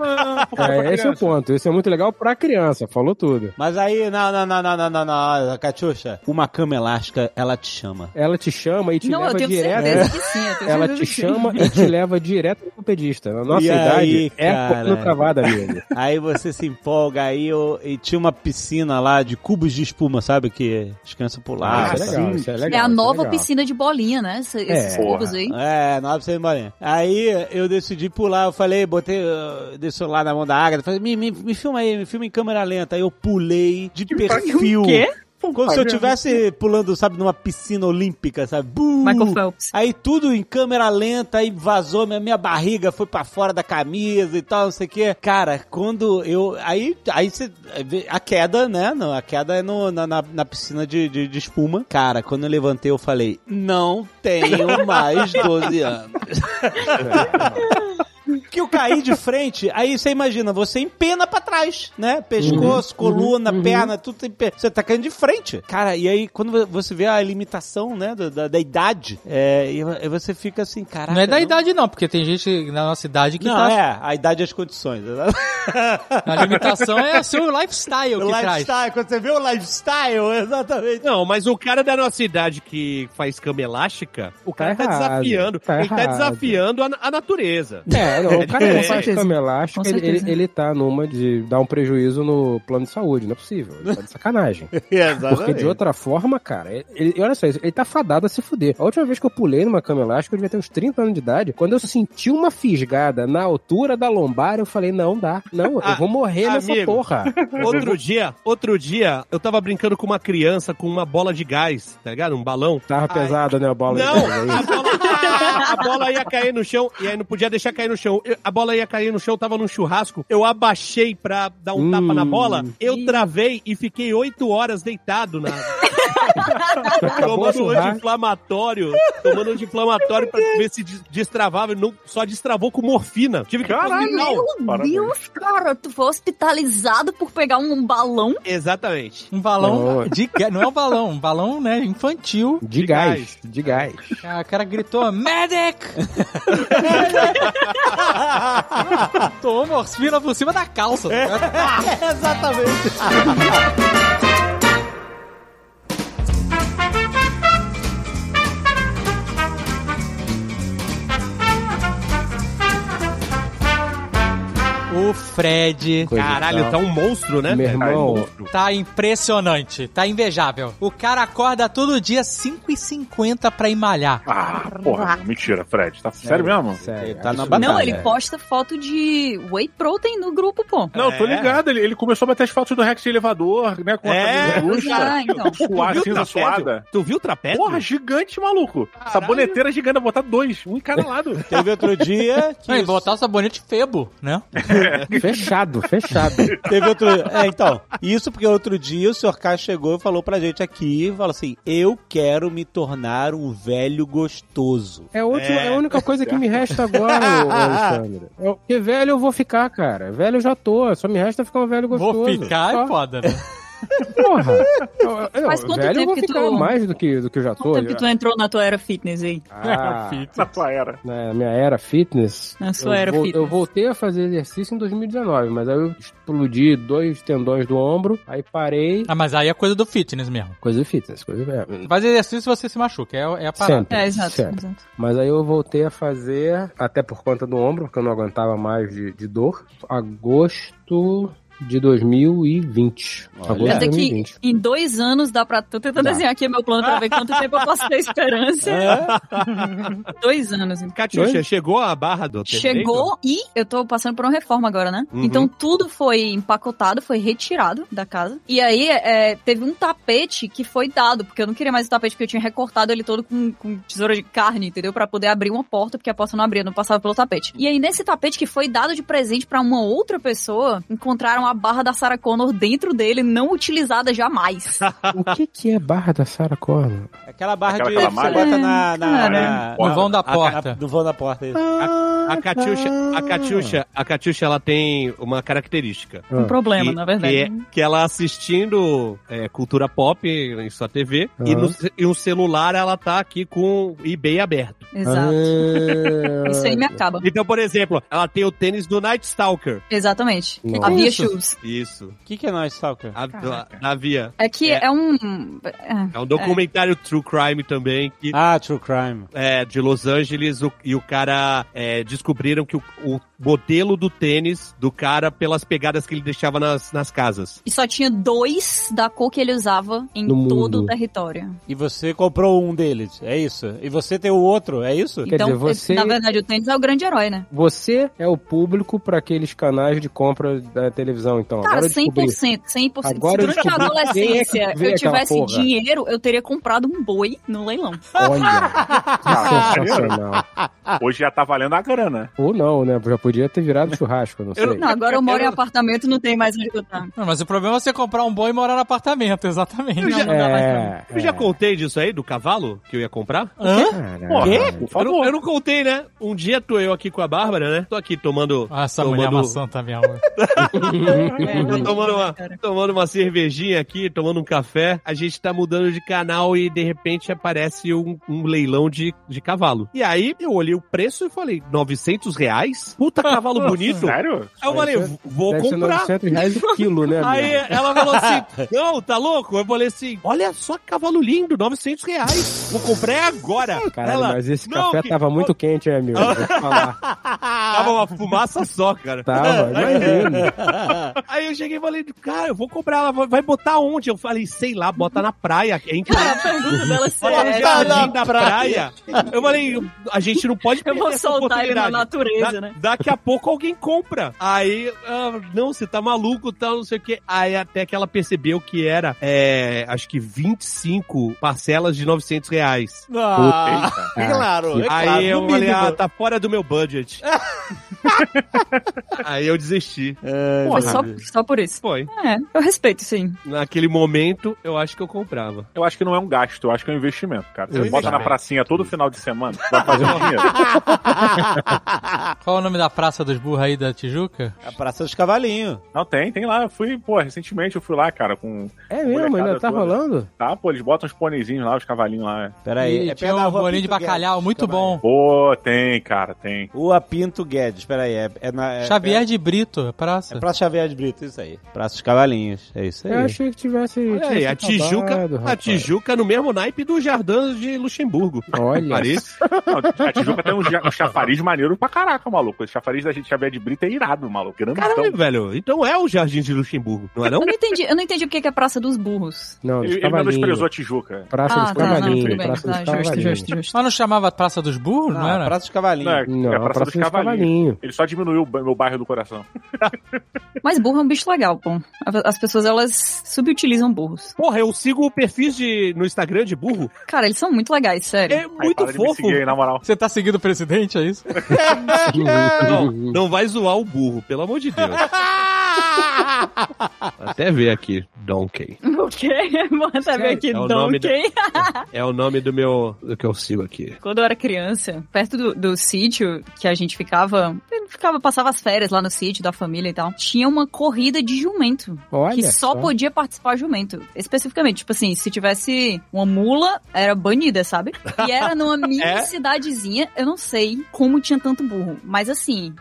Speaker 2: É, esse é o ponto. Esse é muito legal pra criança. Falou tudo.
Speaker 8: Mas aí, não, não, não, não, não, não, não, Catiuxa, uma cama elástica, ela te chama.
Speaker 2: Ela te chama e te
Speaker 4: Não, eu
Speaker 2: leva
Speaker 4: tenho
Speaker 2: direto. né?
Speaker 4: certeza que sim. Eu tenho
Speaker 2: Ela
Speaker 4: certeza
Speaker 2: te
Speaker 4: que sim.
Speaker 2: chama e te leva direto pro pedista. Na nossa
Speaker 8: E
Speaker 2: idade,
Speaker 8: aí,
Speaker 2: é
Speaker 8: cara?
Speaker 2: no cavada, amigo.
Speaker 8: Aí você se empolga, aí eu, e tinha uma piscina lá de cubos de espuma, sabe? Que as crianças pulavam.
Speaker 2: Ah, isso é
Speaker 8: sabe?
Speaker 2: legal, isso é legal.
Speaker 4: É a
Speaker 2: isso
Speaker 4: nova
Speaker 2: legal.
Speaker 4: piscina de bolinha, né? Esse- Esses
Speaker 2: É.
Speaker 4: cubos aí.
Speaker 8: É, 900 bolinha. Aí eu decidi pular, eu falei, botei eh, dei o celular na mão da Agatha, falei, me, me, me filma aí, me filma em câmera lenta. Aí eu pulei de perfil.
Speaker 4: O quê?
Speaker 8: Como se eu estivesse pulando, sabe, numa piscina olímpica, sabe? Buu!
Speaker 4: Michael Phelps.
Speaker 8: Aí tudo em câmera lenta, aí vazou, minha, minha barriga foi pra fora da camisa e tal, não sei o quê. Cara, quando eu. Aí, aí você. A queda, né? Não, a queda é no, na, na- na piscina de, de, de espuma. Cara, quando eu levantei, eu falei: não tenho mais 12 anos. que eu caí de frente, aí você imagina, você empena pra trás, né?
Speaker 3: Uhum.
Speaker 8: Pescoço, coluna, perna, tudo em pé. Você tá caindo de frente. Cara, e aí quando vo- você vê a limitação, né, da, da- da idade, é, e vo- e você fica assim, caraca.
Speaker 3: Não é da idade, não, porque tem gente na nossa idade que
Speaker 8: Não,
Speaker 3: tá.
Speaker 8: é, a idade e as condições.
Speaker 3: A limitação é o seu lifestyle que
Speaker 8: o
Speaker 3: traz.
Speaker 8: lifestyle, quando você vê o lifestyle, exatamente.
Speaker 9: Não, mas o cara da nossa idade que faz cama elástica, o cara tá,
Speaker 2: Tá errado,
Speaker 9: desafiando.
Speaker 2: tá
Speaker 9: ele tá
Speaker 2: errado.
Speaker 9: desafiando a, a natureza.
Speaker 2: É, não, o cara
Speaker 9: Com
Speaker 2: que faz
Speaker 4: certeza.
Speaker 2: cama elástica,
Speaker 4: Com
Speaker 2: ele, ele-
Speaker 4: certeza.
Speaker 2: ele tá numa de dar um prejuízo no plano de saúde, não é possível. Ele tá de sacanagem. Porque de outra forma, cara, ele- ele, olha só isso, ele tá fadado a se fuder. A última vez que eu pulei numa cama elástica, eu devia ter uns 30 anos de idade. Quando eu senti uma fisgada na altura da lombar, eu falei, não dá. Não, eu vou morrer nessa
Speaker 9: Ah, amigo.
Speaker 2: porra.
Speaker 9: Outro dia, outro dia, eu tava brincando com uma criança com uma bola de gás, tá ligado? Um balão.
Speaker 2: Tava pesada, né, a bola?
Speaker 9: Não,
Speaker 2: Aí.
Speaker 9: a bola, a bola ia cair no chão e aí não podia deixar cair no chão. Eu- A bola ia cair no chão, tava num churrasco. Eu abaixei pra dar um
Speaker 2: Hum.
Speaker 9: tapa na bola, eu travei e fiquei oito horas deitado na.
Speaker 2: Acabou o
Speaker 9: tomando um
Speaker 2: churrasco.
Speaker 9: anti-inflamatório. Tomando um anti-inflamatório pra ver se des- destravava. e Não, só destravou com morfina. Tive que ir pro
Speaker 5: Caralho!
Speaker 9: hospital.
Speaker 4: Meu
Speaker 5: Parabéns.
Speaker 4: Deus, cara, tu foi hospitalizado por pegar um balão?
Speaker 9: Exatamente.
Speaker 3: Um balão
Speaker 2: Não.
Speaker 3: de gás. Não é um balão, um balão, né? Infantil.
Speaker 2: De gás, de gás.
Speaker 3: A Ah, cara gritou: Medic! Toma, orfina por cima da calça. tá ligado?
Speaker 8: exatamente.
Speaker 3: O Fred
Speaker 2: Coisa e
Speaker 9: Caralho,
Speaker 2: tal.
Speaker 9: tá um monstro, né?
Speaker 2: Meu
Speaker 9: velho?
Speaker 5: um
Speaker 2: irmão.
Speaker 3: tá impressionante, tá invejável. O cara acorda todo dia 5h50 pra ir malhar.
Speaker 5: Ah, porra, não, mentira, Fred. Tá sério mesmo?
Speaker 2: Sério.
Speaker 8: Tá na
Speaker 2: absurdo.
Speaker 8: Batalha.
Speaker 4: Não, ele posta foto de whey protein no grupo, pô.
Speaker 5: Não, tô
Speaker 9: É.
Speaker 5: ligado. Ele, ele começou a bater as fotos do Rex de elevador, né? Com a
Speaker 9: É,
Speaker 5: camisa luxa,
Speaker 4: Ah, então.
Speaker 5: suar,
Speaker 9: Tu viu o
Speaker 5: cinza
Speaker 9: trapézio?
Speaker 5: suada.
Speaker 9: Tu viu o trapézio?
Speaker 5: Porra, gigante, maluco. Saboneteira gigante, vou botar dois, um em cada lado.
Speaker 8: Teve outro dia que.
Speaker 3: Não, e botar o sabonete febo, né?
Speaker 2: Fechado, fechado.
Speaker 8: Teve outro. É, então. Isso porque outro dia o senhor K chegou e falou pra gente aqui: falou assim, eu quero me tornar um velho gostoso.
Speaker 2: É, a última, é a única coisa que me resta agora, ô, Alexandre. É, porque velho eu vou ficar, cara. Velho eu já tô. Só me resta ficar um velho gostoso.
Speaker 3: Vou ficar
Speaker 2: Só.
Speaker 3: é foda, né?
Speaker 2: Porra. Eu- eu-
Speaker 4: Faz quanto
Speaker 2: velho eu
Speaker 4: tempo
Speaker 2: vou
Speaker 4: que
Speaker 2: ficar
Speaker 4: tu-
Speaker 2: mais do que, do que eu já
Speaker 4: Quanto
Speaker 2: tô.
Speaker 4: tempo que tu entrou na tua era fitness aí?
Speaker 3: É
Speaker 2: Ah,
Speaker 5: Na tua era.
Speaker 2: na minha era fitness...
Speaker 4: Na sua
Speaker 2: eu,
Speaker 4: era
Speaker 2: vol- eu
Speaker 4: fitness?
Speaker 2: voltei a fazer exercício em 2019, mas aí eu explodi dois tendões do ombro, aí parei.
Speaker 3: Ah, mas aí é coisa do fitness mesmo.
Speaker 2: Coisa de fitness, coisa de...
Speaker 3: Faz exercício se você se machuca, é, é a parada.
Speaker 2: Sempre.
Speaker 4: É, exato,
Speaker 2: Sempre.
Speaker 4: exato.
Speaker 2: Mas aí eu voltei a fazer, até por conta do ombro, porque eu não aguentava mais de, de dor. Agosto de 2020. Agosto
Speaker 4: Mas
Speaker 2: de
Speaker 4: é que
Speaker 2: 2020.
Speaker 4: em dois anos dá pra. Tô tentando
Speaker 2: Dá.
Speaker 4: desenhar aqui meu plano pra ver quanto tempo eu posso ter esperança.
Speaker 2: É?
Speaker 4: dois anos, então.
Speaker 9: Catiuxa,
Speaker 2: Oi?
Speaker 9: chegou a barra do atendente?
Speaker 4: Chegou e eu tô passando por uma reforma agora, né?
Speaker 9: então. Uhum.
Speaker 4: Então tudo foi empacotado, foi retirado da casa. E aí é, teve um tapete que foi dado, porque eu não queria mais o tapete, porque eu tinha recortado ele todo com, com tesoura de carne, entendeu? Pra poder abrir uma porta, porque a porta não abria, não passava pelo tapete. E aí nesse tapete que foi dado de presente pra uma outra pessoa, encontraram a barra da Sarah Connor dentro dele, não utilizada jamais.
Speaker 9: Ah,
Speaker 2: O que, que é barra da Sarah Connor?
Speaker 8: Aquela barra
Speaker 5: Aquela
Speaker 8: de.
Speaker 5: que ela
Speaker 8: você
Speaker 5: malha?
Speaker 8: bota
Speaker 3: Hum,
Speaker 4: É,
Speaker 8: na. na, na-
Speaker 5: cara.
Speaker 8: na-
Speaker 3: No vão da
Speaker 9: a-
Speaker 3: porta.
Speaker 8: No vão da porta, é isso.
Speaker 9: A, a Catiuxa, a Catiuxa, a Catiuxa, ela tem uma característica.
Speaker 4: Um problema,
Speaker 9: que,
Speaker 4: na verdade. né?
Speaker 9: Que, é- que ela assistindo é, cultura pop em sua TV e,
Speaker 2: Aham.
Speaker 9: no, ce- e o celular ela tá aqui com o eBay aberto.
Speaker 4: Exato.
Speaker 2: Ah,
Speaker 4: Isso aí me acaba.
Speaker 9: Então, por exemplo, ela tem o tênis do Night Stalker.
Speaker 4: Exatamente.
Speaker 2: Nossa.
Speaker 4: A Via Shoes.
Speaker 9: Isso.
Speaker 8: O que, que é nós, Stalker?
Speaker 9: A, da, da Via.
Speaker 4: É que
Speaker 9: É.
Speaker 4: é um.
Speaker 9: É um documentário True Crime também que
Speaker 8: Ah, True Crime.
Speaker 9: é, de Los Angeles o- e o cara é, descobriram que o, o modelo do tênis do cara pelas pegadas que ele deixava nas, nas casas.
Speaker 4: E só tinha dois da cor que ele usava em
Speaker 2: No
Speaker 4: todo
Speaker 2: mundo.
Speaker 4: o território.
Speaker 8: E você comprou um deles, é isso? E você tem o outro, é isso?
Speaker 2: Quer
Speaker 4: então,
Speaker 2: dizer, você-
Speaker 4: na verdade, o tênis é o grande herói, né?
Speaker 2: Você é o público para aqueles canais de compra da televisão, então.
Speaker 4: Cara,
Speaker 2: Agora eu descobri.
Speaker 4: 100%, 100%.
Speaker 2: Agora eu
Speaker 4: Se durante
Speaker 2: descobri
Speaker 4: a
Speaker 2: quem é que
Speaker 4: adolescência
Speaker 2: vê aquela
Speaker 4: eu tivesse
Speaker 2: porra.
Speaker 4: dinheiro, eu teria comprado um boi no leilão.
Speaker 2: Olha, que é sensacional.
Speaker 5: Hoje já tá valendo a grana, semana.
Speaker 2: Ou não, né? Já podia ter virado churrasco, não sei.
Speaker 4: Não, agora eu moro em apartamento não tem mais onde botar.
Speaker 3: Não, mas o problema é você comprar um bom e morar no apartamento, exatamente.
Speaker 9: Eu já-
Speaker 4: Não, não dá mais pra mim.
Speaker 2: É,
Speaker 9: Eu já
Speaker 2: é. Ah,
Speaker 9: contei disso aí, do cavalo que eu ia comprar?
Speaker 3: Hã?
Speaker 5: Porra,
Speaker 2: Caralho.
Speaker 9: Quê?
Speaker 5: por
Speaker 9: Eu não,
Speaker 5: favor.
Speaker 9: eu não contei, né? Um dia tô eu aqui com a Bárbara, né? Tô aqui tomando.
Speaker 3: Ah, essa
Speaker 9: tomando,
Speaker 3: mulher maçã tá minha mãe.
Speaker 9: É, Tô tomando uma,
Speaker 4: Cara.
Speaker 9: tomando uma cervejinha aqui, tomando um café. A gente tá mudando de canal e de repente aparece um, um leilão de, de cavalo. E aí eu olhei o preço e falei: 900 reais? Puta cavalo bonito. Aí
Speaker 5: Sério?
Speaker 9: eu falei: vou
Speaker 2: Deve ser
Speaker 9: comprar.
Speaker 2: 900 reais o quilo, né?
Speaker 9: Aí
Speaker 2: amigo?
Speaker 9: ela falou assim: Não, tá louco? Eu falei assim: Olha só que cavalo lindo, 900 reais. Vou comprar é agora.
Speaker 2: Caralho,
Speaker 9: ela,
Speaker 2: mas esse
Speaker 9: "Não,
Speaker 2: café
Speaker 9: que-
Speaker 2: tava muito quente, hein, amigo? Vou te falar.
Speaker 9: Tava uma fumaça só, cara.
Speaker 2: Tava,
Speaker 9: é.
Speaker 2: imagina.
Speaker 9: Aí eu cheguei e falei, cara, eu vou comprar ela, vai- vai botar onde? Eu falei, sei lá, bota na praia. É
Speaker 4: Ah,
Speaker 9: incrível.
Speaker 4: a pergunta dela é
Speaker 9: Bota no
Speaker 4: séria.
Speaker 9: jardim da praia. Eu falei, a gente não pode
Speaker 4: Eu vou
Speaker 9: perder essa
Speaker 4: soltar ele na
Speaker 9: oportunidade.
Speaker 4: natureza,
Speaker 9: Da-
Speaker 4: né?
Speaker 9: Daqui a pouco alguém compra. Aí, ah, não, você tá maluco, tal, não sei o quê. Aí até que ela percebeu que era, é, acho que 25 parcelas de 900 reais.
Speaker 8: Ah, claro, é
Speaker 9: Aí
Speaker 8: claro.
Speaker 9: eu
Speaker 8: no
Speaker 9: falei,
Speaker 8: mínimo.
Speaker 9: ah, tá fora do meu budget. Aí eu desisti.
Speaker 8: É,
Speaker 4: Foi só, só por isso.
Speaker 9: Foi.
Speaker 4: É, eu respeito, sim.
Speaker 9: Naquele momento, eu acho que eu comprava.
Speaker 5: Eu acho que não é um gasto, eu acho que é um investimento, cara. Você
Speaker 9: É um
Speaker 5: bota na
Speaker 9: investimento.
Speaker 5: pracinha todo final de semana, vai fazer um dinheiro.
Speaker 3: Qual é o nome da praça dos burros aí da Tijuca?
Speaker 8: a é Praça dos Cavalinhos.
Speaker 5: Não, tem, tem lá. Eu fui, pô, recentemente eu fui lá, cara, com.
Speaker 2: É mesmo,
Speaker 5: Molecada
Speaker 2: ainda tá
Speaker 5: toda.
Speaker 2: rolando?
Speaker 5: Tá, pô, eles botam os pôneizinhos lá, os cavalinhos lá.
Speaker 8: Pera aí.
Speaker 3: Ih,
Speaker 8: é
Speaker 3: tinha
Speaker 8: perto da
Speaker 3: um
Speaker 8: rua
Speaker 3: bolinho de
Speaker 8: Pinto
Speaker 3: bacalhau,
Speaker 8: Guedes,
Speaker 3: muito bom.
Speaker 8: Cavalinho.
Speaker 5: Pô, tem, cara, tem.
Speaker 8: Rua Pinto Guedes, peraí. É, é na, é,
Speaker 3: Xavier de Brito, é
Speaker 8: É
Speaker 3: praça.
Speaker 8: Praça Xavier de Brito, isso aí. Praça dos Cavalinhos, é isso aí.
Speaker 2: Eu achei que tivesse.
Speaker 9: Olha aí,
Speaker 2: tivesse
Speaker 9: a Tijuca,
Speaker 2: acabado,
Speaker 9: a
Speaker 2: rapaz.
Speaker 9: Tijuca no mesmo naipe do Jardim de Luxemburgo.
Speaker 2: Olha.
Speaker 9: Paris.
Speaker 5: Não, a Tijuca tem um, ja- um chafariz maneiro pra caraca, maluco. O chafariz da gente Xavier de Brito é irado, maluco.
Speaker 9: Caralho,
Speaker 5: Grandão.
Speaker 9: velho. Então é o Jardim de Luxemburgo, não é não?
Speaker 4: Eu não entendi, eu não entendi porque que é Praça dos Burros.
Speaker 2: Não,
Speaker 5: Ele,
Speaker 2: dos
Speaker 5: ele não
Speaker 2: cavalinhos.
Speaker 5: desprezou a Tijuca.
Speaker 2: Praça dos
Speaker 4: ah, tá, não, tudo
Speaker 2: Cavalinhos.
Speaker 4: bem.
Speaker 2: Praça
Speaker 4: Tá,
Speaker 2: dos
Speaker 4: justo,
Speaker 2: Cavalinhos.
Speaker 4: justo, justo.
Speaker 3: Mas não chamava Praça dos Burros, não,
Speaker 8: Ah,
Speaker 3: era?
Speaker 8: Praça dos Cavalinhos.
Speaker 5: Não, é,
Speaker 2: Não,
Speaker 5: é a Praça dos Cavalinhos. Ele só diminuiu o ba- meu bairro do coração.
Speaker 4: Mas burro é um bicho legal, pô. As pessoas, elas subutilizam burros.
Speaker 9: Porra, eu sigo o perfil de, no Instagram de burro.
Speaker 4: Cara, eles são muito legais, sério.
Speaker 9: É
Speaker 5: Aí,
Speaker 9: muito
Speaker 5: para de me
Speaker 9: fofo.
Speaker 5: seguir aí, na moral.
Speaker 3: Você tá seguindo o presidente, é isso?
Speaker 9: Não,
Speaker 5: Uhum.
Speaker 9: não vai zoar o burro, pelo amor de Deus. Até ver aqui, Donkey.
Speaker 4: O quê? Manda ver aqui,
Speaker 9: É o nome da-
Speaker 4: Donkey.
Speaker 9: É o nome do meu do que eu sigo aqui.
Speaker 4: Quando eu era criança, perto do, do sítio que a gente ficava, eu ficava, passava as férias lá no sítio da família e tal, tinha uma corrida de jumento.
Speaker 2: Olha.
Speaker 4: que só, podia participar jumento. Especificamente, tipo assim, se tivesse uma mula, era banida, sabe? E era numa mini
Speaker 9: É?
Speaker 4: cidadezinha, eu não sei como tinha tanto burro, mas assim.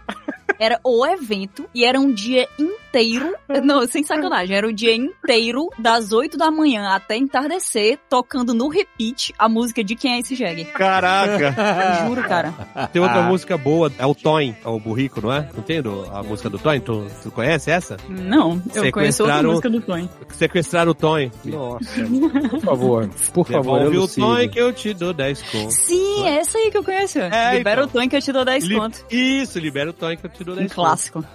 Speaker 4: Era o evento e era um dia inteiro. Não, sem sacanagem. Era o dia inteiro, das 8 da manhã até entardecer, tocando no repeat a música de quem é esse jegue.
Speaker 9: Caraca!
Speaker 4: Eu Juro, cara.
Speaker 9: Tem outra música boa, é o Toin, é o burrico, não é? Não tem do- a música do Toin? Tu, tu conhece essa?
Speaker 4: Não, eu conheço outra
Speaker 9: Sequestraram-
Speaker 4: música do Tony.
Speaker 9: Sequestraram o Toin. Nossa.
Speaker 2: Por favor, por favor, eu
Speaker 9: Devolve
Speaker 2: não
Speaker 9: o
Speaker 2: sigo.
Speaker 9: Toin que eu te dou 10 conto.
Speaker 4: Sim, é essa aí que eu conheço.
Speaker 9: É,
Speaker 4: Libera
Speaker 9: então.
Speaker 4: o Tony que eu te dou 10
Speaker 9: Li-
Speaker 4: conto.
Speaker 9: Isso, libera o Toin que eu te dou
Speaker 4: Um
Speaker 9: 10
Speaker 4: clássico.
Speaker 9: conto.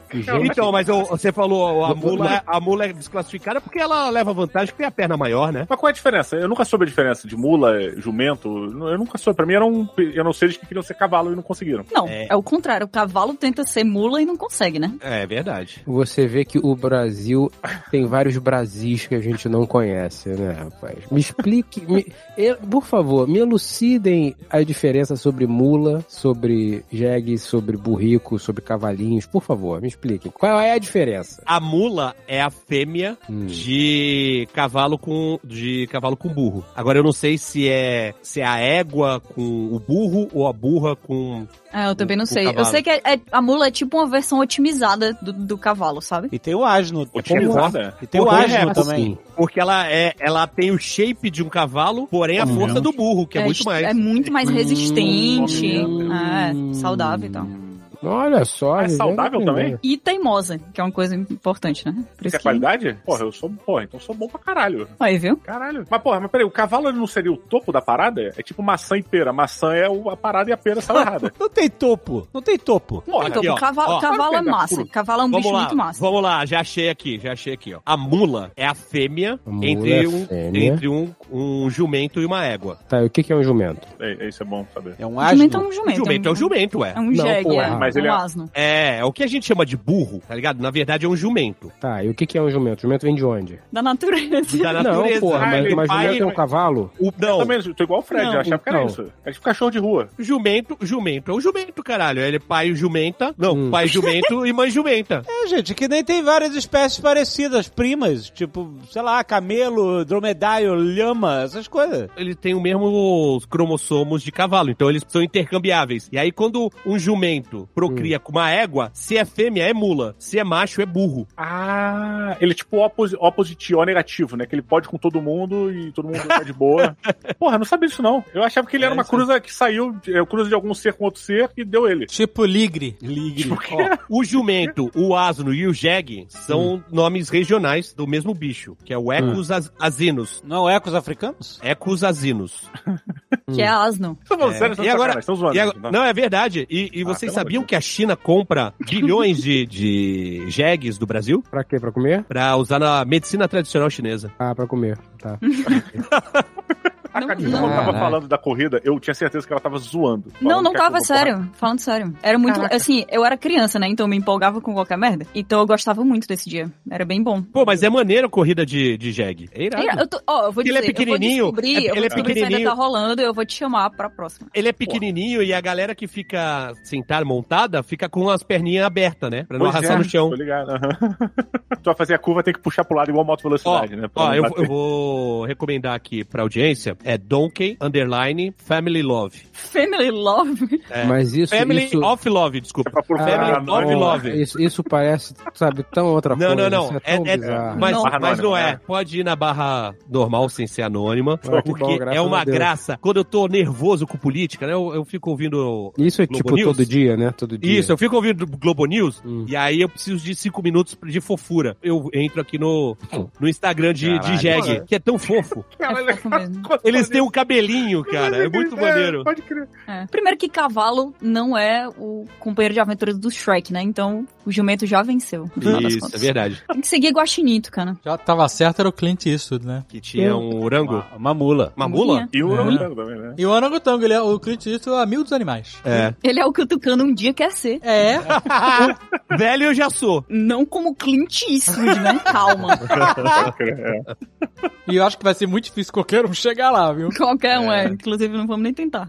Speaker 9: Então, mas eu- você falou, a mula, a mula é desclassificada porque ela leva vantagem porque é a perna maior, né?
Speaker 5: Mas qual é a diferença? Eu nunca soube a diferença de mula, jumento. Eu nunca soube. Pra mim um eram pionoceiros que queriam ser cavalo e não conseguiram.
Speaker 4: Não,
Speaker 9: É.
Speaker 4: é. o contrário. O cavalo tenta ser mula e não consegue, né?
Speaker 9: É verdade.
Speaker 2: Você vê que o Brasil tem vários Brasis que a gente não conhece, né, rapaz? Me explique, me- eu- por favor, me elucidem a diferença sobre mula, sobre jegue, sobre burrico, sobre cavalinhos, por favor, me expliquem. Qual é a diferença?
Speaker 9: A mula é a fêmea
Speaker 2: Hum.
Speaker 9: de cavalo com de cavalo com burro. Agora eu não sei se é se é a égua com o burro ou a burra com
Speaker 4: Ah, eu também
Speaker 9: O-
Speaker 4: não
Speaker 9: o
Speaker 4: sei. Eu
Speaker 9: cavalo.
Speaker 4: sei que é- é- a mula é tipo uma versão otimizada do, do cavalo, sabe?
Speaker 8: E tem o asno. É como-
Speaker 5: Otimizada?
Speaker 8: E tem o
Speaker 2: Porra,
Speaker 8: asno
Speaker 2: é
Speaker 8: também.
Speaker 2: assim.
Speaker 9: porque ela é ela tem o shape de um cavalo, porém a força do burro, que é, muito
Speaker 4: est-
Speaker 9: mais.
Speaker 4: É muito mais resistente.
Speaker 5: Hum,
Speaker 4: é, saudável e tal.
Speaker 2: Olha só.
Speaker 5: Mas
Speaker 2: gente,
Speaker 5: saudável
Speaker 2: ainda
Speaker 5: também?
Speaker 2: bem.
Speaker 4: E teimosa, que é uma coisa importante, né? Por isso
Speaker 5: Quer
Speaker 4: que...
Speaker 5: é qualidade? Porra, eu sou. Porra, então sou bom pra caralho.
Speaker 4: Aí, viu?
Speaker 5: Caralho. Mas, porra, mas peraí, o cavalo ele não seria o topo da parada? É tipo maçã e pera. Maçã é o- a parada e a pera saiu errada.
Speaker 8: Não tem topo, não tem topo.
Speaker 5: Porra,
Speaker 4: Então,
Speaker 9: aqui, ó.
Speaker 4: cavalo,
Speaker 9: Ó,
Speaker 4: cavalo é
Speaker 5: olha,
Speaker 4: massa.
Speaker 5: puro.
Speaker 4: Cavalo é um
Speaker 9: Vamos
Speaker 4: bicho
Speaker 9: lá,
Speaker 4: muito massa.
Speaker 9: vamos lá, já achei aqui, já achei aqui, ó. A mula é a fêmea,
Speaker 2: A mula
Speaker 9: entre,
Speaker 2: é
Speaker 9: um,
Speaker 2: fêmea.
Speaker 9: entre um, um jumento e uma égua.
Speaker 2: Tá, e o que que é um jumento?
Speaker 5: é, é, isso é bom saber.
Speaker 8: É um
Speaker 4: O
Speaker 8: asno.
Speaker 4: jumento é um jumento.
Speaker 9: Jumento é um jumento, é.
Speaker 4: É um
Speaker 2: Não,
Speaker 4: jegue,
Speaker 2: porra,
Speaker 4: é. é
Speaker 5: mas ele
Speaker 4: um
Speaker 5: é-
Speaker 4: asno.
Speaker 9: É, é o que a gente chama de burro, tá ligado? Na verdade é um jumento.
Speaker 2: Tá, e o que que é um jumento? Jumento vem de onde?
Speaker 4: Da natureza.
Speaker 9: Da natureza.
Speaker 2: Não, porra, mas,
Speaker 5: ele
Speaker 2: mas
Speaker 9: pai-
Speaker 2: jumento é um cavalo?
Speaker 9: O,
Speaker 5: Eu
Speaker 9: não,
Speaker 5: também tô igual o Fred,
Speaker 2: Não,
Speaker 5: eu achava que era
Speaker 2: então.
Speaker 5: isso. É tipo cachorro de rua.
Speaker 9: jumento, jumento. É o jumento, caralho. Ele é pai jumenta. Não,
Speaker 2: Hum.
Speaker 9: pai jumento e mãe jumenta.
Speaker 8: É, gente, que nem tem várias espécies parecidas, primas, tipo, sei lá, camelo, dromedário, lhama, essas coisas.
Speaker 9: Eles têm o mesmo cromossomos de cavalo, então eles são intercambiáveis. E aí, quando um jumento
Speaker 2: Hum.
Speaker 9: procria com uma égua, se é fêmea, é mula. Se é macho, é burro.
Speaker 5: Ah, ele é tipo opos- opposite O negativo, né? Que ele pode com todo mundo e todo mundo tá de boa. Porra, eu não sabia disso não. Eu achava que ele era
Speaker 9: É
Speaker 5: uma
Speaker 9: isso.
Speaker 5: cruza que saiu, é, cruza de algum ser com outro ser e deu ele.
Speaker 3: Tipo ligre.
Speaker 8: Ligre.
Speaker 9: O jumento, o asno e o jegue são
Speaker 5: Hum.
Speaker 9: nomes regionais do mesmo bicho, que é o Ecus as- asinus.
Speaker 8: Não, ecos africanos?
Speaker 9: Ecus asinus.
Speaker 4: Que é asno.
Speaker 5: Tô falando sério,
Speaker 9: E agora-
Speaker 5: estão zoando. né?
Speaker 9: E agora-
Speaker 5: gente, não.
Speaker 9: não, é verdade. E, e
Speaker 5: Ah, pelo
Speaker 9: vocês sabiam
Speaker 5: amor de
Speaker 9: que a China compra bilhões de, de jegues do Brasil
Speaker 2: Pra quê? Pra comer?
Speaker 9: pra usar na medicina tradicional chinesa?
Speaker 2: Ah, pra comer, tá.
Speaker 5: A
Speaker 4: Não-
Speaker 5: Catiúcia,
Speaker 4: não-
Speaker 5: quando tava
Speaker 8: Caraca.
Speaker 5: falando da corrida, eu tinha certeza que ela tava zoando.
Speaker 4: Não,
Speaker 5: Falando
Speaker 4: não
Speaker 9: é
Speaker 5: que aquilo-
Speaker 4: tava sério. Falando sério. Era muito. Assim, eu era criança, né? Então eu me empolgava com qualquer merda. Então eu gostava muito desse dia. Era bem bom.
Speaker 9: Pô, mas é maneiro a corrida de, de jegue. É irado.
Speaker 4: Eu tô, ó, eu vou
Speaker 9: Porque
Speaker 4: dizer,
Speaker 9: ele é pequenininho,
Speaker 4: Eu vou descobrir,
Speaker 9: é-
Speaker 4: eu vou
Speaker 9: ele é
Speaker 4: descobrir se ainda
Speaker 9: pequenininho.
Speaker 4: tá rolando. Eu vou te chamar pra próxima.
Speaker 9: Ele é pequenininho e a galera que fica sentada, montada, fica com as perninhas abertas, né? Pra não
Speaker 5: Pois
Speaker 9: arrastar
Speaker 5: é,
Speaker 9: no chão.
Speaker 5: Tô ligado. aham. tu vai fazer a curva, tem que puxar pro lado igual moto
Speaker 9: Ó,
Speaker 5: velocidade, né? Pra
Speaker 9: ó,
Speaker 5: não
Speaker 9: eu,
Speaker 5: bater.
Speaker 9: eu vou recomendar aqui pra audiência. É Donkey Underline Family Love.
Speaker 4: Family Love.
Speaker 9: É.
Speaker 2: Mas isso...
Speaker 9: Family
Speaker 2: isso...
Speaker 9: of Love,
Speaker 5: É
Speaker 9: desculpa.
Speaker 5: pra procurar,
Speaker 9: Family
Speaker 5: ah,
Speaker 9: of
Speaker 5: não.
Speaker 9: Love.
Speaker 2: Isso, isso parece, sabe, tão outra
Speaker 9: Não,
Speaker 2: coisa.
Speaker 9: não, não.
Speaker 2: isso
Speaker 9: É,
Speaker 2: tão
Speaker 9: é-
Speaker 2: bizarro.
Speaker 9: mas,
Speaker 4: Não.
Speaker 9: mas
Speaker 5: Barra
Speaker 9: não
Speaker 5: anônima,
Speaker 9: é.
Speaker 5: né?
Speaker 9: Pode ir na barra normal sem ser anônima.
Speaker 2: Ah, que
Speaker 9: porque
Speaker 2: bom, graças
Speaker 9: é
Speaker 2: a
Speaker 9: uma
Speaker 2: Deus.
Speaker 9: graça. Quando eu tô nervoso com política, né? Eu, eu fico ouvindo.
Speaker 2: Isso é
Speaker 9: Globo
Speaker 2: tipo
Speaker 9: News?
Speaker 2: todo dia, né? Todo dia.
Speaker 9: Isso, é eu fico ouvindo Globo News
Speaker 2: Hum.
Speaker 9: e aí eu preciso de cinco minutos de fofura. Eu entro aqui no, no Instagram de, de
Speaker 2: Caralho.
Speaker 9: Jeg, que é tão fofo.
Speaker 4: É fofo mesmo.
Speaker 9: Eles têm um cabelinho, cara. É muito maneiro.
Speaker 5: Pode crer.
Speaker 4: É. Primeiro que cavalo não é o companheiro de aventuras do Shrek, né? Então o jumento já venceu. No final das
Speaker 9: Isso, é
Speaker 4: contas.
Speaker 9: verdade.
Speaker 4: Tem que seguir guaxinito, cara.
Speaker 3: Já tava certo, era o Clint Eastwood, né?
Speaker 9: Que tinha um orango.
Speaker 8: Uma, uma mula.
Speaker 9: Uma mula?
Speaker 4: Mulinha.
Speaker 5: E
Speaker 3: É.
Speaker 5: o orangotango também, né?
Speaker 3: E o Orangotango, ele é o Clint Eastwood, é amigo dos animais.
Speaker 9: É.
Speaker 4: Ele é o que o Tucano um dia quer ser.
Speaker 3: É,
Speaker 9: Velho eu já sou.
Speaker 4: Não como Clint Eastwood, né? Calma.
Speaker 5: Pode crer, é.
Speaker 3: e eu acho que vai ser muito difícil qualquer um chegar lá, viu?
Speaker 4: Qualquer um é. Inclusive, não vamos nem tentar.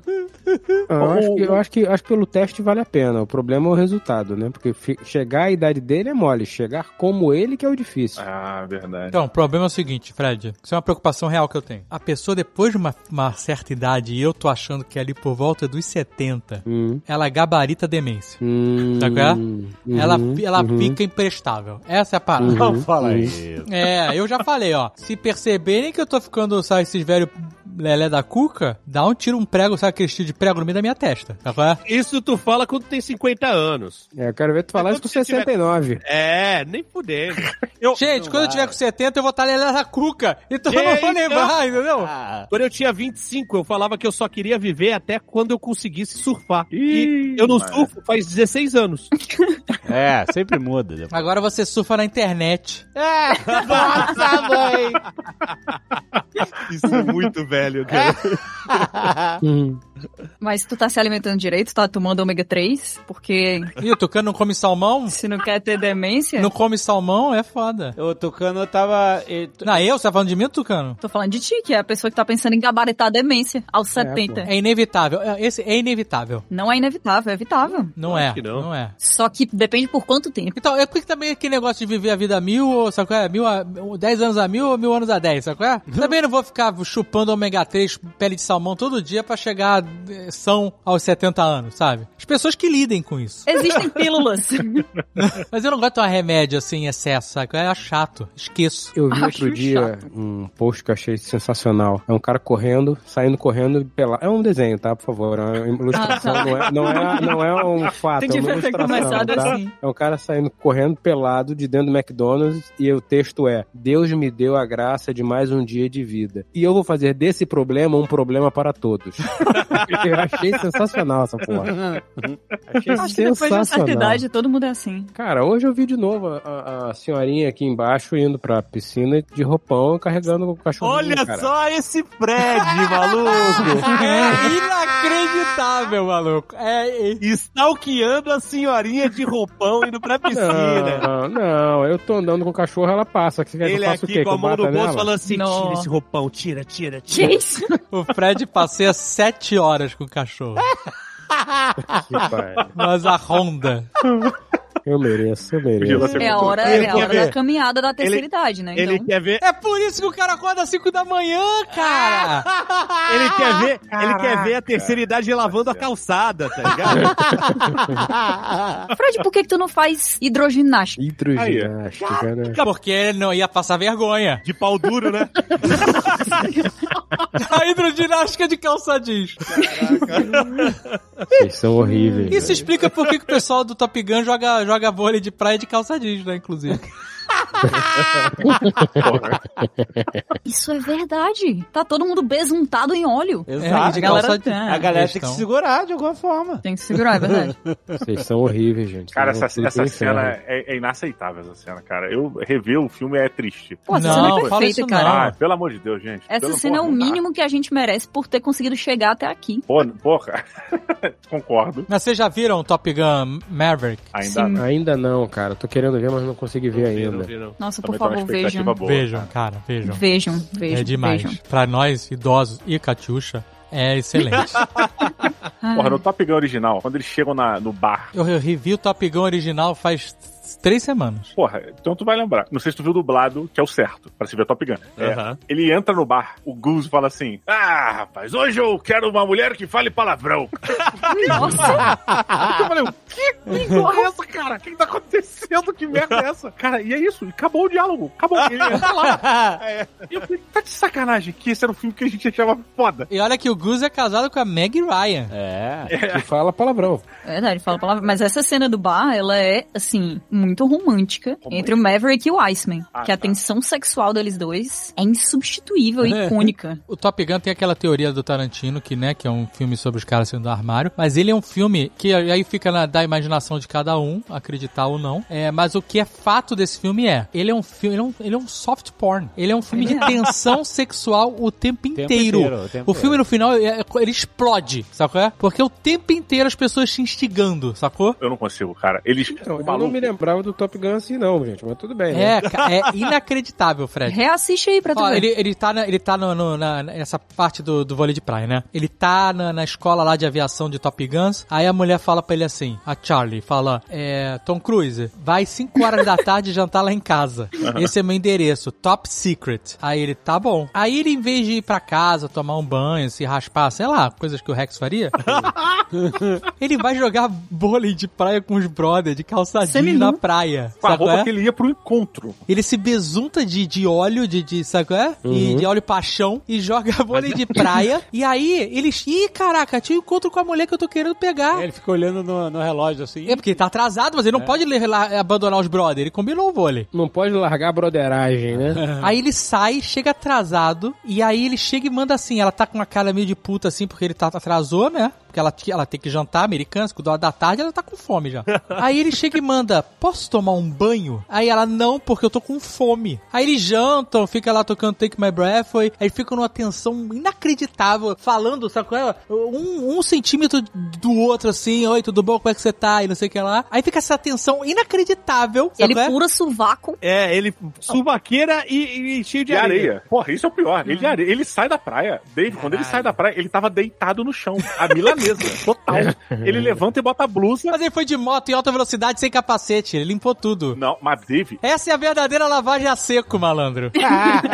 Speaker 2: Ah, eu acho que, eu acho que acho que pelo teste vale a pena. O problema é o resultado, né? Porque fi- chegar à idade dele é mole. Chegar como ele que é o difícil.
Speaker 5: Ah, verdade.
Speaker 3: Então, o problema é o seguinte, Fred. Isso é uma preocupação real que eu tenho. A pessoa, depois de uma, uma certa idade, e eu tô achando que é ali por volta dos 70,
Speaker 2: Hum,
Speaker 3: ela gabarita a demência.
Speaker 2: hum,
Speaker 3: Sabe qual é?
Speaker 2: uhum,
Speaker 3: ela ela
Speaker 2: uhum.
Speaker 3: fica imprestável. Essa é a parada.
Speaker 2: Uhum.
Speaker 8: Não fala isso.
Speaker 3: É, eu já falei, ó. Se perceberem que eu tô ficando, sabe, esses velhos lelé da cuca, dá um tiro, um prego, sabe, aquele tiro de prego no meio da minha testa. Sabe qual é?
Speaker 9: Isso tu fala quando tem 50 anos.
Speaker 2: É, eu quero ver tu falar isso com
Speaker 9: Quando você tiver-
Speaker 2: 69.
Speaker 9: É, nem fudendo. Eu,
Speaker 3: Gente, quando eu tiver com 70, eu vou estar lelé da cuca. Então
Speaker 9: Que
Speaker 3: eu não vou
Speaker 9: isso?
Speaker 3: lembrar, entendeu?
Speaker 8: Ah,
Speaker 9: Quando eu tinha 25, eu falava que eu só queria viver até quando eu conseguisse surfar. e eu não surfo faz 16 anos.
Speaker 8: é, sempre muda.
Speaker 3: Agora você surfa na internet.
Speaker 8: Nossa, mãe!
Speaker 9: Isso é muito velho, cara. Ah.
Speaker 2: Hum.
Speaker 4: Mas tu tá se alimentando direito, tá tomando ômega 3, porque
Speaker 3: Ih, o Tucano não come salmão?
Speaker 4: se não quer ter demência.
Speaker 3: Não come salmão? É foda.
Speaker 8: O Tucano tava. ele-
Speaker 3: Não, eu? Você tá falando de mim, Tucano?
Speaker 4: Tô falando de ti, que é a pessoa que tá pensando em gabaritar a demência aos 70.
Speaker 3: É inevitável. É, Esse é inevitável.
Speaker 4: Não é inevitável, é evitável.
Speaker 3: Não
Speaker 9: Acho
Speaker 3: é.
Speaker 9: que não.
Speaker 3: Não. é.
Speaker 4: Só que depende por quanto tempo.
Speaker 3: Então, é porque também aquele negócio de viver a vida a mil, ou sabe qual é? Mil a, dez anos a mil ou mil anos a dez, sabe qual é? Também não vou ficar chupando ômega 3, pele de salmão todo dia pra chegar eh, são aos 70 anos, sabe? As pessoas que lidem com isso.
Speaker 4: Existem pílulas.
Speaker 3: Mas eu não gosto de tomar remédio assim em excesso, sabe? Eu acho chato, esqueço.
Speaker 2: Eu vi
Speaker 9: Ah,
Speaker 4: Acho
Speaker 2: outro dia um post que eu achei sensacional. É um cara correndo, saindo correndo pela. É um desenho, tá? Por favor, é uma ilustração.
Speaker 4: Ah, tá.
Speaker 2: não, é, não, é, não é um fato, é
Speaker 4: Entendi,
Speaker 2: uma
Speaker 4: foi
Speaker 2: ilustração.
Speaker 4: começado
Speaker 2: Tá?
Speaker 4: assim.
Speaker 2: É um cara saindo correndo pelado de dentro do McDonald's e o texto é: Deus me deu a graça de mais um dia de vida. E eu vou fazer desse problema um problema para todos. eu achei sensacional essa porra. Achei
Speaker 4: Acho que depois de uma certa
Speaker 2: sensacional.
Speaker 4: idade todo mundo é assim.
Speaker 2: Cara, hoje eu vi de novo a- a, a senhorinha aqui embaixo indo pra piscina de roupão carregando o cachorro.
Speaker 8: Olha
Speaker 2: cara.
Speaker 8: só esse prédio, maluco!
Speaker 3: É inacreditável, maluco. É, é-
Speaker 8: Stalkeando a senhorinha de roupão indo pra piscina.
Speaker 2: Não, não, eu tô andando com o cachorro, ela passa. Que você quer que eu
Speaker 9: Ele
Speaker 2: faça o quê?
Speaker 9: aqui com a
Speaker 2: Que eu
Speaker 9: mão
Speaker 2: bata
Speaker 9: no bolso
Speaker 2: nela?
Speaker 9: falando assim:
Speaker 4: Não.
Speaker 9: tira esse roupão, tira, tira, tira.
Speaker 4: Que isso?
Speaker 3: o Fred passeia sete horas com o cachorro.
Speaker 9: assim.
Speaker 2: Que pai.
Speaker 3: Mas a Honda.
Speaker 2: Eu mereço, eu
Speaker 5: Podia
Speaker 2: mereço.
Speaker 5: você
Speaker 4: É a hora,
Speaker 8: Ele
Speaker 4: é a
Speaker 8: quer
Speaker 4: hora
Speaker 8: ver.
Speaker 4: da caminhada da terceira idade, né?
Speaker 9: Ele
Speaker 4: Então,
Speaker 9: quer ver,
Speaker 3: É por isso que o cara acorda às 5 da manhã, cara!
Speaker 9: ele quer ver, ele quer ver a terceira idade lavando a calçada, tá ligado?
Speaker 4: Então, Fred, por que, que tu não faz hidroginástica?
Speaker 2: Hidroginástica, né?
Speaker 3: É. Porque ele não ia passar vergonha.
Speaker 9: De pau duro, né?
Speaker 3: A hidrodinástica de calça jeans.
Speaker 2: Vocês são horríveis. né?
Speaker 3: Isso
Speaker 2: velho.
Speaker 3: explica por que que o pessoal do Top Gun joga, joga vôlei de praia de calça jeans, né, inclusive.
Speaker 4: Isso é verdade. Tá todo mundo besuntado em óleo.
Speaker 8: É,
Speaker 3: Exato.
Speaker 4: a galera,
Speaker 8: A galera tem que
Speaker 3: Questão.
Speaker 8: se segurar de alguma forma.
Speaker 4: tem que segurar, é verdade.
Speaker 2: Vocês são horríveis, gente.
Speaker 5: Cara,
Speaker 2: Vocês
Speaker 5: essa,
Speaker 2: são
Speaker 5: essa
Speaker 2: tudo inferno.
Speaker 5: cena
Speaker 9: né?
Speaker 5: é, é inaceitável, essa cena, cara. Eu rever o filme é triste.
Speaker 4: Pô, essa
Speaker 3: Não,
Speaker 4: cena é
Speaker 3: fala
Speaker 4: perfeita,
Speaker 3: isso
Speaker 4: cara.
Speaker 3: não.
Speaker 5: Ah, pelo amor de Deus, Ah, gente.
Speaker 4: Essa
Speaker 5: Pelo-
Speaker 4: cena é
Speaker 5: pô,
Speaker 4: o
Speaker 5: não dá.
Speaker 4: mínimo que a gente merece por ter conseguido chegar até aqui.
Speaker 5: Pô, pô, cara. Concordo.
Speaker 3: Mas vocês já viram o Top Gun Maverick?
Speaker 5: Ainda
Speaker 4: Sim.
Speaker 5: não.
Speaker 2: Ainda não, cara. Eu Tô querendo ver, mas não consegui ver ainda.
Speaker 4: Nossa,
Speaker 5: Também
Speaker 4: por
Speaker 5: tá uma
Speaker 4: favor,
Speaker 5: expectativa
Speaker 4: vejam.
Speaker 5: boa.
Speaker 3: vejam, cara, vejam.
Speaker 4: Vejam, vejam.
Speaker 3: é demais.
Speaker 4: vejam.
Speaker 3: Pra nós, idosos e Catiuxa, é excelente.
Speaker 4: Ah,
Speaker 5: Porra, no Top Gun original, quando eles chegam na, no bar,
Speaker 3: eu eu revi o Top Gun original faz três semanas.
Speaker 5: Porra, então tu vai lembrar. Não sei se tu viu dublado, que é o certo, pra se ver Top Gun. É,
Speaker 9: Aham.
Speaker 5: ele entra no bar, o Goose fala assim: Ah, rapaz, hoje eu quero uma mulher que fale palavrão.
Speaker 4: Ah, Nossa,
Speaker 5: Eu falei, o que língua é essa, cara? O que que tá acontecendo? Que merda é essa? Cara, e é isso, e acabou o diálogo, acabou. Ele entra lá. É. E eu falei, tá de sacanagem, que esse era um filme que a gente achava foda.
Speaker 3: E olha que o Goose é casado com a Meg Ryan.
Speaker 8: É.
Speaker 2: Que fala palavrão.
Speaker 4: é verdade, fala a palavra. Mas essa cena do bar, ela é, assim, muito romântica entre o Maverick e o Iceman.
Speaker 5: Ah,
Speaker 4: que a
Speaker 5: tá.
Speaker 4: tensão sexual deles dois é insubstituível
Speaker 3: É.
Speaker 4: e icônica.
Speaker 3: O Top Gun tem aquela teoria do Tarantino, que, né, que é um filme sobre os caras saindo do armário, mas ele é um filme que aí fica na, da imaginação de cada um, acreditar ou não. É, mas o que é fato desse filme é, ele é um filme, ele é um, ele é um soft porn. Ele é um filme de tensão sexual o tempo
Speaker 8: Tempo
Speaker 3: inteiro.
Speaker 8: inteiro, o tempo
Speaker 3: o filme no final, é- é- ele explode, sacou? É? Porque o tempo inteiro as pessoas se instigando, sacou?
Speaker 5: Eu não consigo, cara. Eles.
Speaker 2: Então, eu não
Speaker 5: o É um maluco-
Speaker 2: me lembrava do Top Gun assim, não, gente. Mas tudo bem. né?
Speaker 3: É, ca- é inacreditável, Fred.
Speaker 4: Reassiste aí pra tu
Speaker 3: É. Ó,
Speaker 4: ver.
Speaker 3: ele, ele tá, na, ele tá no, no- na, nessa parte do, do vôlei de praia, né? Ele tá na, na escola lá de aviação de Top Guns. Aí a mulher fala pra ele assim, a Charlie, fala, é, Tom Cruise, vai 5 horas da tarde jantar lá em casa. Esse é meu endereço, top secret. Aí ele, tá bom. Aí ele, em vez de ir pra casa, tomar um banho, se raspar, sei lá, coisas que o Rex faria, ele vai jogar vôlei de praia com os brothers, de calçadinho
Speaker 4: Seminu.
Speaker 3: na praia.
Speaker 5: Com a
Speaker 3: Sabe qual
Speaker 5: roupa
Speaker 3: é?
Speaker 5: que ele ia pro encontro.
Speaker 3: Ele se besunta de, de óleo, de, de sabe qual é? E de óleo paixão e joga vôlei de praia. E aí, eles. Ih, caraca, tinha um encontro com a mulher que eu tô querendo pegar.
Speaker 8: Ele fica olhando no, no relógio assim.
Speaker 3: É porque ele tá atrasado, mas ele não pode le- la- abandonar os brothers. Ele combinou o vôlei.
Speaker 2: Não pode largar a broderagem, né?
Speaker 3: Aí ele sai, chega atrasado, e aí ele chega e manda assim, ela tá com uma cara meio de puta assim, porque ele tá atrasou, né? Porque ela, ti- ela tem que jantar americana, 5 horas da tarde, ela tá com fome já. aí ele chega e manda, posso tomar um banho? Aí ela, não, porque eu tô com fome. Aí eles jantam, fica lá tocando Take My Breath, Away, aí fica numa tensão inacreditável, falando, sabe qual é? Um, um centímetro do outro assim, oi, tudo bom, como é que você tá? E não sei o que lá. Aí fica essa tensão inacreditável, sabe
Speaker 4: Ele
Speaker 3: qual é?
Speaker 4: pura sovaco.
Speaker 9: É, ele subaqueira e, e cheio de,
Speaker 5: De
Speaker 9: areia. Hum.
Speaker 5: areia. é Porra, isso é o pior. Ele, de areia. ele sai da praia. Dave, quando ele sai da praia, ele tava deitado no chão, a mesa. Total. Ele levanta e bota a blusa.
Speaker 3: Mas ele foi de moto em alta velocidade sem capacete, ele limpou tudo.
Speaker 5: Não, mas Dave,
Speaker 3: Essa é a verdadeira lavagem a seco, malandro.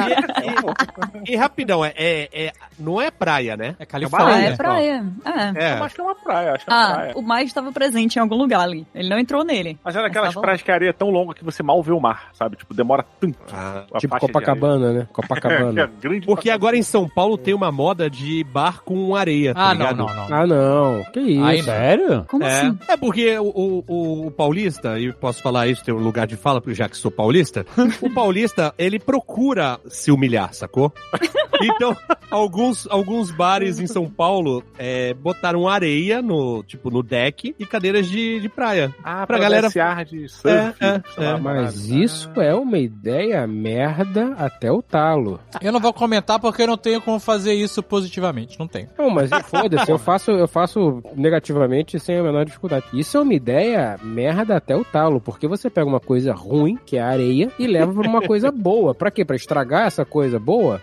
Speaker 9: E rapidão, é, é- é- não é praia, né?
Speaker 3: É
Speaker 4: Ah,
Speaker 3: Califórnia.
Speaker 4: é praia. É.
Speaker 9: É.
Speaker 5: eu acho que é uma praia, acho que é uma
Speaker 4: Ah,
Speaker 5: praia.
Speaker 4: o Miles estava presente em algum lugar ali. Ele não entrou nele.
Speaker 5: Mas era aquelas
Speaker 4: Mas tá bom.
Speaker 5: praias que a areia é tão longa que você mal vê o mar, sabe? Tipo, demora tanto.
Speaker 9: Ah,
Speaker 5: a
Speaker 2: Tipo
Speaker 5: faixa de
Speaker 2: Copacabana, né?
Speaker 5: areia. É, é
Speaker 2: Copacabana.
Speaker 5: grande
Speaker 9: Porque agora em São Paulo tem uma moda de bar com areia, tá
Speaker 3: Ah, não,
Speaker 9: ligado?
Speaker 3: não, não.
Speaker 2: Ah, não. Que isso.
Speaker 8: Sério?
Speaker 4: Como
Speaker 9: é.
Speaker 4: assim?
Speaker 9: É porque o, o- o- o paulista, e posso falar isso, tem um lugar de fala, porque já que sou paulista, o paulista, ele procura se humilhar, sacou? Então, alguns, alguns bares em São Paulo é, botaram areia no, tipo, no deck e cadeiras de, de praia.
Speaker 5: Ah,
Speaker 9: pra
Speaker 5: pra
Speaker 9: galera-
Speaker 5: galera. de surf,
Speaker 9: É,
Speaker 5: sei
Speaker 9: é,
Speaker 5: lá,
Speaker 2: Mas
Speaker 5: parada.
Speaker 2: isso é uma ideia merda até o talo.
Speaker 3: Eu não vou comentar porque eu não tenho como fazer isso positivamente. Não tenho.
Speaker 2: Não, mas foda-se, eu faço, eu faço negativamente sem a menor dificuldade. Isso é uma ideia merda até o talo, porque você pega uma coisa ruim, que é a areia, e leva pra uma coisa boa. Pra quê? Pra estragar essa coisa boa?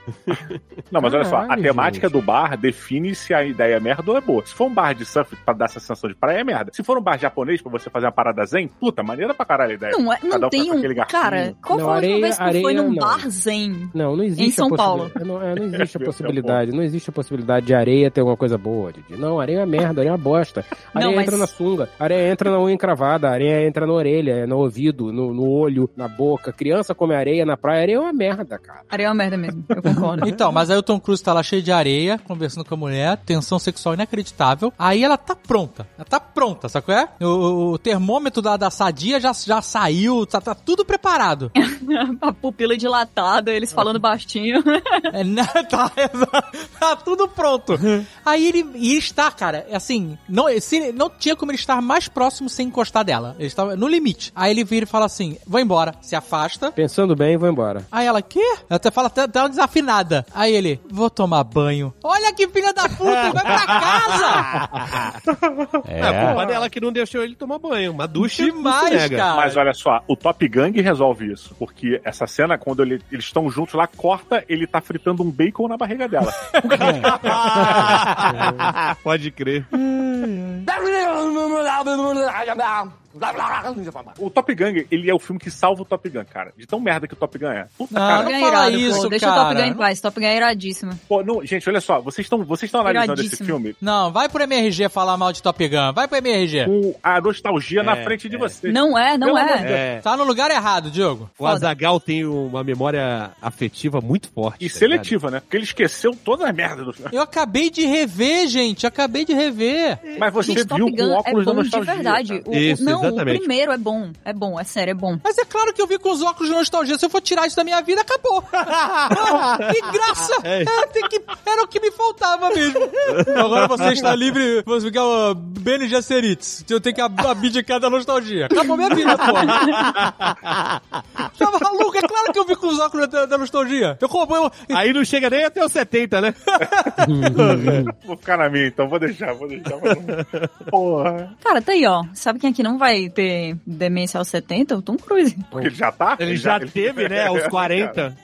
Speaker 5: Não, mas olha só, a
Speaker 2: Caralho,
Speaker 5: temática
Speaker 2: gente.
Speaker 5: do bar define se a ideia é merda ou é boa. Se for um bar de surf pra dar essa sensação de praia, é merda. Se for um bar japonês pra você fazer uma parada zen, puta, maneira pra caralho a ideia.
Speaker 4: Não, é-
Speaker 5: Cada
Speaker 4: não
Speaker 5: um
Speaker 4: tem
Speaker 5: com aquele
Speaker 4: um.
Speaker 5: garfinho.
Speaker 4: Cara, qual
Speaker 2: Não,
Speaker 4: foi a última
Speaker 2: areia-
Speaker 4: vez que tu foi
Speaker 2: areia,
Speaker 4: num
Speaker 2: não.
Speaker 4: bar zen?
Speaker 2: Não, não existe
Speaker 4: Em São
Speaker 2: a
Speaker 4: Paulo.
Speaker 2: possibilidade. Não, é, não existe a
Speaker 5: Meu
Speaker 2: possibilidade. Não existe a possibilidade de areia ter alguma coisa boa, Didi. Não, areia é merda, areia é uma bosta.
Speaker 4: Não,
Speaker 2: Areia
Speaker 4: mas-
Speaker 2: entra na sunga, areia entra na unha encravada, areia entra na orelha, no ouvido, no, no olho, na boca. Criança come areia na praia, areia é uma merda, cara.
Speaker 4: Areia é uma merda mesmo, eu concordo.
Speaker 3: Então, mas aí o Tom Cruise tá lá cheio de areia, conversando com a mulher, tensão sexual inacreditável. Aí ela tá pronta. Ela tá pronta, sacou? É? O, o- o termômetro da, da sadia já, já saiu, tá, tá tudo preparado.
Speaker 4: a pupila dilatada, eles falando baixinho.
Speaker 3: É, né? tá, tá tudo pronto. Aí ele, e ele está, cara, assim, não, se- não tinha como ele estar mais próximo sem encostar dela. Ele estava no limite. Aí ele vira e fala assim: vou embora, se afasta.
Speaker 2: Pensando bem, vou embora.
Speaker 3: Aí ela, quê? Ela até fala até, até uma desafinada. Aí ele, vou tomar banho. Olha que filha da puta, vai pra casa!
Speaker 8: "Ah,
Speaker 9: É, a culpa dela que não deixou ele tomar banho. Uma ducha não se
Speaker 3: Demais,
Speaker 9: nega.
Speaker 3: cara.
Speaker 5: Mas olha só, o Top Gang resolve isso. Porque essa cena, quando ele- eles estão juntos lá, corta, ele tá fritando um bacon na barriga dela.
Speaker 9: Pode crer.
Speaker 5: o Top Gang, ele é o filme que salva o Top Gun, cara. De tão merda que o Top Gun é. Puta,
Speaker 3: Não,
Speaker 5: cara.
Speaker 4: Top Gun é
Speaker 3: fala
Speaker 4: irado, pô.
Speaker 3: isso,
Speaker 4: Deixa o
Speaker 3: cara.
Speaker 4: Top Gun em paz, Top Gun é iradíssimo.
Speaker 5: Pô, não, gente, olha só, vocês estão vocês estão analisando esse
Speaker 4: Iradíssimo.
Speaker 5: filme
Speaker 3: Não, vai pro MRG falar mal de Top Gun. Vai pro MRG.
Speaker 5: com a nostalgia na frente de vocês.
Speaker 4: Não é, não
Speaker 5: Pelo amor de
Speaker 4: é.
Speaker 5: Deus.
Speaker 9: É,
Speaker 3: Tá no lugar errado, Diogo.
Speaker 9: o Azagal tem uma memória afetiva muito forte.
Speaker 5: E
Speaker 9: tá
Speaker 5: seletiva, né? Porque ele esqueceu toda a merda do filme.
Speaker 3: Eu acabei de rever, gente. Eu acabei de rever.
Speaker 5: Mas você
Speaker 4: Gente,
Speaker 5: viu
Speaker 4: Top
Speaker 5: com
Speaker 4: Gun é
Speaker 5: óculos da
Speaker 4: bom de
Speaker 5: nostalgia.
Speaker 4: verdade.
Speaker 5: cara.
Speaker 4: O, o-
Speaker 9: Isso,
Speaker 4: não,
Speaker 9: exatamente.
Speaker 4: o primeiro é bom. É bom, é sério, é bom.
Speaker 3: Mas é claro que eu vi com os óculos de nostalgia. Se eu for tirar isso da minha vida, acabou. Não, que graça! É, tem que- era o que me faltava mesmo. Agora você está livre. Vou ficar uh, BNG Seritz. Eu tenho que ab- abdicar da nostalgia. Acabou minha vida, porra. Tá maluco? É claro que eu vi com os óculos da, da nostalgia. Eu comprei. Eu,
Speaker 9: ligado? Aí não chega nem até os 70, né?
Speaker 5: tá Vou ficar na minha, então vou deixar, vou deixar. mas não- Porra.
Speaker 4: Cara, tá aí, ó. Sabe quem aqui não vai ter demência aos 70? O Tom Cruise.
Speaker 5: Porque ele já tá?
Speaker 9: Ele já teve, né, aos 40.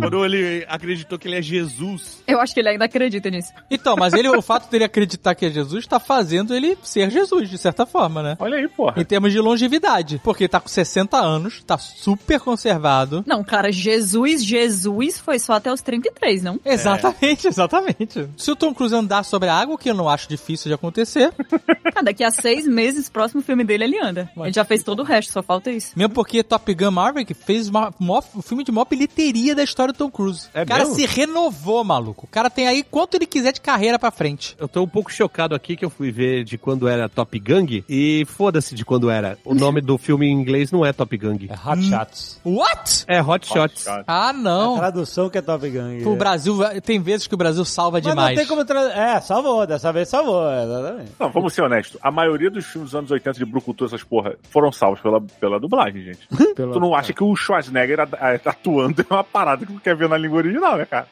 Speaker 9: Quando ele acreditou que ele é Jesus.
Speaker 4: Eu acho que ele ainda acredita nisso.
Speaker 3: Então, mas ele, o fato dele acreditar que é Jesus está fazendo ele ser Jesus, de certa forma, né?
Speaker 5: Olha aí, porra.
Speaker 3: Em termos de longevidade. Porque ele tá com 60 anos, tá super conservado.
Speaker 4: Não, cara, Jesus, Jesus foi só até os 33, não?
Speaker 8: É.
Speaker 3: Exatamente, exatamente. Se o Tom Cruise andar sobre a água, o que eu não acho difícil de acontecer,
Speaker 4: Ah, daqui a seis meses, próximo filme dele, ele anda.
Speaker 3: Ué.
Speaker 4: Ele já fez todo o resto, só falta isso.
Speaker 3: mesmo porque Top Gun Maverick fez uma- mó- o filme de maior bilheteria da história do Tom Cruise.
Speaker 9: É
Speaker 3: o cara
Speaker 9: mesmo?
Speaker 3: se renovou, maluco. O cara tem aí quanto ele quiser de carreira pra frente.
Speaker 9: Eu tô um pouco chocado aqui que eu fui ver de quando era Top Gang e foda-se de quando era. O nome do filme em inglês não é Top Gang.
Speaker 8: Hot Shots.
Speaker 3: Hum. What?
Speaker 9: É Hot Shots.
Speaker 5: Cara,
Speaker 3: Ah,
Speaker 8: A
Speaker 3: não.
Speaker 8: tradução que é Top Gun.
Speaker 3: O Brasil, tem vezes que o Brasil salva
Speaker 8: Mas
Speaker 3: demais.
Speaker 8: não tem como tra... É, salvou, dessa vez salvou, exatamente.
Speaker 5: Não, vamos ser honestos. A maioria dos filmes dos anos 80 de Brucutu, essas porra, foram salvos pela, pela dublagem, gente.
Speaker 2: Pela-
Speaker 5: Tu não acha que o Schwarzenegger a- a- atuando é uma parada que tu quer ver na língua original, né, cara?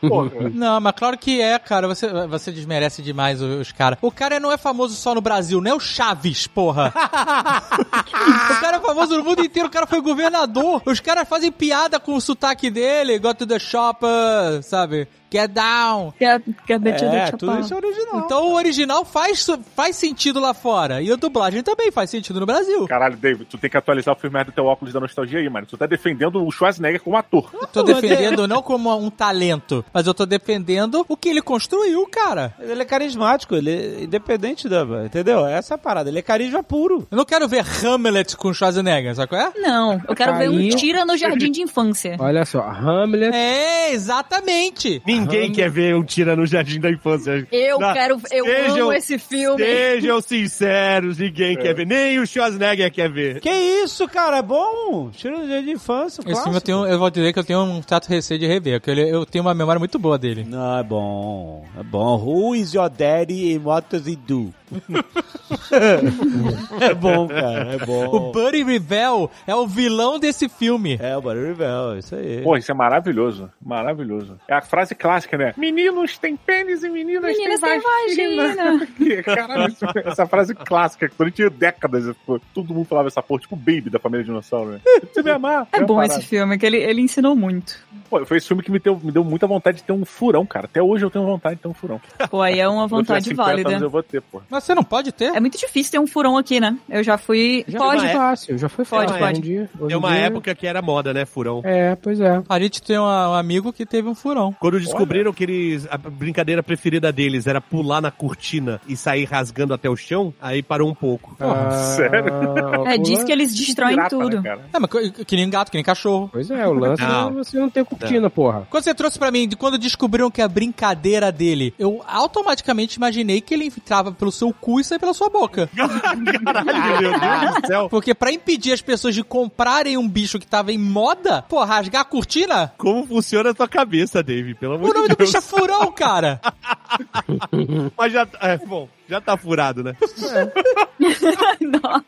Speaker 5: porra.
Speaker 3: Não, mas claro que é, cara. Você, você desmerece demais o- os caras. O cara não é famoso só no Brasil, não é o Chaves, porra. o cara é famoso no mundo inteiro, o cara foi governador. Os caras fazem piada com o sotaque dele, go to the shop, uh, sabe? Get down.
Speaker 4: Get, get the
Speaker 8: É,
Speaker 4: to the
Speaker 8: tudo
Speaker 4: Chopin.
Speaker 8: isso é original.
Speaker 3: Então o original faz, faz sentido lá fora. E a dublagem também faz sentido no Brasil.
Speaker 5: Caralho, David, tu tem que atualizar o filme do teu óculos da nostalgia aí, mano. Tu tá defendendo o Schwarzenegger como ator.
Speaker 3: Eu tô defendendo não como um talento, mas eu tô defendendo o que ele construiu, cara.
Speaker 8: Ele é carismático, ele é independente da. Entendeu? Essa é a parada. Ele é carisma puro.
Speaker 3: Eu não quero ver Hamlet com Schwarzenegger, sabe qual é?
Speaker 4: Não, eu quero ver um
Speaker 2: Aí-
Speaker 4: tira no jardim de infância.
Speaker 2: Olha só, Hamlet.
Speaker 3: É, exatamente.
Speaker 9: Ninguém quer ver um tira no jardim da infância.
Speaker 4: Eu
Speaker 9: Não,
Speaker 4: quero, eu
Speaker 9: sejam-
Speaker 4: amo esse filme.
Speaker 9: Sejam sinceros, ninguém quer ver. Nem o Schwarzenegger quer ver.
Speaker 8: Que isso, cara? É bom. Tira no dia de infância,
Speaker 3: Esse
Speaker 8: clássico.
Speaker 3: filme eu, tenho, eu vou dizer que eu tenho um certo receio de rever, porque ele- eu tenho uma memória muito boa dele.
Speaker 8: Não, é bom. É bom. Who is your daddy and what does he do? é bom, cara. É
Speaker 3: O
Speaker 8: bom.
Speaker 3: Buddy Revell é o vilão desse filme.
Speaker 8: É, o Barry Rebel, isso aí.
Speaker 5: Pô, isso é maravilhoso. Maravilhoso. É a frase clássica, né? Meninos têm pênis e meninas,
Speaker 4: Meninas
Speaker 5: têm
Speaker 4: têm vagina.
Speaker 5: vagina. Caralho, isso- é essa frase clássica que durante décadas pô, todo mundo falava essa porra, tipo o Baby da família dinossauro, né? Você me amar.
Speaker 4: É
Speaker 5: me
Speaker 4: bom
Speaker 5: amparar.
Speaker 4: esse filme, que ele, ele ensinou muito.
Speaker 5: Pô, foi esse filme que me deu, me deu muita vontade de ter um furão, cara. Até hoje eu tenho vontade de ter um furão.
Speaker 4: Pô, aí é uma vontade
Speaker 5: Se eu tiver 50
Speaker 4: válida.
Speaker 5: Anos, eu vou ter, pô.
Speaker 3: Mas você não pode ter?
Speaker 4: É muito difícil ter um furão aqui, né? Eu já fui.
Speaker 2: Já
Speaker 4: Pode.
Speaker 2: foi fácil, já foi
Speaker 4: Pode,
Speaker 2: fácil.
Speaker 4: pode.
Speaker 2: Hoje em dia- hoje
Speaker 9: É
Speaker 2: em
Speaker 9: uma
Speaker 2: dia-
Speaker 9: época que era moda, né, furão?
Speaker 2: É, pois é.
Speaker 3: A gente tem um, um amigo que teve um furão.
Speaker 9: Quando descobriram que eles, a brincadeira preferida deles era pular na cortina e sair rasgando até o chão, aí parou um pouco.
Speaker 2: Ah,
Speaker 5: sério?
Speaker 4: É, diz que eles destroem
Speaker 5: Pirata,
Speaker 4: tudo.
Speaker 5: né, cara?
Speaker 3: É, mas que, que nem gato, que nem cachorro.
Speaker 2: Pois é, o lance
Speaker 9: Não.
Speaker 2: é você não ter cortina, porra.
Speaker 3: Quando você trouxe pra mim, de quando descobriram que é a brincadeira dele, eu automaticamente imaginei que ele entrava pelo seu cu e saía pela sua boca.
Speaker 9: Caralho, meu Deus do céu.
Speaker 3: Porque pra impedir as pessoas de comprarem um bicho que tava em moda, pô, rasgar a cortina?
Speaker 9: Como funciona a tua cabeça, Dave? Pelo
Speaker 3: O
Speaker 9: amor
Speaker 3: nome
Speaker 9: de
Speaker 3: do
Speaker 9: Deus.
Speaker 3: bicho é furão, cara.
Speaker 9: Mas já, é, bom, já tá furado, né?
Speaker 4: Nossa.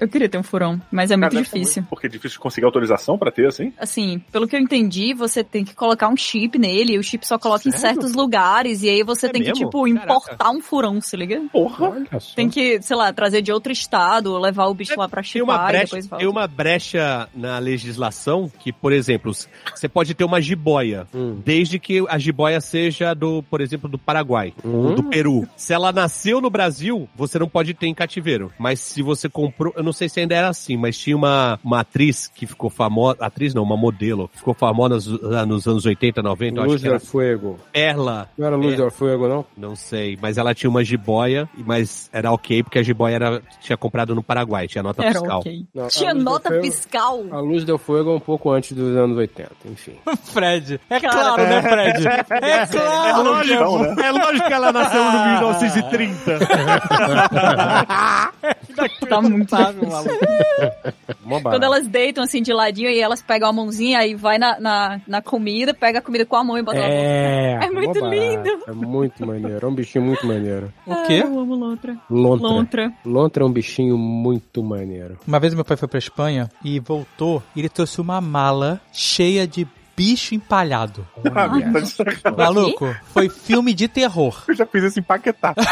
Speaker 4: Eu queria ter um furão, mas é muito
Speaker 5: Cara, deve ser
Speaker 4: difícil.
Speaker 5: Porque é difícil conseguir autorização pra ter, assim.
Speaker 4: Assim, pelo que eu entendi, você tem que colocar um chip nele, e o chip só coloca em certos lugares, e aí você
Speaker 9: É
Speaker 4: tem que,
Speaker 9: mesmo?
Speaker 4: tipo, importar um furão, se liga?
Speaker 5: Porra.
Speaker 2: Olha só.
Speaker 4: Tem que, sei lá, trazer de outro estado, levar o bicho lá pra
Speaker 9: Tem uma,
Speaker 4: chipar e
Speaker 9: brecha,
Speaker 4: depois volta.
Speaker 9: tem uma brecha na legislação que, por exemplo, s- você pode ter uma jiboia, desde que a jiboia seja do, por exemplo, do Paraguai ou
Speaker 4: Hum?
Speaker 9: do Peru. Se ela nasceu no Brasil, você não pode ter em cativeiro. Mas se você comprou, eu não sei se ainda era assim, mas tinha uma, uma atriz que ficou famosa, atriz não, uma modelo, que ficou famosa nos, ah, nos anos 80, 90, eu Então, acho
Speaker 2: Luz
Speaker 9: que era
Speaker 2: del Fuego.
Speaker 9: Perla.
Speaker 2: Não era Luz
Speaker 9: É.
Speaker 2: del Fuego, não?
Speaker 9: Não sei, mas ela tinha uma jiboia, mas era ok, porque a jiboia era, tinha comprado no Paraguai, tinha nota
Speaker 4: Era
Speaker 9: fiscal.
Speaker 4: É, ok.
Speaker 2: Não, a
Speaker 4: Tinha
Speaker 2: Luz del
Speaker 4: nota
Speaker 2: Fuego-
Speaker 4: fiscal.
Speaker 2: A Luz del Fuego é um pouco antes dos anos 80, enfim.
Speaker 3: Fred. É claro, né, Fred? É
Speaker 9: É
Speaker 3: claro.
Speaker 4: Então,
Speaker 9: lógico,
Speaker 4: né?
Speaker 9: é lógico que ela nasceu no 1930.
Speaker 4: Tá muito difícil.
Speaker 2: Mó
Speaker 4: Quando
Speaker 2: barato.
Speaker 4: elas deitam assim de ladinho e elas pegam a mãozinha aí vai na, na, na comida, pega a comida com a mão e bota na boca.
Speaker 2: É,
Speaker 4: É muito
Speaker 2: mó barato.
Speaker 4: lindo.
Speaker 2: É muito maneiro, é um bichinho muito maneiro.
Speaker 3: O quê?
Speaker 4: Ah, Eu amo lontra.
Speaker 2: Lontra. Lontra,
Speaker 4: Lontra.
Speaker 2: é um bichinho muito maneiro.
Speaker 3: Uma vez meu pai foi pra Espanha e voltou, e ele trouxe uma mala cheia de bicho empalhado.
Speaker 4: Ah,
Speaker 3: Maluco, foi filme de terror.
Speaker 5: Eu já fiz esse empaquetar.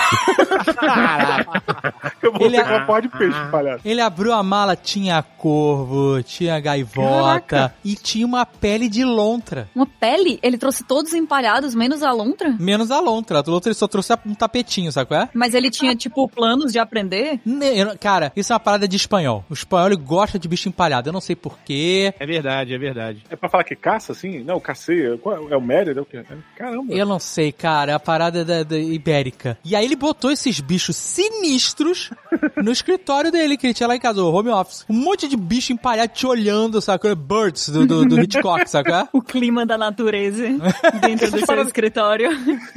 Speaker 5: eu vou
Speaker 3: Ele
Speaker 5: ter
Speaker 3: é-
Speaker 5: uma porra de peixe, palhaço.
Speaker 3: Ele abriu a mala, tinha corvo, tinha gaivota e tinha uma pele de lontra.
Speaker 4: Uma pele? Ele trouxe todos empalhados, menos a lontra?
Speaker 3: Menos a lontra. A lontra ele só trouxe um tapetinho, sabe qual é?
Speaker 4: Mas ele tinha, tipo, planos de aprender?
Speaker 3: Ne- eu não- Cara, isso é uma parada de espanhol. O espanhol ele gosta de bicho empalhado. Eu não sei porquê.
Speaker 9: É verdade, é verdade.
Speaker 5: É pra falar que caça, assim? Não, cacei. Qual É é o Mérida? É o quê? É- Caramba.
Speaker 3: Eu não sei, cara. é A parada da, da ibérica. E aí ele botou esses bichos sinistros no escritório dele, que ele tinha lá em casa, o home office. Um monte de bicho empalhado te olhando, sabe? qual é? Birds do, do, do Hitchcock, sabe? qual é?
Speaker 4: O clima da natureza dentro do seu escritório.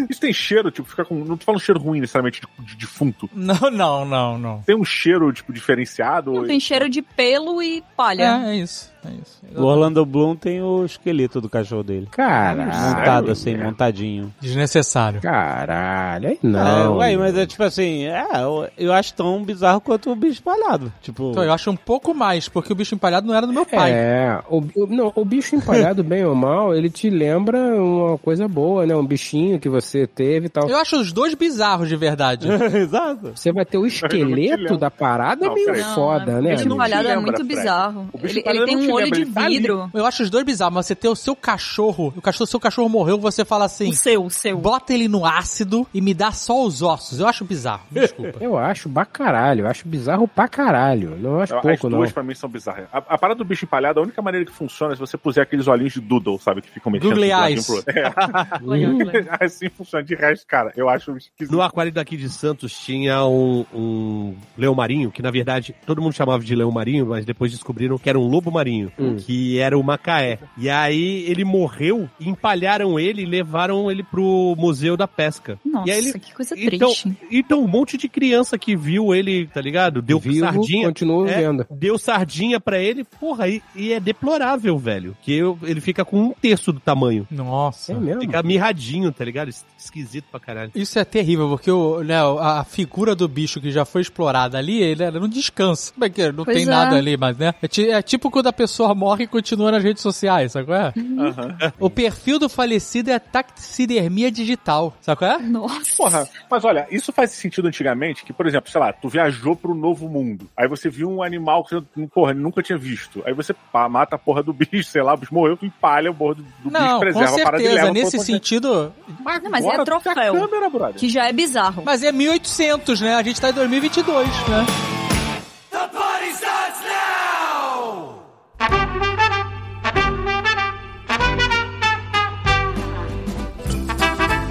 Speaker 5: Isso tem cheiro, tipo, fica com. Não tô falando cheiro ruim, necessariamente, de, de defunto.
Speaker 3: Não, não, não, não.
Speaker 5: Tem um cheiro, tipo, diferenciado.
Speaker 4: Não tem cheiro de pelo e palha.
Speaker 3: É,
Speaker 4: né?
Speaker 3: é isso. É isso.
Speaker 8: O Orlando Bloom tem o esqueleto do cachorro dele.
Speaker 2: Caralho.
Speaker 8: Montado assim, montadinho.
Speaker 3: Desnecessário.
Speaker 2: Caralho, aí
Speaker 8: É,
Speaker 2: não.
Speaker 8: ué, mas é tipo assim, é, eu, eu acho tão bizarro quanto o bicho espalhado. Tipo,
Speaker 3: Então, eu acho um pouco mais, porque o bicho empalhado não era do meu pai.
Speaker 2: É, o, o- não, o bicho empalhado, bem ou mal, ele te lembra uma coisa boa, né? Um bichinho que você teve e tal.
Speaker 3: Eu acho os dois bizarros de verdade.
Speaker 8: Exato.
Speaker 2: Você vai ter o
Speaker 5: te lembro.
Speaker 2: esqueleto da parada, é
Speaker 5: Não,
Speaker 2: meio
Speaker 5: peraí.
Speaker 2: foda,
Speaker 4: O
Speaker 2: né?
Speaker 4: bicho
Speaker 2: amigo?
Speaker 5: palha-
Speaker 4: empalhado é
Speaker 5: Lembra,
Speaker 4: muito
Speaker 5: Fred.
Speaker 4: bizarro.
Speaker 5: O bicho
Speaker 4: Ele,
Speaker 5: palha
Speaker 4: ele tem
Speaker 5: não
Speaker 4: um
Speaker 5: te
Speaker 4: um olho
Speaker 5: lembra,
Speaker 4: de
Speaker 5: ele tá ali.
Speaker 4: vidro.
Speaker 3: Eu acho os dois bizarros, mas você ter o seu cachorro, o cachorro, seu cachorro morreu, você fala assim,
Speaker 4: O seu, o seu.
Speaker 3: bota ele no ácido e me dá só os ossos. Eu acho bizarro, desculpa.
Speaker 2: Eu acho pra caralho, eu acho bizarro pra caralho. Não acho
Speaker 5: As
Speaker 2: pouco, não.
Speaker 5: duas pra mim são bizarras. A, a parada do bicho empalhado, a única maneira que funciona é se você puser aqueles olhinhos de doodle, sabe? Que ficam mexendo
Speaker 3: Googly
Speaker 5: de um ladinho
Speaker 3: eyes.
Speaker 5: pro outro. É,
Speaker 4: Legal, legal.
Speaker 5: assim funciona. De resto, cara, eu acho esquisito.
Speaker 9: No aquário daqui de Santos tinha um, um leão marinho, que na verdade todo mundo chamava de leão marinho, mas depois descobriram que era um lobo marinho,
Speaker 2: Hum.
Speaker 9: que era o macaé. E aí ele morreu, empalharam ele e levaram ele pro Museu da Pesca.
Speaker 4: Nossa,
Speaker 9: E aí ele-
Speaker 4: que coisa
Speaker 9: Então,
Speaker 4: triste.
Speaker 9: então um monte de criança que viu ele, tá ligado? Deu
Speaker 2: Vivo,
Speaker 9: sardinha.
Speaker 2: continuo
Speaker 9: É.
Speaker 2: vendo.
Speaker 9: Deu sardinha pra ele, porra, e, e é deplorável, velho. Que eu- ele fica com um terço do tamanho.
Speaker 2: É
Speaker 3: Nossa.
Speaker 2: mesmo?
Speaker 9: Fica mirradinho, tá ligado? Es- Esquisito pra caralho.
Speaker 3: Isso é terrível, porque o, né, a figura do bicho que já foi explorada ali, ele ela não descansa. Como é que é? não
Speaker 4: Pois
Speaker 3: tem
Speaker 4: é.
Speaker 3: nada ali, mas né? É, ti- é tipo quando a pessoa morre e continua nas redes sociais, sabe qual é?
Speaker 5: Aham.
Speaker 3: O perfil do falecido é taxidermia digital, sabe qual é?
Speaker 4: Nossa.
Speaker 5: Porra, mas olha, isso faz sentido antigamente que, por exemplo, sei lá, tu viajou pro novo mundo, aí você viu um animal que você porra, nunca tinha visto, aí você pá, mata a porra do bicho, sei lá, o bicho morreu, tu empalha o porra do, do bicho,
Speaker 3: Não, com
Speaker 5: preserva a parada e leva
Speaker 3: certeza,
Speaker 5: pra
Speaker 3: nesse
Speaker 5: outra-
Speaker 3: sentido.
Speaker 5: Mas,
Speaker 4: Não, mas é
Speaker 5: agora tu tem a
Speaker 4: troféu.
Speaker 5: câmera, brother.
Speaker 4: Que já é bizarro.
Speaker 3: Mas é 1800, né? A gente tá em 2022, né?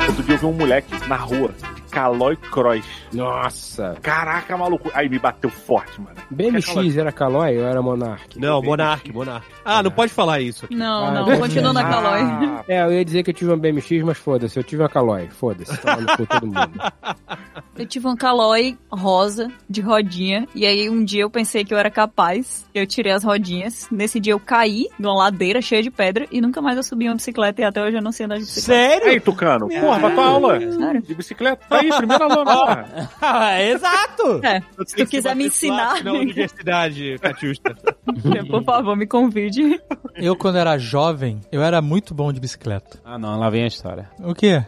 Speaker 5: Outro dia eu vi um moleque na rua, de Calói Cross.
Speaker 2: Nossa.
Speaker 5: Caraca, maluco. Aí me bateu forte, mano.
Speaker 2: BMX era Calói ou era Monark?
Speaker 9: Não, Monark, Monark. Ah, não pode falar isso.
Speaker 4: Não,
Speaker 2: Ah,
Speaker 4: não.
Speaker 2: verdade.
Speaker 4: Continua na Calói.
Speaker 5: Ah,
Speaker 2: É, eu ia dizer que eu tive uma BMX, mas foda-se, eu tive uma Calói, foda-se, tava no cu todo mundo.
Speaker 4: Eu tive um calói rosa de rodinha. E aí um dia eu pensei que eu era capaz. Eu tirei as rodinhas. Nesse dia eu caí numa ladeira cheia de pedra. E nunca mais eu subi uma bicicleta. E até hoje eu não sei andar de bicicleta.
Speaker 8: Sério?
Speaker 5: Aí, Tucano, porra, vai pra aula
Speaker 4: Sério?
Speaker 5: de bicicleta. Tá aí, primeira aluna, porra.
Speaker 8: Exato!
Speaker 4: É, se tu quiser me ensinar,
Speaker 9: Na universidade, Catiusta.
Speaker 4: por favor, me convide.
Speaker 3: Eu, quando era jovem, eu era muito bom de bicicleta.
Speaker 8: Ah, não, lá vem a história.
Speaker 3: O quê?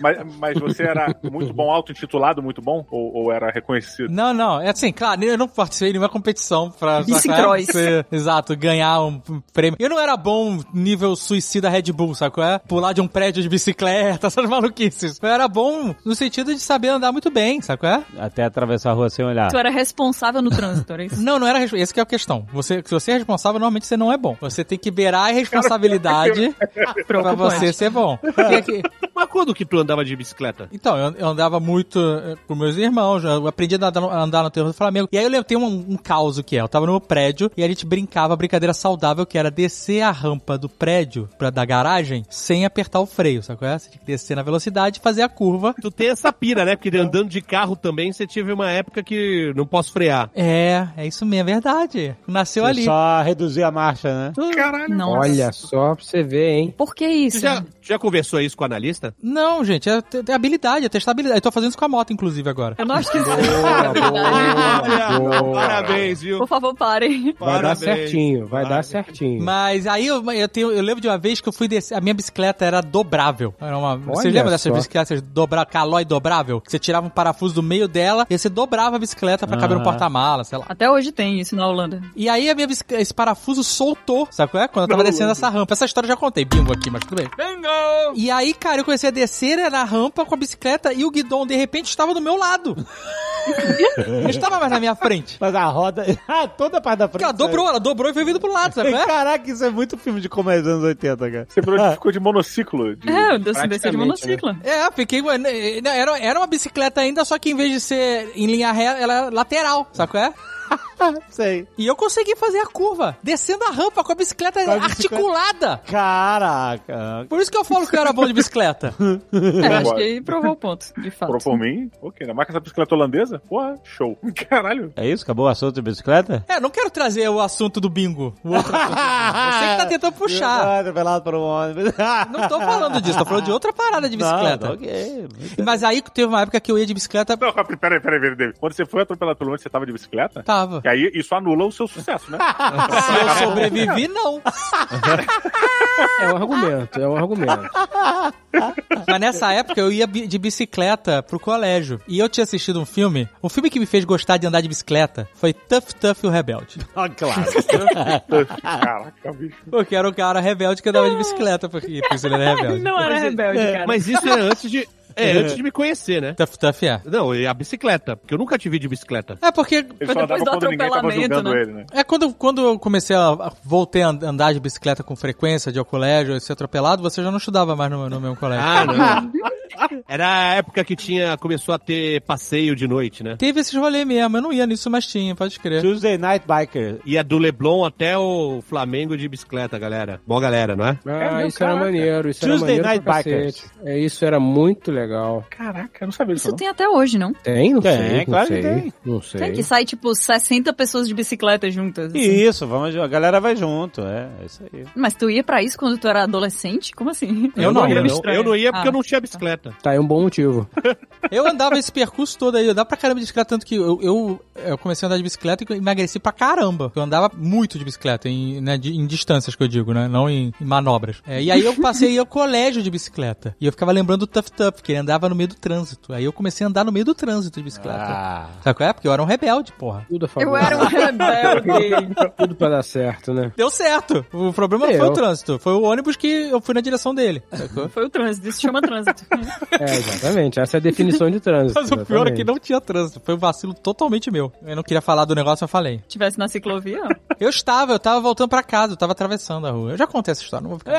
Speaker 5: Mas, mas você era muito bom, auto-intitulado, muito bom? Ou, ou era reconhecido?
Speaker 3: Não, não. É assim, claro, eu não participei de nenhuma competição pra pra-
Speaker 4: Bicicross.
Speaker 3: pra- exato, ganhar um prêmio. Eu não era bom nível suicida Red Bull, sabe qual é? Pular de um prédio de bicicleta, essas maluquices. Eu era bom no sentido de saber andar muito bem, sabe qual é?
Speaker 8: Até atravessar a rua sem olhar.
Speaker 4: Tu era responsável no trânsito, era isso?
Speaker 3: Não, não era responsável. Essa que é a questão. Você, se você é responsável, normalmente você não é bom. Você tem que beirar a responsabilidade pra você ser bom. Porque que-
Speaker 9: Mas quando que tu andava de bicicleta?
Speaker 3: Então, eu, eu andava muito eh, com meus irmãos, eu aprendi a andar, no- a andar no terreno do Flamengo. E aí eu lembro, tem um, um caos que é, eu tava no meu prédio e a gente brincava a brincadeira saudável que era descer a rampa do prédio, pra, da garagem, sem apertar o freio, sabe qual é? Você tinha que descer na velocidade e fazer a curva.
Speaker 9: Tu tem essa pira, né? Porque andando de carro também, você teve uma época que não posso frear.
Speaker 3: É, é isso mesmo, é verdade. Nasceu
Speaker 8: Você
Speaker 3: ali.
Speaker 8: Só reduzir a marcha, né?
Speaker 9: Ah,
Speaker 4: Nossa.
Speaker 2: Olha só pra você ver, hein?
Speaker 4: Por que isso?
Speaker 9: Tu já, já conversou isso com o analista?
Speaker 3: Não, gente, é, te- é habilidade, é testabilidade. Eu tô fazendo isso com a moto, inclusive, agora.
Speaker 4: Eu não acho que isso
Speaker 2: Boa, Ah, boa, boa.
Speaker 9: Ah, parabéns, viu?
Speaker 4: Por favor, parem.
Speaker 2: Vai dar
Speaker 9: Parabéns.
Speaker 2: certinho, vai dar
Speaker 9: Parabéns.
Speaker 2: certinho.
Speaker 3: Mas aí eu, eu, tenho- eu lembro de uma vez que eu fui descer. A minha bicicleta era dobrável. Era uma, vocês
Speaker 2: Olha
Speaker 3: lembram
Speaker 2: só.
Speaker 3: dessas bicicletas dobra, calói dobrável? Que você tirava um parafuso do meio dela e você dobrava a bicicleta pra caber no
Speaker 8: Aham.
Speaker 3: porta-mala, sei lá.
Speaker 4: Até hoje tem isso na Holanda.
Speaker 3: E aí a minha bicic- esse parafuso soltou, sabe qual é? Quando eu tava descendo essa rampa. Essa história eu já contei, bingo aqui, mas tudo bem. Bingo! E aí, cara, eu comecei a descer né, na rampa com a bicicleta e o guidão, de repente, estava do meu lado. Não estava mais na minha frente.
Speaker 8: Mas a roda. Ah, toda a parte da frente.
Speaker 3: Porque ela dobrou, ela dobrou e foi vindo pro lado, sabe qual é?
Speaker 8: Caraca, isso é muito filme de comédia dos anos 80, cara.
Speaker 5: Você virou- ficou de monociclo. De,
Speaker 4: É, eu desci desci de
Speaker 8: Praticamente,
Speaker 4: monociclo.
Speaker 3: É, fiquei. ué, né, não, Era, era uma bicicleta ainda, só que em vez de ser em linha reta, ela era lateral, sabe qual é?
Speaker 8: Sei.
Speaker 3: E eu consegui fazer a curva, descendo a rampa com a bicicleta
Speaker 8: Com a bicicleta.
Speaker 3: articulada.
Speaker 8: Caraca.
Speaker 3: Por isso que eu falo que eu era bom de bicicleta.
Speaker 4: É, acho que aí provou o ponto, de fato.
Speaker 5: Por, por mim, ok. Na marca essa bicicleta holandesa, porra, show. Caralho.
Speaker 8: É isso? Acabou o assunto de bicicleta?
Speaker 3: É, não quero trazer o assunto do bingo. o outro assunto. Você que tá tentando puxar.
Speaker 8: Ah, atropelado por um ônibus.
Speaker 3: Não tô falando disso, tô falando de outra parada de bicicleta.
Speaker 8: Não, tá. ok.
Speaker 3: Mas aí teve uma época que eu ia de bicicleta.
Speaker 5: Não, peraí, peraí, peraí, peraí. Quando você foi atropelado pelo ônibus, você tava de bicicleta?
Speaker 3: tava.
Speaker 5: E aí isso anula o seu sucesso, né?
Speaker 3: Se
Speaker 8: é
Speaker 3: eu sobrevivi, não.
Speaker 2: É um argumento, é um argumento.
Speaker 3: Mas nessa época eu ia bi- de bicicleta pro colégio. E eu tinha assistido um filme. O filme que me fez gostar de andar de bicicleta foi Tough Tough e o Rebelde.
Speaker 8: Ah, claro.
Speaker 5: Caraca, bicho.
Speaker 3: Porque era um cara rebelde que andava de bicicleta. Porque por isso ele era rebelde.
Speaker 4: Não era rebelde, cara.
Speaker 9: Mas isso é antes de. É, antes de me conhecer, né?
Speaker 3: Tough Tough é.
Speaker 9: Não, e a bicicleta, porque eu nunca te vi de bicicleta.
Speaker 3: É porque.
Speaker 5: Ele só andava
Speaker 4: do
Speaker 5: quando ninguém tava
Speaker 4: atropelamento,
Speaker 5: julgando
Speaker 4: né?
Speaker 5: ele, né?
Speaker 3: É quando, quando eu comecei a. a- voltei a andar de bicicleta com frequência, de ir ao colégio, ser atropelado, você já não estudava mais no, no meu colégio.
Speaker 9: Ah, não. Era a época que tinha, começou a ter passeio de noite, né?
Speaker 3: Teve esses rolê mesmo, eu não ia nisso, mas tinha, pode crer.
Speaker 8: Tuesday Night Biker.
Speaker 9: Ia do Leblon até o Flamengo de bicicleta, galera. Boa galera, não é?
Speaker 2: Ah,
Speaker 5: meu,
Speaker 2: isso
Speaker 5: caraca.
Speaker 2: era maneiro, isso
Speaker 8: Tuesday
Speaker 2: era maneiro
Speaker 8: Night
Speaker 2: pra cacete. É, isso era muito legal.
Speaker 5: Caraca, eu não sabia disso,
Speaker 4: Isso
Speaker 5: não.
Speaker 4: tem até hoje, não?
Speaker 2: Tem? Não
Speaker 8: Tem,
Speaker 2: sei,
Speaker 8: claro
Speaker 2: não
Speaker 8: que
Speaker 2: sei.
Speaker 8: tem.
Speaker 2: Não sei.
Speaker 4: Tem que sai, tipo, 60 pessoas de bicicleta juntas. assim.
Speaker 8: Isso, vamos, a galera vai junto, é, é isso aí.
Speaker 4: Mas tu ia pra isso quando tu era adolescente? Como assim?
Speaker 3: Eu não,
Speaker 9: ia,
Speaker 3: eu
Speaker 9: não. eu não ia porque
Speaker 4: Ah.
Speaker 9: eu não tinha bicicleta.
Speaker 2: Tá, é um bom motivo.
Speaker 3: Eu andava esse percurso todo aí, eu andava pra caramba de bicicleta, tanto que eu, eu, eu comecei a andar de bicicleta e emagreci pra caramba. Eu andava muito de bicicleta, em, né, de- em distâncias que eu digo, né? Não em, em manobras. É, e aí eu passei ao colégio de bicicleta. E eu ficava lembrando do Tuff Tuff, que ele andava no meio do trânsito. Aí eu comecei a andar no meio do trânsito de bicicleta.
Speaker 8: Ah.
Speaker 3: Sabe qual é? Porque eu era um rebelde, porra.
Speaker 2: Tudo a favor.
Speaker 4: Eu era um rebelde.
Speaker 2: Tudo pra dar certo, né?
Speaker 3: Deu certo. O problema
Speaker 2: Eu.
Speaker 3: foi o trânsito. Foi o ônibus que eu fui na direção dele. sacou?
Speaker 4: Foi o trânsito, isso chama trânsito.
Speaker 2: É, exatamente. Essa é a definição de trânsito.
Speaker 3: Mas o pior é que
Speaker 2: exatamente.
Speaker 3: não tinha trânsito. Foi um vacilo totalmente meu. Eu não queria falar do negócio, mas falei.
Speaker 4: Tivesse na ciclovia, ó.
Speaker 3: Eu estava, eu estava voltando pra casa, eu tava atravessando a rua. Eu já contei essa história, não vou ficar.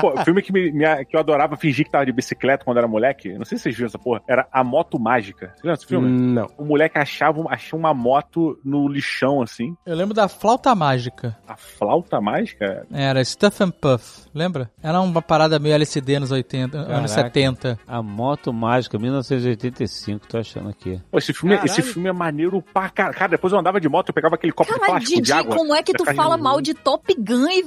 Speaker 5: Pô, filme que, me- me- que eu adorava fingir que tava de bicicleta quando era moleque, não sei se vocês viram essa porra, era A Moto Mágica. Você lembra desse filme?
Speaker 4: Hum.
Speaker 2: Não.
Speaker 5: O moleque achava, um- achou uma moto no lixão, assim.
Speaker 3: Eu lembro da flauta mágica.
Speaker 5: A flauta mágica?
Speaker 3: Era Stuff and Puff, lembra? Era uma parada meio LCD nos 80, anos 70.
Speaker 8: A Moto Mágica, 1985, tô achando aqui.
Speaker 5: Pô, esse, filme,
Speaker 9: Caralho.
Speaker 5: esse filme é maneiro pra caralho. Cara, depois eu andava de moto, eu pegava aquele copo de
Speaker 4: Cara,
Speaker 5: plástico
Speaker 4: Didi,
Speaker 5: de água.
Speaker 4: como é que tu
Speaker 5: Ficar
Speaker 4: fala
Speaker 5: rindo.
Speaker 4: mal de Top Gun e,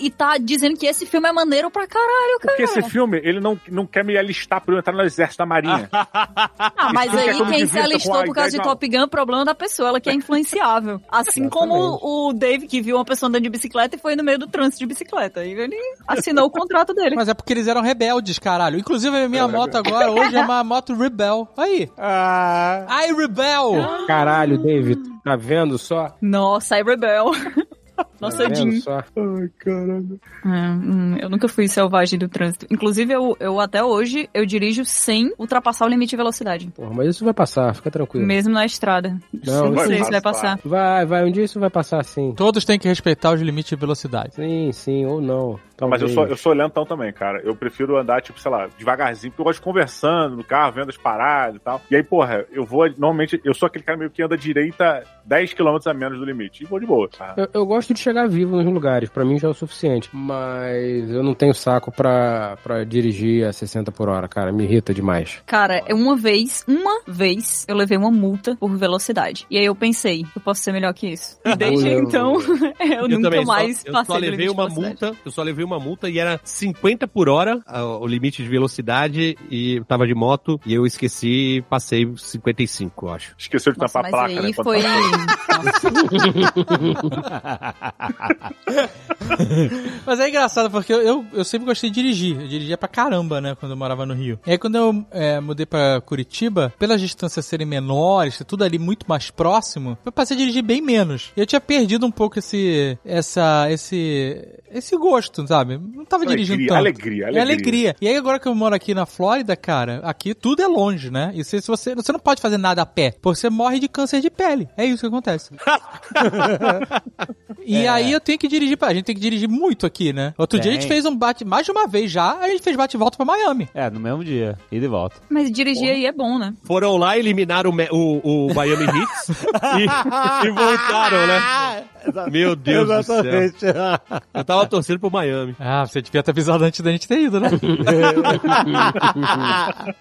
Speaker 4: e- e tá dizendo que esse filme é maneiro pra caralho, cara?
Speaker 5: Porque
Speaker 3: É.
Speaker 5: esse filme, ele não, não quer me alistar pra eu entrar no exército da marinha.
Speaker 4: Ah, mas
Speaker 5: Isso que é
Speaker 4: aí
Speaker 5: como
Speaker 4: quem
Speaker 5: divirta
Speaker 4: se
Speaker 5: com a
Speaker 4: alistou por causa de
Speaker 5: ideia
Speaker 4: Top Gun é problema da pessoa, ela que é influenciável. Assim como o Dave, que viu uma pessoa andando de bicicleta e foi no meio do trânsito de bicicleta. E ele assinou o contrato dele.
Speaker 3: Mas é porque eles eram rebeldes, caralho. Inclusive, a minha moto agora hoje é uma moto Rebel. Aí.
Speaker 8: Ah.
Speaker 3: Ai, Rebel!
Speaker 2: Caralho, David, tá vendo só?
Speaker 4: Nossa, é rebel.
Speaker 2: tá
Speaker 4: Nossa,
Speaker 2: vendo
Speaker 4: Jim.
Speaker 2: só?
Speaker 4: É, hum, eu nunca fui selvagem do trânsito. Inclusive, eu, eu até hoje, eu dirijo sem ultrapassar o limite de velocidade.
Speaker 2: Porra, mas isso vai passar, fica tranquilo.
Speaker 4: Mesmo na estrada.
Speaker 2: Não,
Speaker 4: Não,
Speaker 5: vai
Speaker 4: sei se vai
Speaker 5: passar.
Speaker 4: passar.
Speaker 2: Vai, vai, um dia isso vai passar sim.
Speaker 3: Todos têm que respeitar os limites de velocidade.
Speaker 2: Sim, sim, ou não.
Speaker 5: Não, mas eu
Speaker 2: tá. Talvez.
Speaker 5: sou, eu sou lentão também, cara. Eu prefiro andar, tipo, sei lá, devagarzinho, porque eu gosto de conversando no carro, vendo as paradas e tal. E aí, porra, eu vou, normalmente, eu sou aquele cara meio que anda à direita 10 km a menos do limite. E vou de boa. tá?
Speaker 2: Eu, eu gosto de chegar vivo nos lugares, pra mim já é o suficiente. Mas eu não tenho saco pra, pra dirigir a 60 por hora, cara, me irrita demais.
Speaker 4: Cara, é uma vez, uma vez, eu levei uma multa por velocidade. E aí eu pensei, eu posso ser melhor que isso. E desde
Speaker 2: Olha,
Speaker 4: então, eu, nunca
Speaker 9: também, só-
Speaker 4: mais
Speaker 9: eu
Speaker 4: passei
Speaker 9: só
Speaker 4: do
Speaker 9: levei
Speaker 4: limite de
Speaker 9: uma
Speaker 4: velocidade.
Speaker 9: multa, eu só levei uma multa e era 50 por hora a- o limite de velocidade e eu tava de moto e eu esqueci e passei 55, eu acho.
Speaker 5: Esqueceu de
Speaker 4: Nossa,
Speaker 5: tampar a
Speaker 4: mas
Speaker 5: placa,
Speaker 4: aí
Speaker 5: né? quando
Speaker 4: foi...
Speaker 5: tava-
Speaker 3: Mas é engraçado, porque eu, eu, eu sempre gostei de dirigir. Eu dirigia pra caramba, né, quando eu morava no Rio. E aí, quando eu é, mudei pra Curitiba, pelas distâncias serem menores, ser tudo ali muito mais próximo, eu passei a dirigir bem menos. E eu tinha perdido um pouco esse. essa. esse. esse gosto, sabe? Não tava dirigindo
Speaker 5: Alegria,
Speaker 3: tanto.
Speaker 5: alegria,
Speaker 3: É
Speaker 5: alegria.
Speaker 3: alegria. E aí agora que eu moro aqui na Flórida, cara, aqui tudo é longe, né? E se, se você, você não pode fazer nada a pé, porque você morre de câncer de pele. É isso que acontece. e aí eu tenho que dirigir pra... A gente tem que dirigir muito aqui, né? Outro dia a gente
Speaker 8: Tem.
Speaker 3: fez um bate... Mais de uma vez já, a gente fez bate-volta pra Miami.
Speaker 8: É, no mesmo dia. E de volta.
Speaker 4: Mas dirigir aí é bom, né?
Speaker 9: Foram lá eliminar o, Me- o, o Miami Hits e, e voltaram, né? Meu Deus do céu.
Speaker 8: Exatamente.
Speaker 9: Eu tava torcendo pro Miami.
Speaker 3: Ah, você devia ter avisado antes da gente ter ido, né? Ah,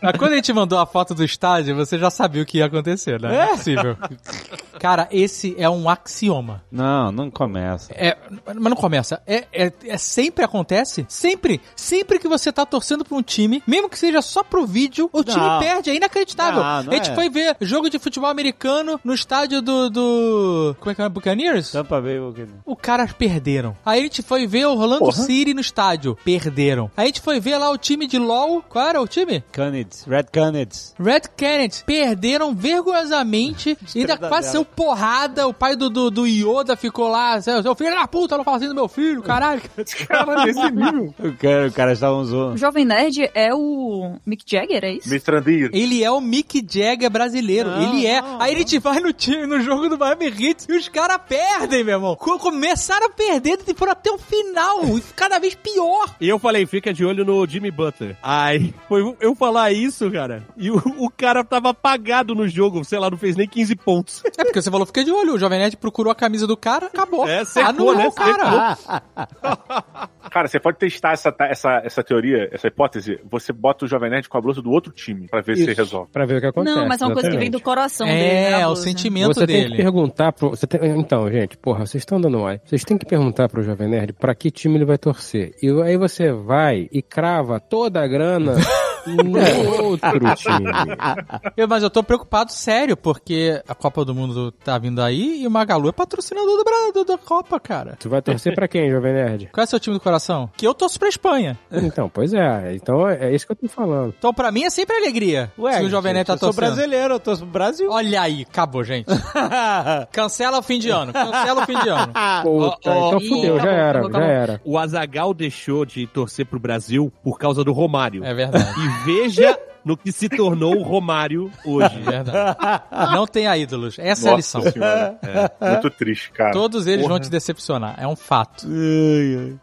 Speaker 3: Mas quando a gente mandou a foto do estádio, você já sabia o que ia acontecer, né? Não é possível. É. Cara, esse é um axioma.
Speaker 8: Não, não começa.
Speaker 3: É, mas não começa. É, é, é sempre acontece. Sempre. Sempre que você tá torcendo pra um time, mesmo que seja só pro vídeo, o time perde. É inacreditável.
Speaker 8: Não, não
Speaker 3: a gente
Speaker 8: é.
Speaker 3: foi ver jogo de futebol americano no estádio do. do como é que é? Buccaneers?
Speaker 8: Tampa Bay Buccaneers.
Speaker 3: O cara perderam. Aí a gente foi ver o Rolando City no estádio. Perderam. Aí a gente foi ver lá o time de LOL. Qual era o time?
Speaker 8: Canids, Red Canids.
Speaker 3: Red Kennedy. Perderam vergonhosamente. ainda
Speaker 8: Estrela
Speaker 3: quase
Speaker 8: dela.
Speaker 3: saiu porrada. O pai do, do, do Yoda ficou lá. Seu seu filho da puta, não fala assim do meu filho, caralho.
Speaker 5: Cara, nesse nível.
Speaker 8: O cara, o cara estava zoando.
Speaker 4: O Jovem Nerd é o Mick Jagger, é isso?
Speaker 5: Mr. Andir.
Speaker 3: Ele é o Mick Jagger brasileiro.
Speaker 8: Não,
Speaker 3: ele é.
Speaker 8: não,
Speaker 3: Aí ele te vai no time, no jogo do Miami Heat e os caras perdem, meu irmão. Co- Começaram a perder e foram até o final. E cada vez pior.
Speaker 9: E eu falei, fica de olho no Jimmy Butler. Ai, foi eu falar isso, cara. E o, o cara tava apagado no jogo, sei lá, não fez nem 15 pontos.
Speaker 3: É porque você falou, fica de olho. O Jovem Nerd procurou a camisa do cara, acabou.
Speaker 9: É, secou,
Speaker 3: Anulou
Speaker 9: né?
Speaker 3: o
Speaker 8: Ah,
Speaker 3: cara.
Speaker 5: Cara, você pode testar essa, ta- essa, essa teoria, essa hipótese. Você bota o Jovem Nerd com a blusa do outro time pra ver se
Speaker 2: Isso.
Speaker 5: resolve.
Speaker 2: Pra ver o que acontece.
Speaker 4: não, mas é uma coisa que vem do coração dele. né,
Speaker 3: É,
Speaker 4: a
Speaker 3: o
Speaker 4: blusa.
Speaker 3: sentimento
Speaker 2: você tem que
Speaker 3: dele.
Speaker 2: perguntar pro. Você tem- Então, gente, porra, vocês estão dando mole. Vocês têm que perguntar pro Jovem Nerd pra que time ele vai torcer. E aí você vai e crava toda a grana no outro time.
Speaker 3: Eu- mas eu tô preocupado sério, porque a Copa do Mundo tá vindo aí e o Magalu é patrocinador do, Bra- do- da Copa, cara.
Speaker 2: Tu vai torcer pra quem, Jovem Nerd?
Speaker 3: Qual é o seu time do coração? Que eu torço pra Espanha.
Speaker 2: Então, pois é. Então é isso que eu tô falando.
Speaker 3: Então, pra mim, é sempre alegria. se o Jovem Nerd tá
Speaker 8: eu sou
Speaker 3: torcendo.
Speaker 8: brasileiro, eu torço pro Brasil.
Speaker 3: Olha aí, acabou, gente. Cancela o fim de ano. Cancela o fim de ano.
Speaker 4: Ah,
Speaker 2: Puta,
Speaker 9: ó,
Speaker 2: então
Speaker 4: ih,
Speaker 2: fudeu, já
Speaker 4: acabou,
Speaker 2: era,
Speaker 4: acabou,
Speaker 2: já
Speaker 4: acabou.
Speaker 2: era.
Speaker 9: O Azagal deixou de torcer pro Brasil por causa do Romário.
Speaker 3: É verdade.
Speaker 9: E veja no que se tornou o Romário hoje.
Speaker 3: É verdade. Não tenha ídolos. Essa é a lição.
Speaker 5: senhora. É, muito triste, cara.
Speaker 3: Todos eles vão te decepcionar. É um fato.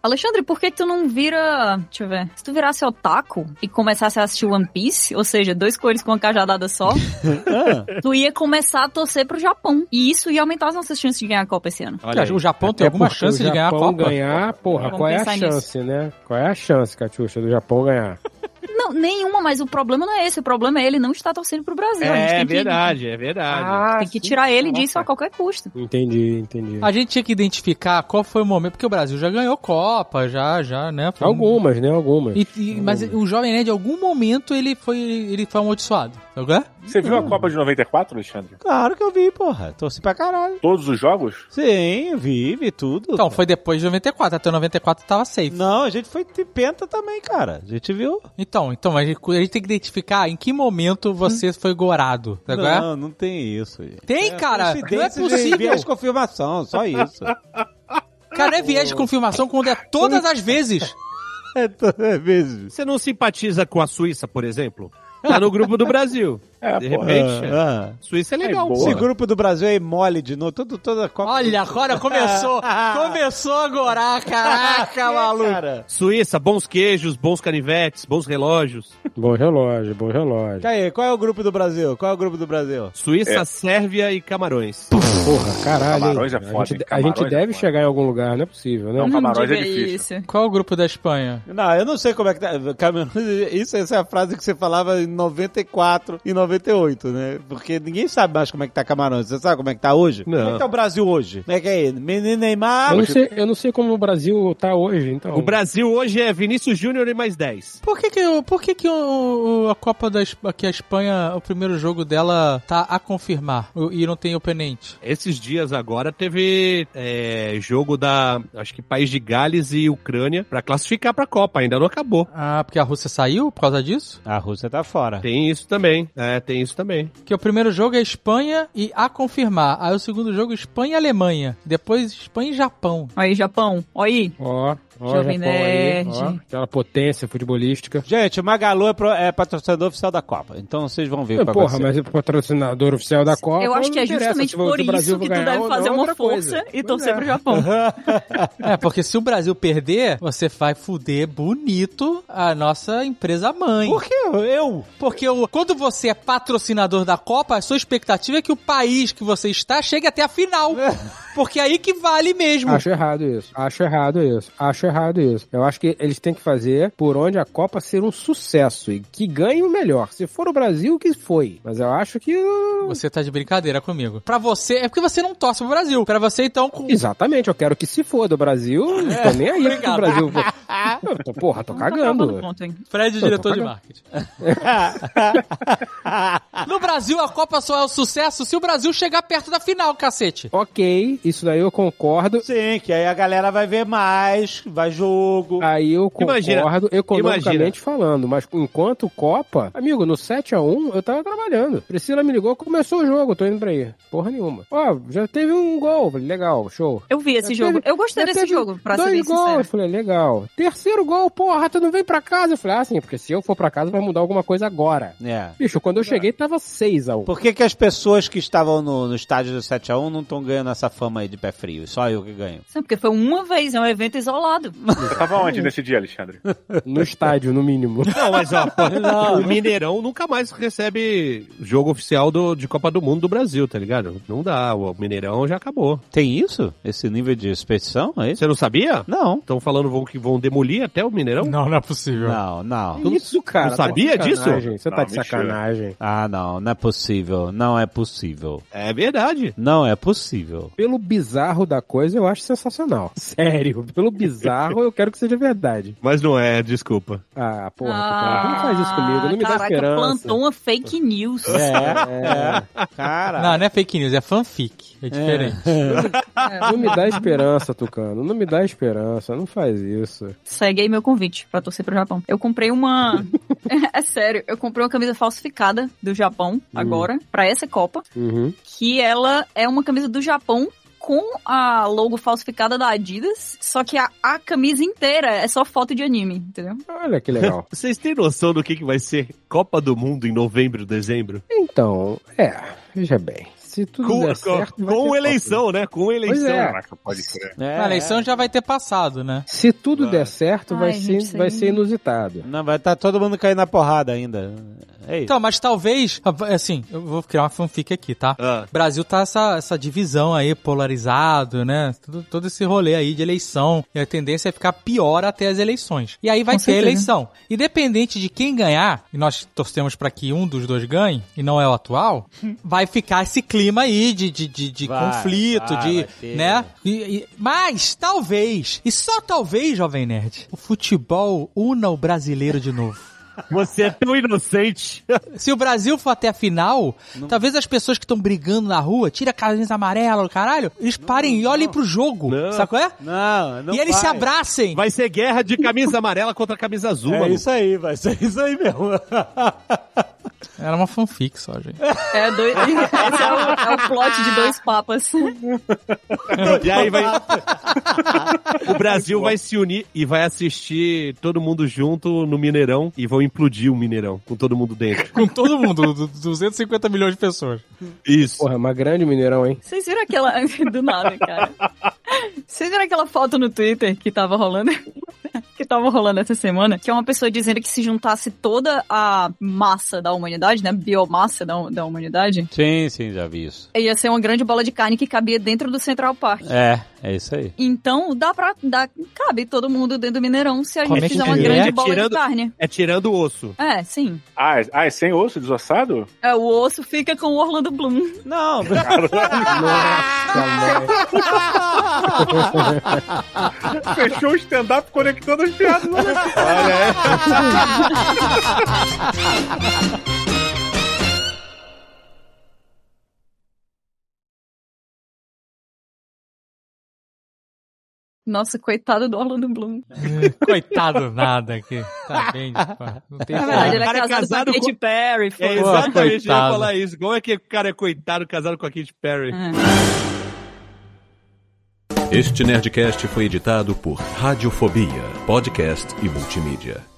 Speaker 4: Alexandre, por que que tu não vira... Deixa eu ver. Se tu virasse otaku e começasse a assistir One Piece, ou seja, dois cores com uma cajadada só,
Speaker 2: É.
Speaker 4: tu ia começar a torcer pro Japão. E isso ia aumentar as nossas chances de ganhar a Copa esse
Speaker 2: Ah.
Speaker 4: ano.
Speaker 9: Olha aí.
Speaker 3: o Japão tem
Speaker 2: Até
Speaker 3: alguma
Speaker 2: porque
Speaker 3: chance
Speaker 2: o
Speaker 3: de ganhar a
Speaker 2: Japão
Speaker 3: Copa?
Speaker 2: ganhar, porra,
Speaker 4: Vamos
Speaker 2: qual é a
Speaker 4: pensar
Speaker 2: chance, né? Qual é a chance, Catiuxa, do Japão ganhar?
Speaker 4: Não, nenhuma, mas o problema não é esse. O problema é ele não estar torcendo pro Brasil. a gente
Speaker 9: É
Speaker 4: tem que- Ah,
Speaker 9: verdade, é verdade.
Speaker 4: tem que tirar ele disso a qualquer custo.
Speaker 2: Entendi, entendi.
Speaker 3: A gente tinha que identificar qual foi o momento, porque o Brasil já ganhou Copa, já, já, né? Foi um-
Speaker 2: Algumas, né? Algumas.
Speaker 3: E- e- mas o Jovem Nerd, em algum momento, ele foi, ele foi amaldiçoado. Então, Sabe?
Speaker 5: Você viu a Copa de 94, Alexandre?
Speaker 8: Claro que eu vi, porra. Torci pra caralho.
Speaker 5: Todos os jogos?
Speaker 8: Sim, vive tudo.
Speaker 3: Então, foi depois de 94. Até 94 tava safe.
Speaker 8: Não, a gente foi de penta também, cara. A gente viu.
Speaker 3: Então, então a, gente, a gente tem que identificar em que momento você foi gorado.
Speaker 8: Tá
Speaker 3: Sabe? qual é?
Speaker 8: Hum. Não, não tem isso. gente.
Speaker 3: Tem, cara. Não é
Speaker 8: Coincidência de
Speaker 3: possível.
Speaker 8: viés de confirmação, só isso.
Speaker 3: Cara, é viés de confirmação quando é todas as vezes.
Speaker 8: é toda vez.
Speaker 9: Você não simpatiza com a Suíça, por exemplo? Tá no grupo do Brasil.
Speaker 5: É,
Speaker 9: De
Speaker 5: porra.
Speaker 9: repente,
Speaker 8: Ah, ah.
Speaker 9: Suíça é legal.
Speaker 5: boa.
Speaker 9: Segura-
Speaker 8: Esse grupo do Brasil é mole de novo. Todo, toda a Copa.
Speaker 3: Olha, agora começou. começou a gorar, caraca, maluco.
Speaker 8: É, cara.
Speaker 9: Suíça, bons queijos, bons canivetes, bons relógios.
Speaker 2: Bom relógio, bom relógio.
Speaker 8: Caí, qual é o grupo do Brasil? Qual é o grupo do Brasil?
Speaker 9: Suíça, Sérvia e Camarões.
Speaker 2: Porra, caralho. hein?
Speaker 5: Camarões é
Speaker 2: a
Speaker 5: foda,
Speaker 2: gente,
Speaker 5: hein?
Speaker 2: a gente
Speaker 5: Camarões é
Speaker 2: deve
Speaker 5: foda.
Speaker 2: chegar em algum lugar, não é possível, né?
Speaker 5: Não, Camarões
Speaker 4: Hum, diga
Speaker 5: é difícil.
Speaker 4: Isso.
Speaker 3: Qual é o grupo da Espanha?
Speaker 8: Não, eu não sei como é que tá. Camarões, Isso, essa é a frase que você falava em 94 e 98, né? Porque ninguém sabe mais como é que tá Camarões. Você sabe como é que tá hoje?
Speaker 9: Não.
Speaker 8: Como é que tá o Brasil hoje? Como é que é? ele? Menino Neymar.
Speaker 2: eu, não sei, eu não sei como o Brasil tá hoje, então.
Speaker 9: O Brasil hoje é Vinícius Júnior e mais 10.
Speaker 3: Por que que, o- por que, que o- o- a Copa da Espanha, que a Espanha, o primeiro jogo dela tá a confirmar o- e não tem oponente?
Speaker 9: Esses dias agora teve é, jogo da, acho que País de Gales e Ucrânia pra classificar pra Copa, ainda não acabou.
Speaker 3: Ah, porque a Rússia saiu por causa disso?
Speaker 8: A Rússia tá fora.
Speaker 9: Tem isso também, é, tem isso também.
Speaker 3: Que o primeiro jogo é Espanha e a confirmar. Aí o segundo jogo é Espanha e Alemanha. Depois Espanha e Japão.
Speaker 4: Aí, Japão. Aí.
Speaker 2: Ó, ó,
Speaker 4: Jovem
Speaker 2: Japão aí,
Speaker 4: Nerd.
Speaker 2: ó, aquela potência futebolística.
Speaker 8: Gente, o Magalu é, pro- é patrocinador oficial da Copa. Então vocês vão ver. o que vai
Speaker 2: É, Porra,
Speaker 8: acontecer.
Speaker 2: mas o patrocinador oficial da Copa.
Speaker 4: eu acho que
Speaker 2: não
Speaker 4: é
Speaker 2: interessa
Speaker 4: justamente
Speaker 2: se o- se o
Speaker 4: por
Speaker 2: Brasil
Speaker 4: isso que
Speaker 2: vai
Speaker 4: tu
Speaker 2: ganhar
Speaker 4: deve
Speaker 2: ou não,
Speaker 4: fazer
Speaker 2: é
Speaker 4: uma
Speaker 2: outra coisa.
Speaker 4: força e
Speaker 2: Pois
Speaker 4: torcer
Speaker 2: é.
Speaker 4: pro Japão.
Speaker 3: É, porque se o Brasil perder, você vai fuder bonito a nossa empresa mãe.
Speaker 8: Por que eu?
Speaker 3: Porque o- quando você é patrocinador da Copa, a sua expectativa é que o país que você está chegue até a final. Porque é aí que vale mesmo.
Speaker 2: Acho errado isso. Acho errado isso. Acho errado isso. Eu acho que eles têm que fazer por onde a Copa ser um sucesso e que ganhe o melhor. Se for o Brasil, que foi. Mas eu acho que uh,
Speaker 3: Você tá de brincadeira comigo. Pra você, é porque você não torce pro Brasil. Pra você, então, com...
Speaker 2: Exatamente, eu quero que se foda o Brasil, não tô nem aí pro que o Brasil. Eu tô- Porra, tô
Speaker 4: Então tá acabando o
Speaker 2: cagando.
Speaker 4: ponto, hein?
Speaker 3: Fred, é
Speaker 2: tô
Speaker 3: diretor de
Speaker 2: cagando.
Speaker 3: marketing. no Brasil, a Copa só é um sucesso se o Brasil chegar perto da final, cacete.
Speaker 2: Ok, isso daí eu concordo.
Speaker 8: Sim, que aí a galera vai ver mais, vai jogo.
Speaker 2: Aí eu concordo
Speaker 9: Imagina,
Speaker 2: economicamente falando, mas enquanto Copa, amigo, no 7x1 eu tava trabalhando. Priscila me ligou, começou o jogo, tô indo pra aí. Porra nenhuma. Ó, já teve um gol, falei, legal, show.
Speaker 4: Eu vi esse
Speaker 2: Já teve-
Speaker 4: jogo. Eu gostei
Speaker 2: já
Speaker 4: desse
Speaker 2: teve
Speaker 4: jogo, pra ser
Speaker 2: Dois
Speaker 4: bem
Speaker 2: gols,
Speaker 4: sincero.
Speaker 2: falei, legal. Terceiro gol, porra, tu não vem pra casa? Eu falei, ah, sim, porque se eu for pra casa vai mudar alguma coisa agora.
Speaker 8: É.
Speaker 2: Bicho, quando eu cheguei tava 6x1.
Speaker 8: Por que, que as pessoas que estavam no, no estádio do 7x1 não estão ganhando essa fama aí de pé frio? Só eu que ganho.
Speaker 4: Sim, porque foi uma vez, é um evento isolado.
Speaker 5: Você tava onde nesse dia, Alexandre?
Speaker 2: No estádio, no mínimo.
Speaker 9: Não, mas ó, pô, o Mineirão nunca mais recebe jogo oficial do, de Copa do Mundo do Brasil, tá ligado? Não dá, o Mineirão já acabou.
Speaker 8: Tem isso? Esse nível de expedição? É isso?
Speaker 9: Você não sabia?
Speaker 8: Não.
Speaker 9: Estão falando vão- que vão demolir até o Mineirão?
Speaker 3: Não, não é possível.
Speaker 8: Não, não.
Speaker 2: Isso, cara.
Speaker 9: não
Speaker 2: tá de
Speaker 9: sabia disso?
Speaker 2: sacanagem, Você tá
Speaker 5: Não,
Speaker 2: de
Speaker 5: mentira.
Speaker 2: sacanagem.
Speaker 8: Ah, não, não é possível. Não é possível.
Speaker 9: É verdade.
Speaker 8: Não é possível.
Speaker 2: Pelo bizarro da coisa, eu acho sensacional. Sério, pelo bizarro, eu quero que seja verdade.
Speaker 9: Mas não é, desculpa.
Speaker 2: Ah, porra,
Speaker 4: Ah,
Speaker 2: Tucano, não faz isso comigo, não me dá
Speaker 4: caraca,
Speaker 2: esperança.
Speaker 4: plantou uma fake news.
Speaker 2: É,
Speaker 8: Cara.
Speaker 3: Não, não é fake news, é fanfic. É diferente.
Speaker 2: É, não me dá esperança, Tucano. Não me dá esperança, não faz isso.
Speaker 4: Segue aí meu convite pra torcer pro Japão. Eu comprei uma. é sério, eu comprei uma camisa falsificada do
Speaker 2: Hum.
Speaker 4: Japão agora, pra essa Copa,
Speaker 2: Uhum.
Speaker 4: que ela é uma camisa do Japão com a logo falsificada da Adidas, só que a, a camisa inteira é só foto de anime, entendeu?
Speaker 2: Olha que legal.
Speaker 9: Vocês têm noção do que, que vai ser Copa do Mundo em novembro, dezembro?
Speaker 2: Então, é, veja bem. Se tudo
Speaker 9: Com,
Speaker 2: der
Speaker 9: com-
Speaker 2: certo, vai
Speaker 9: com
Speaker 2: ter
Speaker 9: eleição, né? Com eleição.
Speaker 2: Pois é.
Speaker 5: Caraca, pode crer.
Speaker 8: É,
Speaker 3: a eleição já vai ter passado, né?
Speaker 2: Copa. Se tudo der certo,
Speaker 4: Ai,
Speaker 2: vai,
Speaker 4: gente,
Speaker 2: ser,
Speaker 4: isso
Speaker 2: vai
Speaker 4: aí-
Speaker 2: ser inusitado.
Speaker 8: Não, vai estar todo mundo caindo na porrada ainda. É isso.
Speaker 3: Então, mas talvez, assim, eu vou criar uma fanfic aqui, tá?
Speaker 9: Ah,
Speaker 3: O Brasil tá essa, essa divisão aí, polarizado, né? Tudo, todo esse rolê aí de eleição. E a tendência é ficar pior até as eleições. E aí vai
Speaker 4: Com
Speaker 3: ter
Speaker 4: certeza.
Speaker 3: eleição. Independente de quem ganhar, e nós torcemos pra que um dos dois ganhe, e não é o atual, vai ficar esse clima aí de, de, de, de
Speaker 8: Vai,
Speaker 3: conflito,
Speaker 8: vai,
Speaker 3: de.
Speaker 8: vai ter.
Speaker 3: né? E- e- mas talvez, e só talvez, Jovem Nerd, o futebol una o brasileiro de novo.
Speaker 9: você é tão inocente.
Speaker 3: Se o Brasil for até a final, talvez as pessoas que estão brigando na rua, tira a camisa amarela, o caralho, eles parem e olhem pro jogo,
Speaker 9: Não.
Speaker 3: sabe qual é?
Speaker 8: Não, não
Speaker 3: e eles se
Speaker 8: vai.
Speaker 3: abracem.
Speaker 9: Vai ser guerra de camisa amarela contra camisa azul,
Speaker 8: É
Speaker 9: mano.
Speaker 8: isso aí, vai ser isso aí mesmo.
Speaker 3: Era uma fanfic só, gente.
Speaker 4: É, dois... Esse é o, é o plot de dois papas.
Speaker 9: E aí vai. o Brasil vai se unir e vai assistir todo mundo junto no Mineirão e vão implodir o Mineirão com todo mundo dentro.
Speaker 3: Com todo mundo, du- 250 milhões de pessoas.
Speaker 9: Isso.
Speaker 2: Porra, é uma grande Mineirão, hein?
Speaker 4: Vocês viram aquela. Do nada, cara. Vocês viram aquela foto no Twitter que tava rolando? que tava rolando essa semana? Que é uma pessoa dizendo que se juntasse toda a massa da humanidade, né? Biomassa da, da humanidade,
Speaker 8: Sim, sim, já vi isso.
Speaker 4: ia ser uma grande bola de carne que cabia dentro do Central Park.
Speaker 8: É, é isso aí.
Speaker 4: Então, dá pra. Dá, cabe todo mundo dentro do Mineirão se a
Speaker 3: Como
Speaker 4: gente
Speaker 3: é que
Speaker 4: fizer uma
Speaker 3: é?
Speaker 4: grande
Speaker 9: É
Speaker 4: bola
Speaker 9: tirando-
Speaker 4: de carne.
Speaker 9: É tirando o osso.
Speaker 4: É, sim.
Speaker 5: Ah, é, ah, é sem osso, desossado?
Speaker 4: É, o osso fica com o Orlando Bloom.
Speaker 8: Não,
Speaker 5: Fechou o stand-up conectando as piadas.
Speaker 4: Nossa, coitado do Orlando Bloom.
Speaker 3: Coitado nada aqui. Tá bem, tipo, não tem
Speaker 4: Na verdade, ele é
Speaker 9: cara é
Speaker 4: casado,
Speaker 9: casado
Speaker 4: com a Katy Perry.
Speaker 9: É
Speaker 4: foda-se.
Speaker 9: exatamente, eu ia
Speaker 3: coitado.
Speaker 9: falar isso. Como é que o cara é coitado casado com a Katy Perry?
Speaker 4: É.
Speaker 10: Este Nerdcast foi editado por Radiofobia, podcast e multimídia.